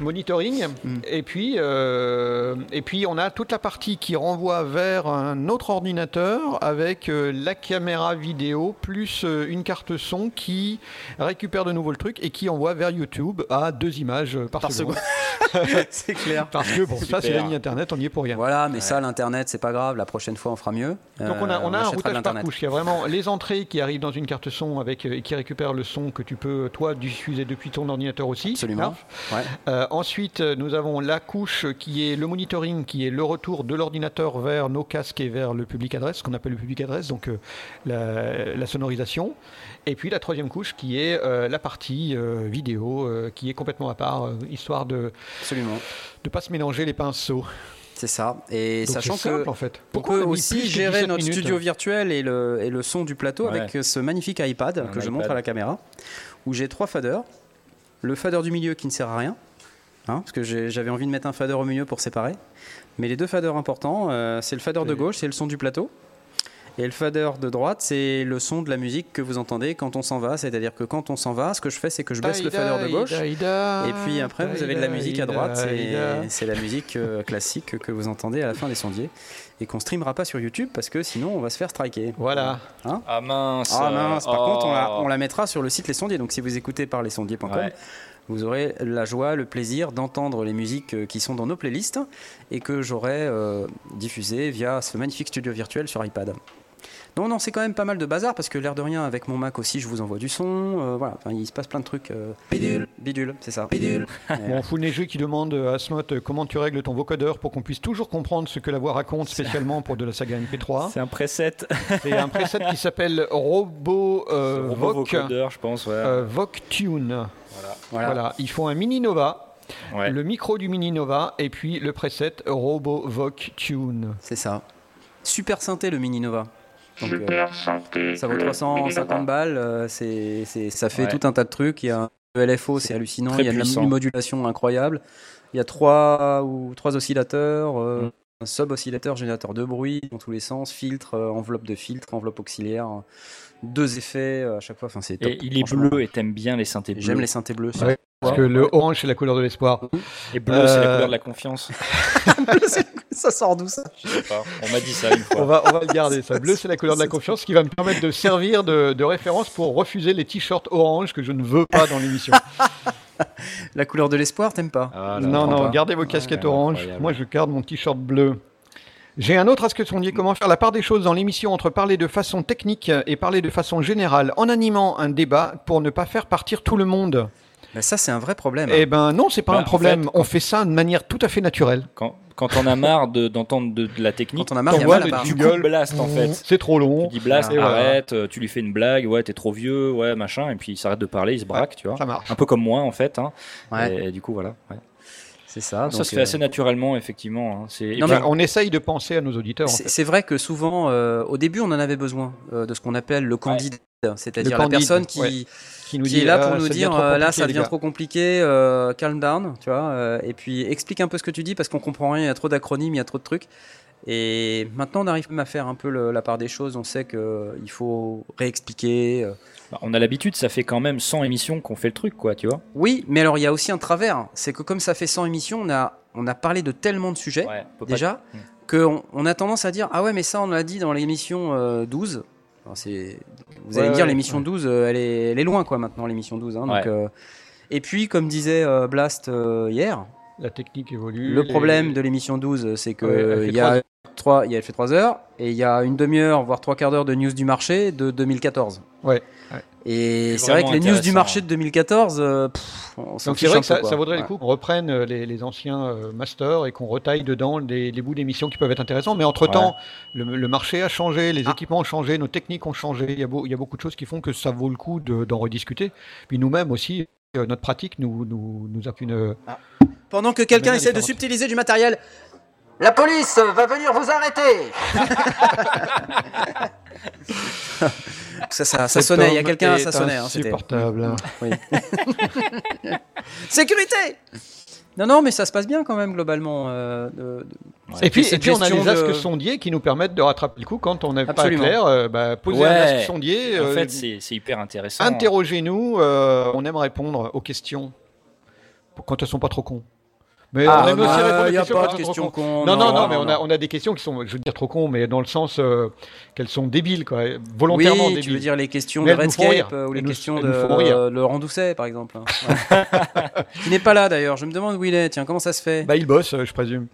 S2: monitoring. Et, puis, euh, et puis on a toute la partie qui renvoie vers un autre ordinateur avec euh, la caméra vidéo plus euh, une carte son qui récupère de nouveau le truc et qui envoie vers YouTube à deux images euh, par,
S1: Par
S2: seconde.
S1: c'est clair.
S2: Parce que bon, ça c'est la ligne internet, on y est pour rien.
S1: Voilà, mais ça, l'internet, c'est pas grave, la prochaine fois on fera mieux.
S2: Donc on a,
S1: Euh,
S2: on a
S1: achètera
S2: un
S1: de
S2: routage par
S1: l'internet.
S2: couche. Il y a vraiment les entrées qui arrivent dans une carte son avec, euh, et qui récupèrent le son que tu peux, toi, diffuser depuis ton ordinateur aussi.
S1: Absolument. Ouais.
S2: Euh, ensuite, euh, nous avons la couche qui est le monitoring, qui est le retour de l'ordinateur vers nos casques et vers le public adresse, ce qu'on appelle le public adresse, donc euh, la, la sonorisation. Et puis la troisième couche qui est euh, la partie euh, vidéo, euh, qui est complètement à part, euh, histoire de
S1: Absolument.
S2: de pas se mélanger les pinceaux.
S1: C'est ça. Et
S2: Donc,
S1: sachant
S2: c'est
S1: que
S2: simple, en fait.
S1: on
S2: Pourquoi
S1: peut
S2: on a mis plus
S1: aussi
S2: que
S1: gérer
S2: 17
S1: notre
S2: minutes hein
S1: studio virtuel et le, et le son du plateau
S2: Ouais.
S1: avec euh, ce magnifique iPad que je
S2: iPad.
S1: montre à la caméra, où j'ai trois faders. Le fader du milieu qui ne sert à rien, hein, parce que j'ai- j'avais envie de mettre un fader au milieu pour séparer. Mais les deux faders importants, euh, c'est le fader de gauche, c'est le son du plateau. Et le fader de droite, c'est le son de la musique que vous entendez quand on s'en va. C'est-à-dire que quand on s'en va, ce que je fais, c'est que je baisse le fader de gauche. Et
S2: Ah.
S1: puis après, vous avez de la musique à droite. C'est- C'est la musique euh, classique que vous entendez à la fin des sondiers. Et qu'on streamera pas sur YouTube parce que sinon, on va se faire striker.
S2: Voilà.
S3: ah mince.
S1: Ah mince, par
S3: Oh.
S1: contre, on la, on la mettra sur le site Les Sondiers. Donc si vous écoutez par lesondiers.com,
S3: Ouais.
S1: vous aurez la joie, le plaisir d'entendre les musiques euh, qui sont dans nos playlists et que j'aurai euh, diffusées via ce magnifique studio virtuel sur iPad. Non, non, c'est quand même pas mal de bazar parce que l'air de rien, avec mon Mac aussi, je vous envoie du son. euh, voilà, Enfin, il se passe plein de trucs. euh, bidule. Bidule, c'est ça. Bidule.
S2: Bon, fou neigeux qui demande euh, à Smot euh, comment tu règles ton vocodeur pour qu'on puisse toujours comprendre ce que la voix raconte spécialement pour de la saga MP3.
S3: C'est un preset.
S2: C'est un preset qui s'appelle Robo, euh,
S3: C'est Robo
S2: Voc.
S3: Vocodeur, je pense, ouais.
S2: Euh, Voc Tune. Voilà. Ils font un mini Nova. Le micro du mini Nova et puis le preset Robo Voc Tune.
S1: C'est ça. Super synthé le mini Nova. Donc, euh,
S7: Super synthé,
S1: ça vaut
S7: le
S1: 350
S7: Minova.
S1: balles, euh, c'est, c'est- ça fait
S7: Ouais.
S1: tout un tas de trucs. Il y a le LFO, c'est hallucinant.
S3: très
S1: Il y a de
S3: puissant.
S1: la modulation incroyable. Il y a trois ou trois oscillateurs, euh, un sub-oscillateur, générateur de bruit dans tous les sens, filtre, euh, enveloppe de filtre, enveloppe auxiliaire, euh, deux effets euh, à chaque fois. Enfin, c'est top,
S3: Et il est
S1: franchement.
S3: bleu et t'aimes bien les synthés bleus.
S1: J'aime les synthés bleus.
S2: Ouais, parce que le orange c'est la couleur de l'espoir.
S3: Et bleu, c'est la
S2: Euh,
S3: couleur de la confiance.
S1: ça sort d'où ça
S3: Je sais pas. On m'a dit ça une fois.
S2: On va, on va le garder, ça. Bleu, c'est la couleur de la confiance qui va me permettre de servir de, de référence pour refuser les t-shirts orange que je ne veux pas dans l'émission.
S1: La couleur de l'espoir, t'aimes pas
S3: Ah,
S2: non, non, gardez vos casquettes orange. Moi, je garde mon t-shirt bleu. J'ai un autre à ce que sondier. Comment faire la part des choses dans l'émission entre parler de façon technique et parler de façon générale en animant un débat pour ne pas faire partir tout le monde
S1: Mais Bah, ça, c'est un vrai problème.
S2: Eh ben non, c'est pas
S3: Bah,
S2: un
S3: en
S2: problème.
S3: fait,
S2: on fait ça de manière tout à fait naturelle.
S3: Quand, quand on a marre de- d'entendre de, de la technique,
S1: Quand on a marre, il y a
S3: t'envoies
S1: mal à Ah, part.
S3: le
S1: Gueule.
S3: jingle blast en fait.
S2: C'est trop long.
S3: Tu dis blast,
S2: Et voilà.
S3: arrête, euh, tu lui fais une blague, ouais, t'es trop vieux, ouais, machin, et puis il s'arrête de parler, il se braque, tu vois.
S2: ça marche.
S3: Un peu comme moi en fait. hein.
S1: Ouais.
S3: Et, et du coup, voilà. ouais.
S1: C'est ça.
S3: ça
S1: donc,
S3: se fait
S1: euh,
S3: assez naturellement, effectivement. hein. C'est- et
S1: Non,
S3: puis-
S1: mais-
S2: On essaye de penser à nos auditeurs. en
S1: C'est
S2: fait.
S1: c'est vrai que souvent, euh, au début, on en avait besoin euh, de ce qu'on appelle le candide,
S2: Le
S1: c'est-à-dire la
S2: candide,
S1: personne qui,
S2: ouais. Qui nous
S1: qui
S2: dit,
S1: est là
S2: Ah,
S1: pour nous
S2: ça devient
S1: dire
S2: trop
S1: euh, là,
S2: compliqué,
S1: ça
S2: les
S1: devient
S2: gars.
S1: trop compliqué, euh, calm down, tu vois, euh, et puis explique un peu ce que tu dis parce qu'on comprend rien, il y a trop d'acronymes, il y a trop de trucs. Et maintenant, on arrive même à faire un peu le- la part des choses, on sait qu'il faut réexpliquer. euh,
S3: Bah, on a l'habitude, ça fait quand même 100 émissions qu'on fait le truc, quoi, tu vois.
S1: Oui, mais alors il y a aussi un travers, c'est que comme ça fait 100 émissions, on a, on a parlé de tellement de sujets
S3: peut pas-
S1: déjà
S2: Hmm.
S3: Mm.
S1: qu'on on a tendance à dire ah ouais mais ça on l'a dit dans l'émission euh, 12. Alors, c'est- vous allez
S3: Ouais,
S1: me dire
S3: ouais,
S1: l'émission
S3: ouais.
S1: 12 euh, elle, est, elle est loin quoi maintenant l'émission 12. hein, donc,
S3: Ouais.
S1: euh, et puis comme disait euh, Blast euh, hier,
S2: La technique évolue.
S1: le
S2: les-
S1: problème de l'émission 12 c'est que
S2: Ouais, elle
S1: euh,
S2: fait
S1: il y a trois il y a- elle fait 3 heures et il y a une demi-heure voire trois quarts d'heure de news du marché de 2014.
S2: Ouais, ouais.
S1: Et
S3: C'est
S1: c'est vrai que les
S3: vraiment
S1: news du
S3: intéressant,
S1: marché de 2014, euh, pff, on s'en
S2: Donc
S1: fiche
S2: c'est vrai
S1: un
S2: que
S1: peu,
S2: ça,
S1: quoi.
S2: ça vaudrait
S1: Ouais.
S2: le coup qu'on reprenne euh, les, les anciens euh, masters et qu'on retaille dedans les, les bouts d'émissions qui peuvent être intéressants. Mais entre-temps, le, le marché a changé, les équipements ont changé, nos techniques ont changé. Il y a, beau- il y a beaucoup de choses qui font que ça vaut le coup de- d'en rediscuter. Puis nous-mêmes aussi, euh, notre pratique nous, nous, nous a pu... ne-
S1: Pendant que quelqu'un
S2: Manière
S1: essaie de
S2: différente.
S1: subtiliser du matériel, la police va venir vous arrêter. ça, ça, ça
S2: Cet
S1: sonnait, il y a
S2: homme
S1: quelqu'un,
S2: est
S1: ça sonnait. hein, c'était-
S2: insupportable.
S1: Oui. Sécurité Non, non, mais ça se passe bien quand même globalement. euh, de- de-
S2: Et puis,
S1: cette
S2: et puis on a
S1: gestion
S2: les asques
S1: de-
S2: sondiers qui nous permettent de rattraper le coup quand on n'est pas
S1: Absolument.
S2: clair. euh, bah, poser un
S3: Ouais.
S2: asque sondier,
S3: En
S2: euh,
S3: fait, c'est c'est hyper intéressant. hein.
S2: Interrogez-nous, euh, on aime répondre aux questions quand elles sont pas trop cons. Mais
S1: Ah,
S2: on aime aussi
S1: euh,
S2: répondre aux
S1: y a
S2: questions
S1: pas
S2: quand
S1: de
S2: elles sont
S1: questions
S2: trop
S1: cons,
S2: cons. Non, non,
S1: non,
S2: non,
S1: non,
S2: mais on a,
S1: non.
S2: on a des questions qui sont, je veux dire trop cons, mais dans le sens euh, qu'elles sont débiles, quoi,
S1: Oui,
S2: volontairement débiles.
S1: tu veux dire les questions
S2: Mais
S1: de
S2: elles nous font
S1: Redscape
S2: rire.
S1: euh, ou les
S2: Elles nous-
S1: questions
S2: elles
S1: de
S2: nous font rire.
S1: euh, Laurent Doucet par exemple. Ouais. Qui n'est pas là d'ailleurs, je me demande où il est. Tiens, comment ça se fait
S2: Bah, il bosse, euh, je présume.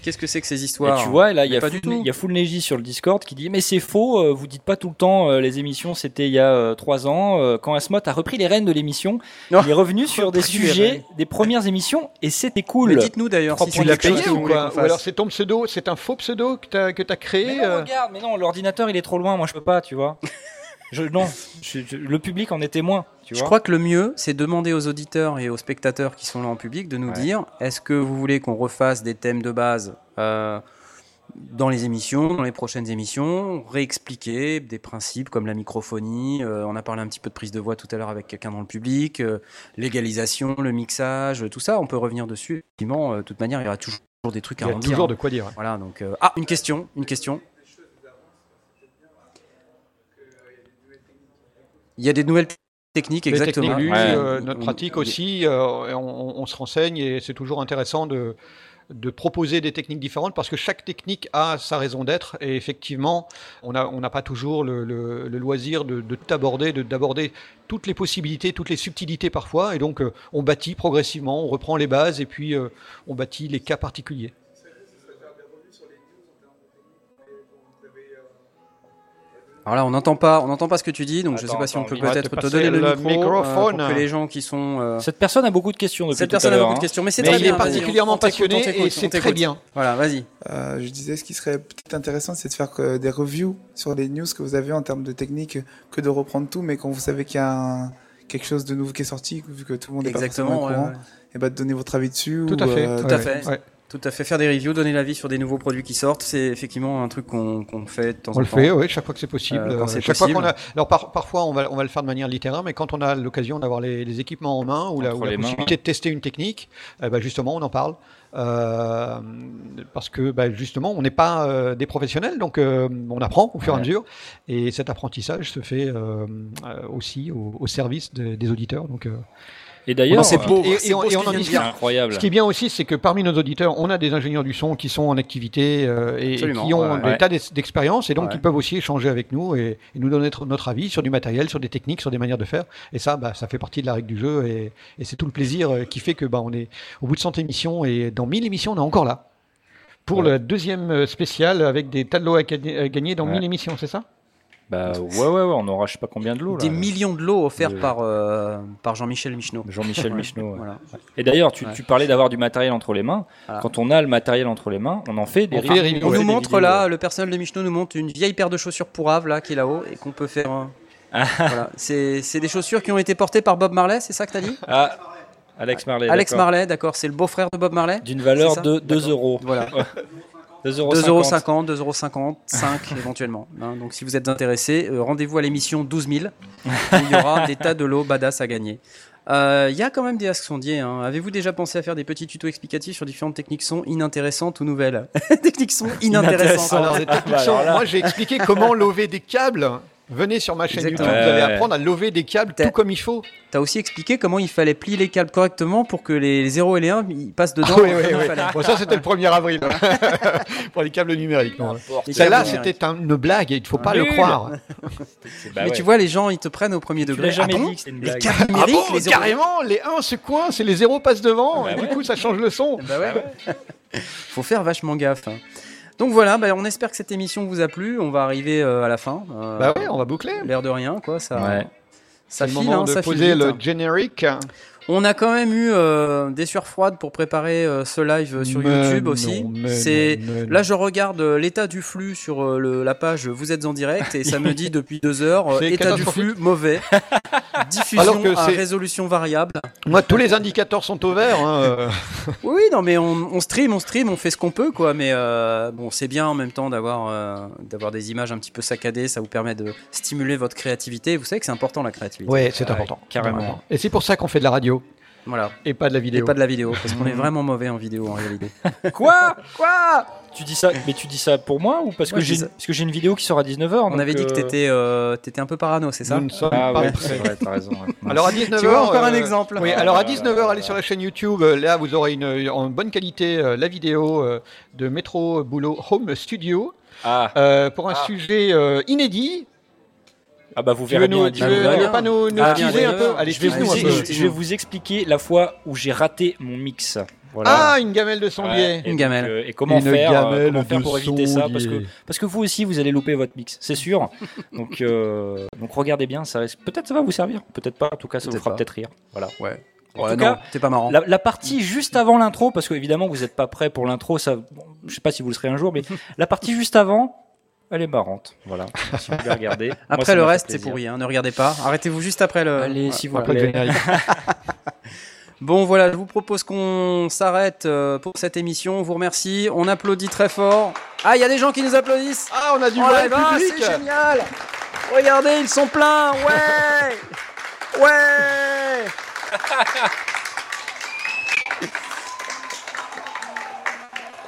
S1: Qu'est-ce que c'est que ces
S3: Et
S1: histoires
S3: tu vois, là, il y,
S1: Mais
S3: a
S1: pas du
S3: Full-
S1: tout.
S3: il y a Full Neji sur le Discord qui dit Mais c'est faux, euh, vous dites pas tout le temps euh, les émissions, c'était il y a euh, trois ans. euh, quand Asmot a repris les rênes de l'émission,
S1: Non.
S3: il est revenu sur des
S1: Repris les rênes.
S3: sujets des premières émissions et c'était
S1: Mais
S3: cool.
S1: dites-nous d'ailleurs si
S3: Tu
S1: c'est
S2: Tu l'as
S1: quelque chose
S2: payé
S1: que vous
S2: ou
S1: voulez
S2: quoi
S1: qu'on
S2: Ou alors
S1: fasse.
S2: c'est ton pseudo, c'est un faux pseudo que t'as que t'as
S3: Mais
S2: créé
S3: non,
S2: euh,
S3: regarde, mais non, l'ordinateur il est trop loin, moi je peux pas, tu vois. Je, non, je- je- le public en est témoin, tu vois.
S1: Je crois que le mieux, c'est demander aux auditeurs et aux spectateurs qui sont là en public de nous
S3: Ouais.
S1: dire est-ce que vous voulez qu'on refasse des thèmes de base euh, dans les émissions, dans les prochaines émissions, réexpliquer des principes comme la microphonie, euh, on a parlé un petit peu de prise de voix tout à l'heure avec quelqu'un dans le public, euh, l'égalisation, le mixage, tout ça, on peut revenir dessus. Effectivement, euh, de toute manière, il y aura toujours des trucs
S2: Il
S1: à hein.
S2: y a
S1: redire.
S2: toujours de quoi dire.
S1: Voilà, donc euh, ah, une question, une question. Il y a des nouvelles techniques,
S2: Les
S1: exactement.
S2: techniques, euh, notre pratique aussi, euh, on, on- on se renseigne et c'est toujours intéressant de, de proposer des techniques différentes parce que chaque technique a sa raison d'être et effectivement, on n'a on n'a pas toujours le, le- le loisir de, de t'aborder, de- d'aborder toutes les possibilités, toutes les subtilités parfois et donc euh, on bâtit progressivement, on reprend les bases et puis euh, on bâtit les cas particuliers.
S1: Alors là, on n'entend pas, on n'entend pas ce que tu dis, donc je ne sais
S3: Attends,
S1: pas si on
S3: attends,
S1: peut
S3: on va
S1: peut-être
S3: te
S1: te
S3: passer
S1: donner le,
S3: le
S1: micro, euh,
S3: microphone.
S1: pour que les gens qui sont. euh,
S3: Cette personne a beaucoup de questions depuis
S1: Cette
S3: tout à
S1: personne a
S3: l'heure,
S1: beaucoup de
S3: hein.
S1: questions, mais c'est
S3: Mais
S1: très
S3: il
S1: bien.
S3: est
S1: vas-y,
S3: particulièrement
S1: on t'écoute,
S3: passionné
S1: on t'écoute,
S3: et c'est
S1: on t'écoute.
S3: très bien.
S1: Voilà, vas-y.
S6: Euh, je disais, ce qui serait peut-être intéressant, c'est de faire que des reviews sur les news que vous avez en termes de technique, que de reprendre tout, mais quand vous savez qu'il y a un- quelque chose de nouveau qui est sorti, vu que tout le monde est
S1: Exactement, euh,
S6: pas forcément au
S1: ouais,
S6: courant,
S1: ouais.
S6: et bah de donner votre avis dessus.
S1: Tout à
S6: ou,
S1: fait,
S6: euh,
S1: tout à
S6: des trucs
S1: fait.
S6: comme ça.
S1: Tout à fait. Faire des reviews, donner l'avis sur des nouveaux produits qui sortent, c'est effectivement un truc qu'on qu'on fait de temps
S2: On
S1: en
S2: le
S1: temps.
S2: fait, oui, chaque fois que c'est possible.
S1: Euh,
S2: Euh,
S1: quand c'est
S2: chaque fois
S1: possible.
S2: qu'on a- Alors par- parfois on va, on va le faire de manière littéraire, mais quand on a l'occasion d'avoir les, les équipements en main ou la,
S3: Entre
S2: ou la
S3: les mains,
S2: possibilité de tester une technique, eh ben, justement on en parle. Euh, parce que ben, justement on n'est pas euh, des professionnels, donc euh, on apprend au fur et à
S3: Ouais.
S2: mesure. Et cet apprentissage se fait euh, euh, aussi au, au service des- des auditeurs. Donc, euh,
S3: Et d'ailleurs,
S1: Bah,
S2: on en discute.
S3: c'est beau,
S2: Et-
S3: c'est
S2: et on-
S3: beau ce
S2: et on
S3: qu'il
S2: en
S3: vient de
S2: discute.
S3: dire. Incroyable.
S2: Ce qui est bien aussi, c'est que parmi nos auditeurs, on a des ingénieurs du son qui sont en activité euh, et, et
S3: Absolument,
S2: qui ont
S3: ouais,
S2: des
S3: ouais.
S2: tas d'ex- d'expériences et donc
S3: Ouais.
S2: ils peuvent aussi échanger avec nous et, et nous donner notre, notre avis sur du matériel, sur des techniques, sur des manières de faire. Et ça, bah, ça fait partie de la règle du jeu et, et c'est tout le plaisir euh, qui fait que bah, on est au bout de 100 émissions et dans 1000 émissions, on est encore là. Pour la deuxième euh, spéciale avec des tas de lots à gagner à gagner dans
S3: Ouais.
S2: 1000 émissions, c'est ça
S3: Bah ouais, ouais, ouais, on aura je sais pas combien de lots. oh là.
S1: Des millions de lots offerts
S3: De-
S1: par, euh, par Jean-Michel Michneau.
S3: Jean-Michel Michneau. ouais.
S1: Voilà.
S3: Et d'ailleurs, tu,
S1: Ouais.
S3: tu parlais d'avoir du matériel entre les mains.
S1: Voilà.
S3: Quand on a le matériel entre les mains, on en fait des
S1: On,
S3: reviews.
S1: fait- on
S3: fait
S1: nous
S3: des
S1: montre
S3: vidéos.
S1: là, le personnel de Michneau nous montre une vieille paire de chaussures pour Havre, là, qui est là-haut, et qu'on peut faire. euh, voilà. C'est c'est des chaussures qui ont été portées par Bob Marley, c'est ça que t'as dit
S3: Ah, Alex Marley.
S1: Alex
S3: d'accord.
S1: Marley, d'accord, c'est le beau-frère de Bob Marley
S3: D'une valeur
S1: c'est ça
S3: de 2 euros.
S1: Voilà.
S3: 2,50
S1: 2,50€, 2,50€, 5 éventuellement. hein. donc si vous êtes intéressé, euh, rendez-vous à l'émission 12 000, où il y aura des tas de lots badass à gagner. Euh, Il y a quand même des asks sondiers. hein. Avez-vous déjà pensé à faire des petits tutos explicatifs sur différentes techniques son inintéressantes ou nouvelles Techniques son inintéressantes.
S2: Alors, des techniques sont- moi j'ai expliqué comment lover des câbles. Venez sur ma chaîne
S1: Exactement.
S2: YouTube, vous allez
S1: Ouais.
S2: apprendre à lover des câbles tout comme il faut.
S1: T'as aussi expliqué comment il fallait plier les câbles correctement pour que les 0 et les 1 ils passent dedans.
S2: Ah oui,
S1: comme
S2: oui,
S1: il
S2: oui.
S1: fallait.
S2: Bon, ça, c'était le 1er avril. hein. Pour les câbles numériques. non.
S1: Les
S2: Celle-là,
S1: câbles numériques.
S2: c'était un- une blague et il ne faut pas
S1: Nul.
S2: le croire.
S3: Bah
S1: Mais
S3: ouais.
S1: tu vois, les gens, ils te prennent au premier degré.
S3: l'as jamais
S1: Ah bon
S3: dit que c'était une
S1: Les
S3: blague.
S1: câbles
S2: Ah
S1: numériques,
S2: bon,
S1: les 0
S2: carrément, les 1 se coincent et les 0 passent devant,
S1: Bah
S2: et
S1: ouais.
S2: du coup ça change le son.
S1: Bah
S2: Ah
S1: faut faire vachement gaffe. hein. Donc voilà, bah, on espère que cette émission vous a plu. On va arriver euh, à la fin. Euh,
S2: Bah ouais, on va boucler.
S1: L'air de rien, quoi. Ça,
S3: Ouais.
S1: ça
S2: C'est le
S1: file,
S2: moment
S1: hein,
S2: de
S1: ça file
S2: poser
S1: vite,
S2: le
S1: hein.
S2: générique.
S1: On a quand même eu euh, des sueurs froides pour préparer euh, ce live euh, sur
S2: Mais
S1: YouTube
S2: non,
S1: aussi.
S2: mais
S1: C'est
S2: non, mais non.
S1: là, je regarde euh, l'état du flux sur euh, le- la page Vous êtes en direct et ça me dit depuis deux heures euh,
S2: C'est
S1: état du flux
S2: catastrophique.
S1: mauvais, diffusion
S2: Alors que
S1: à
S2: c'est-
S1: résolution variable.
S2: Moi, tous les indicateurs sont au vert. hein, euh.
S1: Oui, oui, non, mais on, on stream, on stream, on fait ce qu'on peut, quoi. Mais euh, bon, c'est bien en même temps d'avoir euh, d'avoir des images un petit peu saccadées. Ça vous permet de stimuler votre créativité. Vous savez que c'est important la créativité.
S2: Ouais, c'est
S3: Ah,
S2: important.
S3: Carrément.
S2: Et c'est pour ça qu'on fait de la radio
S1: Voilà.
S2: et pas de la
S1: Et
S2: vidéo.
S1: pas de la vidéo, parce qu'on est vraiment mauvais en vidéo en réalité.
S2: Oh,
S3: Quoi Quoi Tu dis ça Mais tu dis ça pour moi ou parce
S1: Moi,
S3: que
S1: je
S3: j'ai
S1: dis ça.
S3: parce que j'ai une vidéo qui sort à 19h
S1: On avait dit que t'étais euh, t'étais un peu parano, c'est ça
S2: Nous ne sommes
S3: Ah
S2: pas
S3: ouais,
S2: prêts.
S3: c'est vrai, t'as raison. ouais.
S2: Alors à 19h.
S1: Tu vois, encore un exemple.
S2: euh, Oui,
S3: Ah,
S2: alors à
S3: là, là,
S2: 19h,
S3: là,
S2: allez
S3: là.
S2: sur la chaîne YouTube. euh, Là, vous aurez une, euh, en bonne qualité euh, la vidéo euh, de Metro Boulot Home Studio
S3: Ah,
S2: euh, pour un sujet euh, inédit.
S3: ah bah vous
S2: Tu
S3: verrez
S2: veux,
S3: bien. à
S2: nous, tu
S3: 19h.
S2: veux,
S1: bien.
S2: tu veux pas nous, nous
S1: Ah, bien,
S2: teaser un peu
S1: bien.
S2: Allez,
S3: je vais,
S2: tease-nous
S3: vous,
S2: un peu.
S1: dis-
S3: je vais vous expliquer la fois où j'ai raté mon mix. Voilà.
S2: Ah, une gamelle de son biais.
S3: Ouais, et
S1: Une
S3: donc,
S1: gamelle.
S3: euh, et comment
S2: Une
S3: faire, euh,
S2: gamelle
S3: comment faire
S2: de
S3: pour éviter
S2: son
S3: ça parce
S2: lié.
S3: que, parce que vous aussi, vous allez louper votre mix, c'est sûr. donc, euh, donc regardez bien, ça risque- peut-être ça va vous servir, peut-être pas, en tout cas ça vous
S1: Peut-être
S3: fera
S1: pas.
S3: peut-être rire. Voilà.
S1: Ouais.
S3: En
S1: Ouais,
S3: tout
S1: non,
S3: cas,
S1: t'es pas marrant.
S3: la, la partie juste avant l'intro, parce que évidemment vous n'êtes pas prêt pour l'intro, ça, bon, je sais pas si vous le serez un jour, mais la partie juste avant, elle est marrante. Voilà, si vous la regardez. moi,
S1: Après
S3: ça
S1: le
S3: m'a fait
S1: reste, c'est
S3: plaisir.
S1: pourri. Hein, ne regardez pas. Arrêtez-vous juste après le.
S3: Allez, si vous
S1: Voilà.
S2: Après le
S3: plaît.
S2: générique.
S1: Bon voilà, je vous propose qu'on s'arrête euh, pour cette émission. On vous remercie. On applaudit très fort. Ah, il y a des gens qui nous applaudissent.
S2: Ah, on a du
S1: Oh là
S2: vrai
S1: là,
S2: public.
S1: c'est génial Regardez, ils sont pleins Ouais Ouais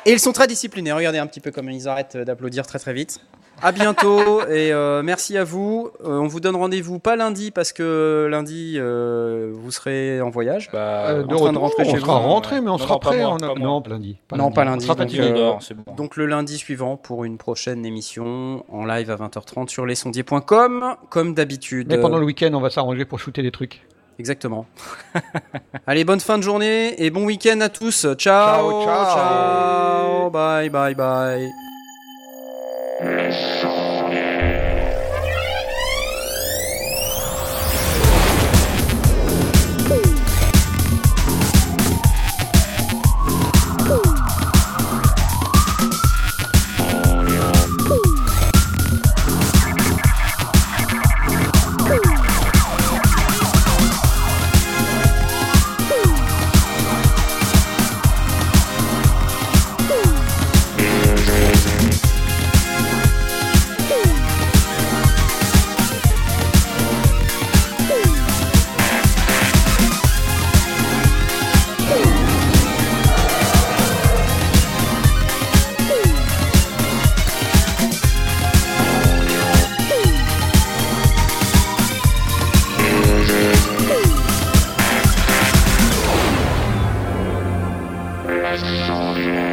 S1: Et ils sont très disciplinés. Regardez un petit peu comme ils arrêtent d'applaudir très très vite. À bientôt et euh, merci à vous. Euh, on vous donne rendez-vous pas lundi parce que lundi euh, vous serez en voyage. Bah,
S2: Euh, de
S1: en train de
S2: retour,
S1: rentrer
S2: on
S1: chez
S2: sera
S1: vous.
S2: rentré, mais on
S1: Non,
S2: sera
S1: non, pas
S2: prêt
S1: moi,
S2: en-
S1: pas moi.
S2: non, pas lundi, pas
S1: non,
S2: lundi.
S1: pas
S2: On
S1: lundi.
S2: sera
S1: donc,
S2: fatigué.
S1: euh,
S2: On dort, c'est bon.
S1: donc le lundi suivant pour une prochaine émission en live à 20h30 sur lesondiers.com comme d'habitude.
S2: Mais pendant le week-end, on va s'arranger pour shooter des trucs.
S1: Exactement. Allez, bonne fin de journée et bon week-end à tous. Ciao, ciao, ciao. bye, bye, bye.
S7: Let's